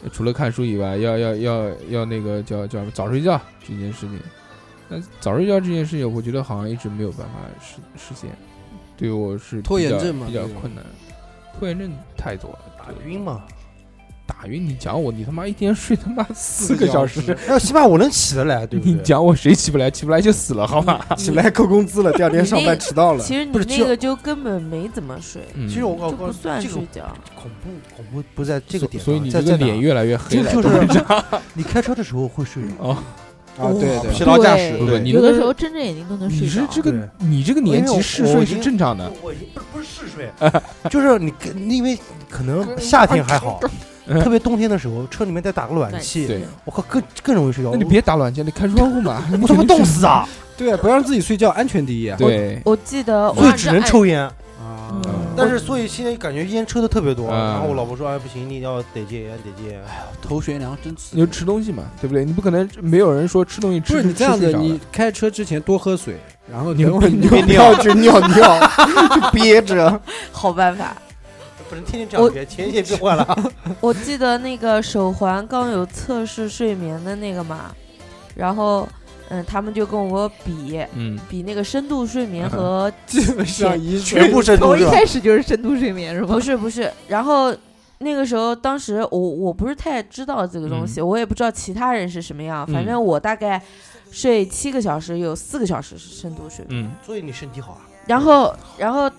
[SPEAKER 1] 呃除了看书以外，要要要要那个叫叫什么早睡觉这件事情。但早睡觉这件事情，我觉得好像一直没有办法实实现，对我是比
[SPEAKER 5] 拖延
[SPEAKER 1] 较
[SPEAKER 5] 症嘛
[SPEAKER 1] 比较
[SPEAKER 5] 这种
[SPEAKER 1] 困难。拖延症太多了，
[SPEAKER 6] 打
[SPEAKER 1] 对
[SPEAKER 6] 晕嘛。
[SPEAKER 1] 打晕你讲我，你他妈一天睡他妈四个小时，
[SPEAKER 6] 哎，起码我能起得来，对不
[SPEAKER 1] 你
[SPEAKER 6] 对？
[SPEAKER 1] 讲我谁起不来？起不来就死了，好吧？
[SPEAKER 5] 起来扣工资了，第二天上班迟到了。
[SPEAKER 7] 其实你
[SPEAKER 6] 不是
[SPEAKER 7] 那
[SPEAKER 6] 就
[SPEAKER 7] 个就根本没怎么睡，
[SPEAKER 1] 嗯
[SPEAKER 6] 其实我
[SPEAKER 7] 就
[SPEAKER 6] 我
[SPEAKER 7] 不
[SPEAKER 6] 告诉
[SPEAKER 7] 算
[SPEAKER 6] 这个
[SPEAKER 7] 睡觉。
[SPEAKER 6] 恐怖恐怖不在这个点上，啊
[SPEAKER 1] 所以你
[SPEAKER 6] 在
[SPEAKER 1] 这
[SPEAKER 6] 在
[SPEAKER 1] 个
[SPEAKER 6] 哪
[SPEAKER 1] 脸越来越黑
[SPEAKER 6] 这
[SPEAKER 1] 了，
[SPEAKER 6] 就是
[SPEAKER 1] 董事长
[SPEAKER 6] 你开车的时候会睡着。
[SPEAKER 1] 哦，
[SPEAKER 5] 啊，对对，
[SPEAKER 4] 疲劳驾驶，
[SPEAKER 1] 不
[SPEAKER 2] 对
[SPEAKER 1] 不，你
[SPEAKER 2] 有
[SPEAKER 1] 那
[SPEAKER 2] 的
[SPEAKER 1] 个
[SPEAKER 2] 时候睁着眼睛都能嗯睡
[SPEAKER 1] 你是
[SPEAKER 2] 着。
[SPEAKER 1] 这个你这个年纪嗜睡是正常的，
[SPEAKER 6] 我已经不不是嗜睡， 就是你跟因为可能夏天还 好，特别冬天的时候，车里面再打个暖气，
[SPEAKER 1] 对。
[SPEAKER 6] 我靠，更更容易睡着。
[SPEAKER 1] 那你别打软件，你开窗户嘛，
[SPEAKER 6] 我他妈冻死啊！
[SPEAKER 5] 对，不让自己睡觉，安全第一啊。
[SPEAKER 1] 对，
[SPEAKER 7] 我记
[SPEAKER 2] 呃
[SPEAKER 7] 得
[SPEAKER 6] 所
[SPEAKER 7] 我
[SPEAKER 6] 以只
[SPEAKER 2] 哎
[SPEAKER 6] 能抽烟，
[SPEAKER 5] 啊
[SPEAKER 7] 嗯，
[SPEAKER 6] 但是所以现在感觉烟抽的特别多。
[SPEAKER 1] 嗯
[SPEAKER 6] 然后我老婆说：“哎，不行，你一定要得戒烟，得戒烟。
[SPEAKER 4] 头悬梁针刺
[SPEAKER 1] 你就吃东西嘛，对不对？你不可能没有人说吃东西吃
[SPEAKER 5] 不是你这样
[SPEAKER 1] 吃睡
[SPEAKER 5] 子，
[SPEAKER 1] 着了
[SPEAKER 5] 你开车之前多喝水，然后
[SPEAKER 1] 你
[SPEAKER 5] 等会儿
[SPEAKER 1] 别
[SPEAKER 5] 你就尿就尿尿， 就憋着。
[SPEAKER 7] 好办法。”
[SPEAKER 6] 不能天天这样别，前夜别换了。
[SPEAKER 7] 我记得那个手环刚有测试睡眠的那个嘛，然后嗯，他们就跟我比
[SPEAKER 1] 嗯，
[SPEAKER 7] 比那个深度睡眠
[SPEAKER 6] 嗯
[SPEAKER 7] 和
[SPEAKER 5] 基本 上一
[SPEAKER 6] 全部深度
[SPEAKER 2] 从一
[SPEAKER 6] 热，
[SPEAKER 2] 开始就是深度睡眠是吗
[SPEAKER 7] 不？是不是，然后那个时候当时我我不是太知道这个东
[SPEAKER 6] 嗯
[SPEAKER 7] 西，我也不知道其他人是什么样，反
[SPEAKER 1] 嗯
[SPEAKER 7] 正我大概睡七个小时，有四个小时是深度睡眠，
[SPEAKER 1] 嗯，
[SPEAKER 6] 所以你身体好啊。
[SPEAKER 7] 然后然后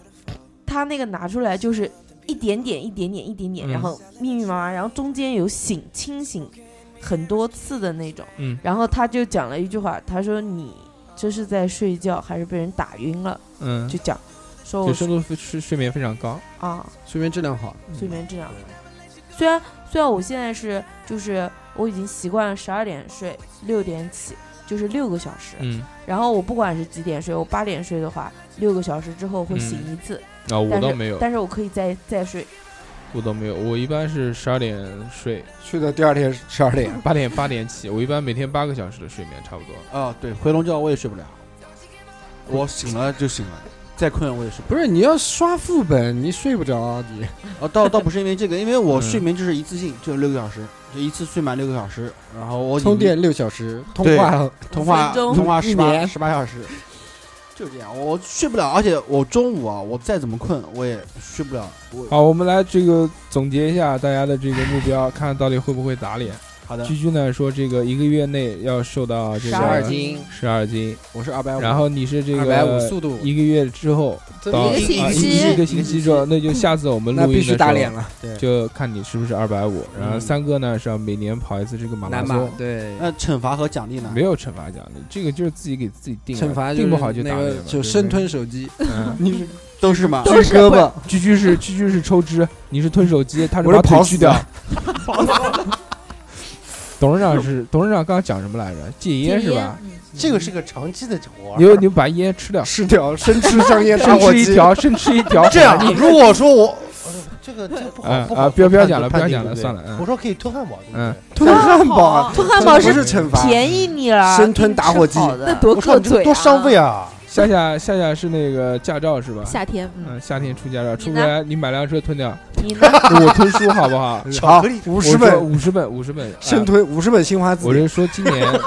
[SPEAKER 7] 他那个拿出来就是。一点点，一点点，一点点，
[SPEAKER 1] 嗯
[SPEAKER 7] 然后密密麻麻，然后中间有醒清醒很多次的那种。
[SPEAKER 1] 嗯
[SPEAKER 7] 然后他就讲了一句话，他说你这是在睡觉还是被人打晕了？
[SPEAKER 1] 嗯，
[SPEAKER 7] 就讲说
[SPEAKER 1] 就
[SPEAKER 7] 我
[SPEAKER 1] 深度睡睡眠非常高，
[SPEAKER 7] 啊
[SPEAKER 5] 睡眠质量好，
[SPEAKER 1] 嗯
[SPEAKER 7] 睡眠质量。虽然虽然我现在是就是我已经习惯了十二点睡，六点起，就是六个小时。
[SPEAKER 1] 嗯，
[SPEAKER 7] 然后我不管是几点睡，我八点睡的话，六个小时之后会醒一次，
[SPEAKER 1] 啊，我
[SPEAKER 7] 但
[SPEAKER 1] 倒
[SPEAKER 7] 是
[SPEAKER 1] 没有，
[SPEAKER 7] 但是我可以再再睡。
[SPEAKER 1] 我倒没有，我一般是十二点睡，
[SPEAKER 5] 睡到第二天十二点。
[SPEAKER 1] 八点八点起，我一般每天八个小时的睡眠差不多。
[SPEAKER 4] 啊，对，回笼觉我也睡不 了，我醒了就醒了，再困我也睡不
[SPEAKER 5] 不是你要刷副本，你睡不着啊
[SPEAKER 1] 哦
[SPEAKER 5] 你。
[SPEAKER 4] 了。啊，倒倒不是因为这个，因为我
[SPEAKER 1] 嗯
[SPEAKER 4] 睡眠就是一次性，就六个小时，就一次睡满六个小时，然后我已经
[SPEAKER 5] 充电六小时，通
[SPEAKER 4] 对
[SPEAKER 5] 话
[SPEAKER 4] 通话
[SPEAKER 7] 五分钟
[SPEAKER 4] 通话
[SPEAKER 5] 一
[SPEAKER 4] 十八
[SPEAKER 5] 年
[SPEAKER 4] 十八小时，就这样，我睡不了，而且我中午啊，我再怎么困我也睡不了。我
[SPEAKER 1] 好，我们来这个总结一下大家的这个目标，看到底会不会打脸。
[SPEAKER 4] 好的，
[SPEAKER 1] 居居呢说这个一个月内要瘦到这个
[SPEAKER 7] 12斤
[SPEAKER 5] 斤，
[SPEAKER 1] 十二斤，
[SPEAKER 5] 我是二百五，
[SPEAKER 1] 然后你是这
[SPEAKER 5] 二百五
[SPEAKER 1] 个
[SPEAKER 5] 速度，
[SPEAKER 1] 一个月之后
[SPEAKER 5] 真
[SPEAKER 1] 到
[SPEAKER 5] 的
[SPEAKER 2] 一个星
[SPEAKER 1] 啊
[SPEAKER 2] 期
[SPEAKER 1] 一个星期之后，那就下次我们
[SPEAKER 5] 那
[SPEAKER 1] 录音
[SPEAKER 5] 必
[SPEAKER 1] 的时
[SPEAKER 5] 须
[SPEAKER 1] 候
[SPEAKER 5] 打脸了，
[SPEAKER 1] 就看你是不是二百五。然后
[SPEAKER 5] 嗯
[SPEAKER 1] 三哥呢是要每年跑一次这个马拉
[SPEAKER 5] 南马
[SPEAKER 1] 松，
[SPEAKER 5] 对。
[SPEAKER 4] 那惩罚和奖励呢？
[SPEAKER 1] 没有惩罚奖励，这个就是自己给自己定的，啊
[SPEAKER 5] 惩罚
[SPEAKER 1] 定不好
[SPEAKER 5] 就
[SPEAKER 1] 就是打
[SPEAKER 5] 那
[SPEAKER 1] 脸
[SPEAKER 5] 个
[SPEAKER 1] 嘛，
[SPEAKER 5] 就
[SPEAKER 1] 对不
[SPEAKER 5] 生
[SPEAKER 1] 对
[SPEAKER 5] 吞手机，
[SPEAKER 1] 嗯
[SPEAKER 4] 你是都是吗？
[SPEAKER 5] 是胳膊，
[SPEAKER 1] 居居 是居居是抽脂，你是吞手机，他是
[SPEAKER 5] 我是
[SPEAKER 1] 把腿
[SPEAKER 5] 跑
[SPEAKER 1] 锯
[SPEAKER 5] 死
[SPEAKER 1] 掉
[SPEAKER 5] 的。
[SPEAKER 1] 董事长是董事长刚刚讲什么来着？戒烟是
[SPEAKER 2] 戒
[SPEAKER 1] 吧？
[SPEAKER 2] 嗯
[SPEAKER 6] 这个是个长期的啊活儿。
[SPEAKER 1] 你你把烟吃 掉，
[SPEAKER 5] 吃掉生吃香烟打
[SPEAKER 1] 生
[SPEAKER 5] 火
[SPEAKER 1] 吃一
[SPEAKER 5] 机，
[SPEAKER 1] 条，生吃一条。
[SPEAKER 6] 这 样，如果说我哦这个这个不
[SPEAKER 1] 嗯
[SPEAKER 6] 好不
[SPEAKER 1] 啊
[SPEAKER 6] 好，
[SPEAKER 1] 不要不要
[SPEAKER 6] 判
[SPEAKER 1] 讲了不
[SPEAKER 6] 判
[SPEAKER 1] 要
[SPEAKER 6] 定
[SPEAKER 1] 讲了
[SPEAKER 6] 对不对
[SPEAKER 1] 算了嗯
[SPEAKER 6] 我说可以吞汉堡，对不对
[SPEAKER 1] 嗯？
[SPEAKER 5] 吞汉堡啊，
[SPEAKER 7] 吞汉堡
[SPEAKER 5] 这不
[SPEAKER 7] 是
[SPEAKER 5] 是惩罚，
[SPEAKER 7] 便宜你了，
[SPEAKER 5] 生吞
[SPEAKER 7] 给你
[SPEAKER 5] 打火机
[SPEAKER 7] 吃好的
[SPEAKER 2] 那多
[SPEAKER 6] 我靠，
[SPEAKER 2] 硌
[SPEAKER 6] 你这个
[SPEAKER 2] 嘴，
[SPEAKER 6] 多伤胃！啊！
[SPEAKER 1] 夏夏夏夏是那个驾照是吧？
[SPEAKER 2] 夏天，嗯，
[SPEAKER 1] 嗯，夏天出驾照，出
[SPEAKER 7] 你
[SPEAKER 1] 不
[SPEAKER 7] 呢
[SPEAKER 1] 来你买辆车吞掉，
[SPEAKER 7] 你呢？
[SPEAKER 1] 我吞书好不好？
[SPEAKER 5] 好
[SPEAKER 6] 巧克力，
[SPEAKER 5] 五
[SPEAKER 1] 五
[SPEAKER 5] 十本
[SPEAKER 1] 五十本，五十本。啊
[SPEAKER 5] 生吞五十本新华字
[SPEAKER 1] 我
[SPEAKER 5] 典，
[SPEAKER 1] 是说今 年，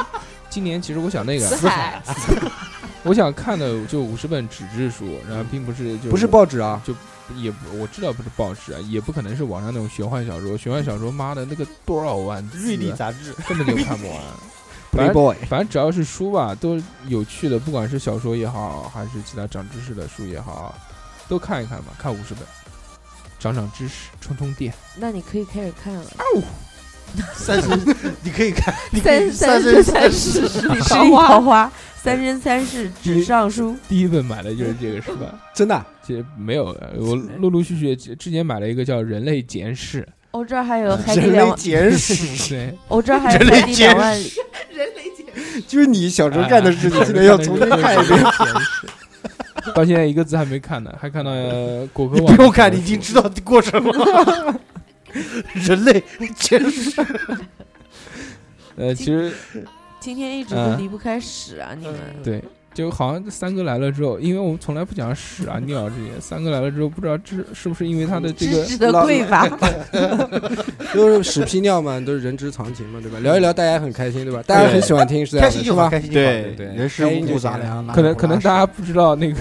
[SPEAKER 1] 今年其实我想那个，
[SPEAKER 2] 死海，
[SPEAKER 1] 我想看的就五十本纸质书，然后并不是就
[SPEAKER 5] 不是
[SPEAKER 1] 我
[SPEAKER 5] 报纸啊，
[SPEAKER 1] 也不我知道不是报纸啊，也不可能是网上那种玄幻小说。玄幻小说，妈的那个多少万字啊，
[SPEAKER 6] 瑞丽杂志，
[SPEAKER 1] 根本就看不完。反正
[SPEAKER 5] Playboy，
[SPEAKER 1] 反正只要是书吧，都有趣的，不管是小说也好，还是其他长知识的书也好，都看一看吧，看五十本，长长知识，充充电。
[SPEAKER 7] 那你可以开始看了。
[SPEAKER 6] 三十，你可以看，你可以
[SPEAKER 7] 三嗯 三生三世十里桃花， 三生三世纸上书。
[SPEAKER 1] 第一本买的就是这个是 吧？
[SPEAKER 5] 真的啊
[SPEAKER 1] 其实没有，呃我陆陆续续之前买了一个叫《人类简史哎
[SPEAKER 7] 我哦这儿还有海底
[SPEAKER 5] 人
[SPEAKER 7] 两
[SPEAKER 5] 类
[SPEAKER 7] 万，
[SPEAKER 5] 简史，》，
[SPEAKER 1] 对，
[SPEAKER 7] 我这儿还有海底两万里。
[SPEAKER 5] 就是你小时候干的事情，今天要
[SPEAKER 7] 哎
[SPEAKER 5] 重新看一遍。
[SPEAKER 1] 简史。到现在一个字还没看呢，还看到呃果壳
[SPEAKER 6] 你
[SPEAKER 1] 网。
[SPEAKER 6] 不用看，你已经知道过程了。 人类简史，
[SPEAKER 1] 啊呃，其实
[SPEAKER 7] 今天一直都离不开屎啊，你们。
[SPEAKER 1] 对，就好像三哥来了之后，因为我们从来不讲屎 啊尿这些，三哥来了之后，不知道这是不是因为他的这
[SPEAKER 7] 知
[SPEAKER 1] 个
[SPEAKER 7] 识的
[SPEAKER 5] 老
[SPEAKER 7] 匮乏，
[SPEAKER 5] 都是屎屁尿嘛，都是人之常情嘛，对吧？聊一聊，大家很开心，对吧？大家很喜欢听，是这样的
[SPEAKER 6] 开心
[SPEAKER 5] 是
[SPEAKER 6] 就好，
[SPEAKER 5] 吧？
[SPEAKER 6] 开心就好。
[SPEAKER 4] 对
[SPEAKER 5] 对
[SPEAKER 4] 人是五谷杂
[SPEAKER 5] 开心就
[SPEAKER 4] 粮，
[SPEAKER 1] 可能可能大家不知道那 个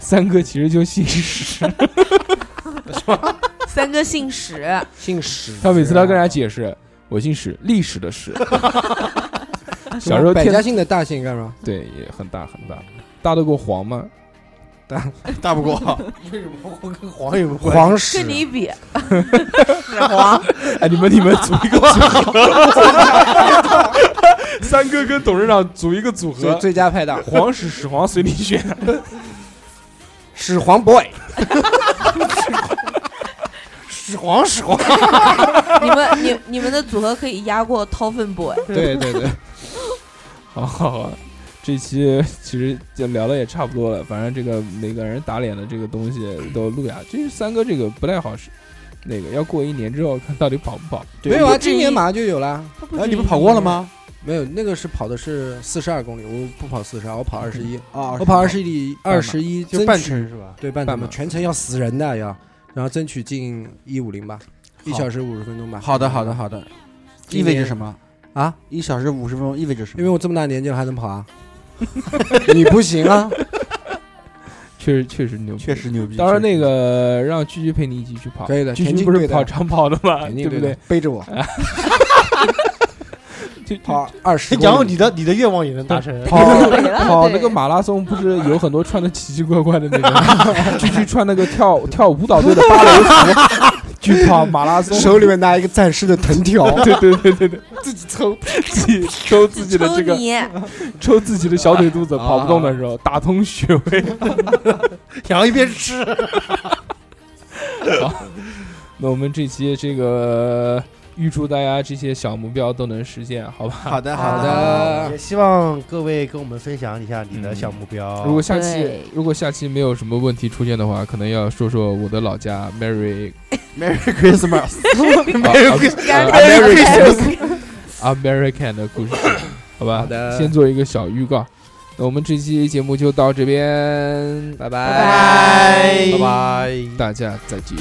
[SPEAKER 1] 三哥其实就姓史，
[SPEAKER 7] 三哥姓史，
[SPEAKER 5] 姓史，
[SPEAKER 1] 他每次都要跟大家解释，我姓史，历史的 史。小时候
[SPEAKER 5] 百
[SPEAKER 1] 天
[SPEAKER 5] 家姓的大姓干嘛？
[SPEAKER 1] 对也很大很大，大得过黄吗？
[SPEAKER 4] 大 不过，
[SPEAKER 6] 跟黄有关
[SPEAKER 5] 黄史
[SPEAKER 7] 跟，你比，
[SPEAKER 1] 哎，你们你们组一 个组合，三哥跟董事长组一个组
[SPEAKER 5] 最
[SPEAKER 1] 合，
[SPEAKER 5] 最佳拍档，
[SPEAKER 1] 黄史史黄随你选。
[SPEAKER 5] 史黄 boy，
[SPEAKER 9] 屎黄屎黄，
[SPEAKER 7] 你们你你们的组合可以压过掏粪 boy，
[SPEAKER 5] 对对对，
[SPEAKER 1] 好好好，这期其实就聊的也差不多了，反正这个每个人打脸的这个东西都录下。这是三哥这个不太好，是那个要过一年之后看到底跑不跑。
[SPEAKER 5] 没有啊，今年马上就有了。
[SPEAKER 4] 然后你不跑过了吗？
[SPEAKER 5] 没有，那个是跑的是四十二公里，我不跑四十二，我跑二十一，
[SPEAKER 4] 啊，
[SPEAKER 5] 我跑二十一，二十一
[SPEAKER 6] 就半
[SPEAKER 5] 争取
[SPEAKER 6] 程是吧？
[SPEAKER 5] 对，半
[SPEAKER 1] 半
[SPEAKER 5] 程嘛，
[SPEAKER 1] 马
[SPEAKER 5] 全程要死人的要，然后争取进一五零吧，一
[SPEAKER 4] 好
[SPEAKER 5] 小时五十分钟吧。
[SPEAKER 4] 好的，好的，好的。意味着什么？
[SPEAKER 5] 啊？
[SPEAKER 4] 一小时五十分钟意味着什么？
[SPEAKER 5] 因为我这么大年纪了还能跑 啊？你不行啊！
[SPEAKER 1] 确实确实牛逼，
[SPEAKER 4] 确实。牛逼。
[SPEAKER 1] 当然，那个让居居陪你一起去跑，
[SPEAKER 5] 可以的
[SPEAKER 1] 居
[SPEAKER 5] 田
[SPEAKER 1] 居
[SPEAKER 5] 径
[SPEAKER 1] 不是
[SPEAKER 5] 队的
[SPEAKER 1] 跑长跑的嘛，
[SPEAKER 5] 肯
[SPEAKER 1] 对
[SPEAKER 5] 定
[SPEAKER 1] 不
[SPEAKER 5] 的
[SPEAKER 1] 对？？
[SPEAKER 5] 背着我
[SPEAKER 1] 就
[SPEAKER 5] 跑二十
[SPEAKER 6] 你
[SPEAKER 5] 公
[SPEAKER 6] 讲
[SPEAKER 5] 里
[SPEAKER 6] 你的你的愿望也能达成，
[SPEAKER 1] 跑
[SPEAKER 7] 了
[SPEAKER 1] 跑那
[SPEAKER 7] 对
[SPEAKER 1] 个马拉松，不是有很多穿的奇奇怪怪的那个，居居穿那个跳跳舞蹈队的芭蕾服去跑马拉松，
[SPEAKER 5] 手里面拿一个战士的藤 条，
[SPEAKER 1] 对对对对对，自己抽自己抽自己的这
[SPEAKER 7] 抽
[SPEAKER 1] 个
[SPEAKER 7] 你
[SPEAKER 1] 抽自己的小腿肚子，
[SPEAKER 5] 啊
[SPEAKER 1] 跑不动的时候打通穴位。
[SPEAKER 6] 然后一边吃。
[SPEAKER 1] 那我们这期这个呃预祝大家这些小目标都能实现，好吧？
[SPEAKER 4] 好的，
[SPEAKER 5] 好
[SPEAKER 4] 好
[SPEAKER 5] 的
[SPEAKER 6] 也，希望各位跟我们分享一下你的
[SPEAKER 1] 嗯
[SPEAKER 6] 小目标。
[SPEAKER 1] 如果下期
[SPEAKER 7] 对
[SPEAKER 1] 如果下期没有什么问题出现的话，可能要说说我的老家 Merry
[SPEAKER 4] ，Merry Christmas，
[SPEAKER 1] 啊
[SPEAKER 7] 干杯
[SPEAKER 1] American 的故事，好吧？
[SPEAKER 5] 好的
[SPEAKER 1] 先做一个小预告。那我们这期节目就到这边，
[SPEAKER 5] 拜
[SPEAKER 7] 拜
[SPEAKER 5] 拜拜。
[SPEAKER 6] 拜。
[SPEAKER 1] 大家再见。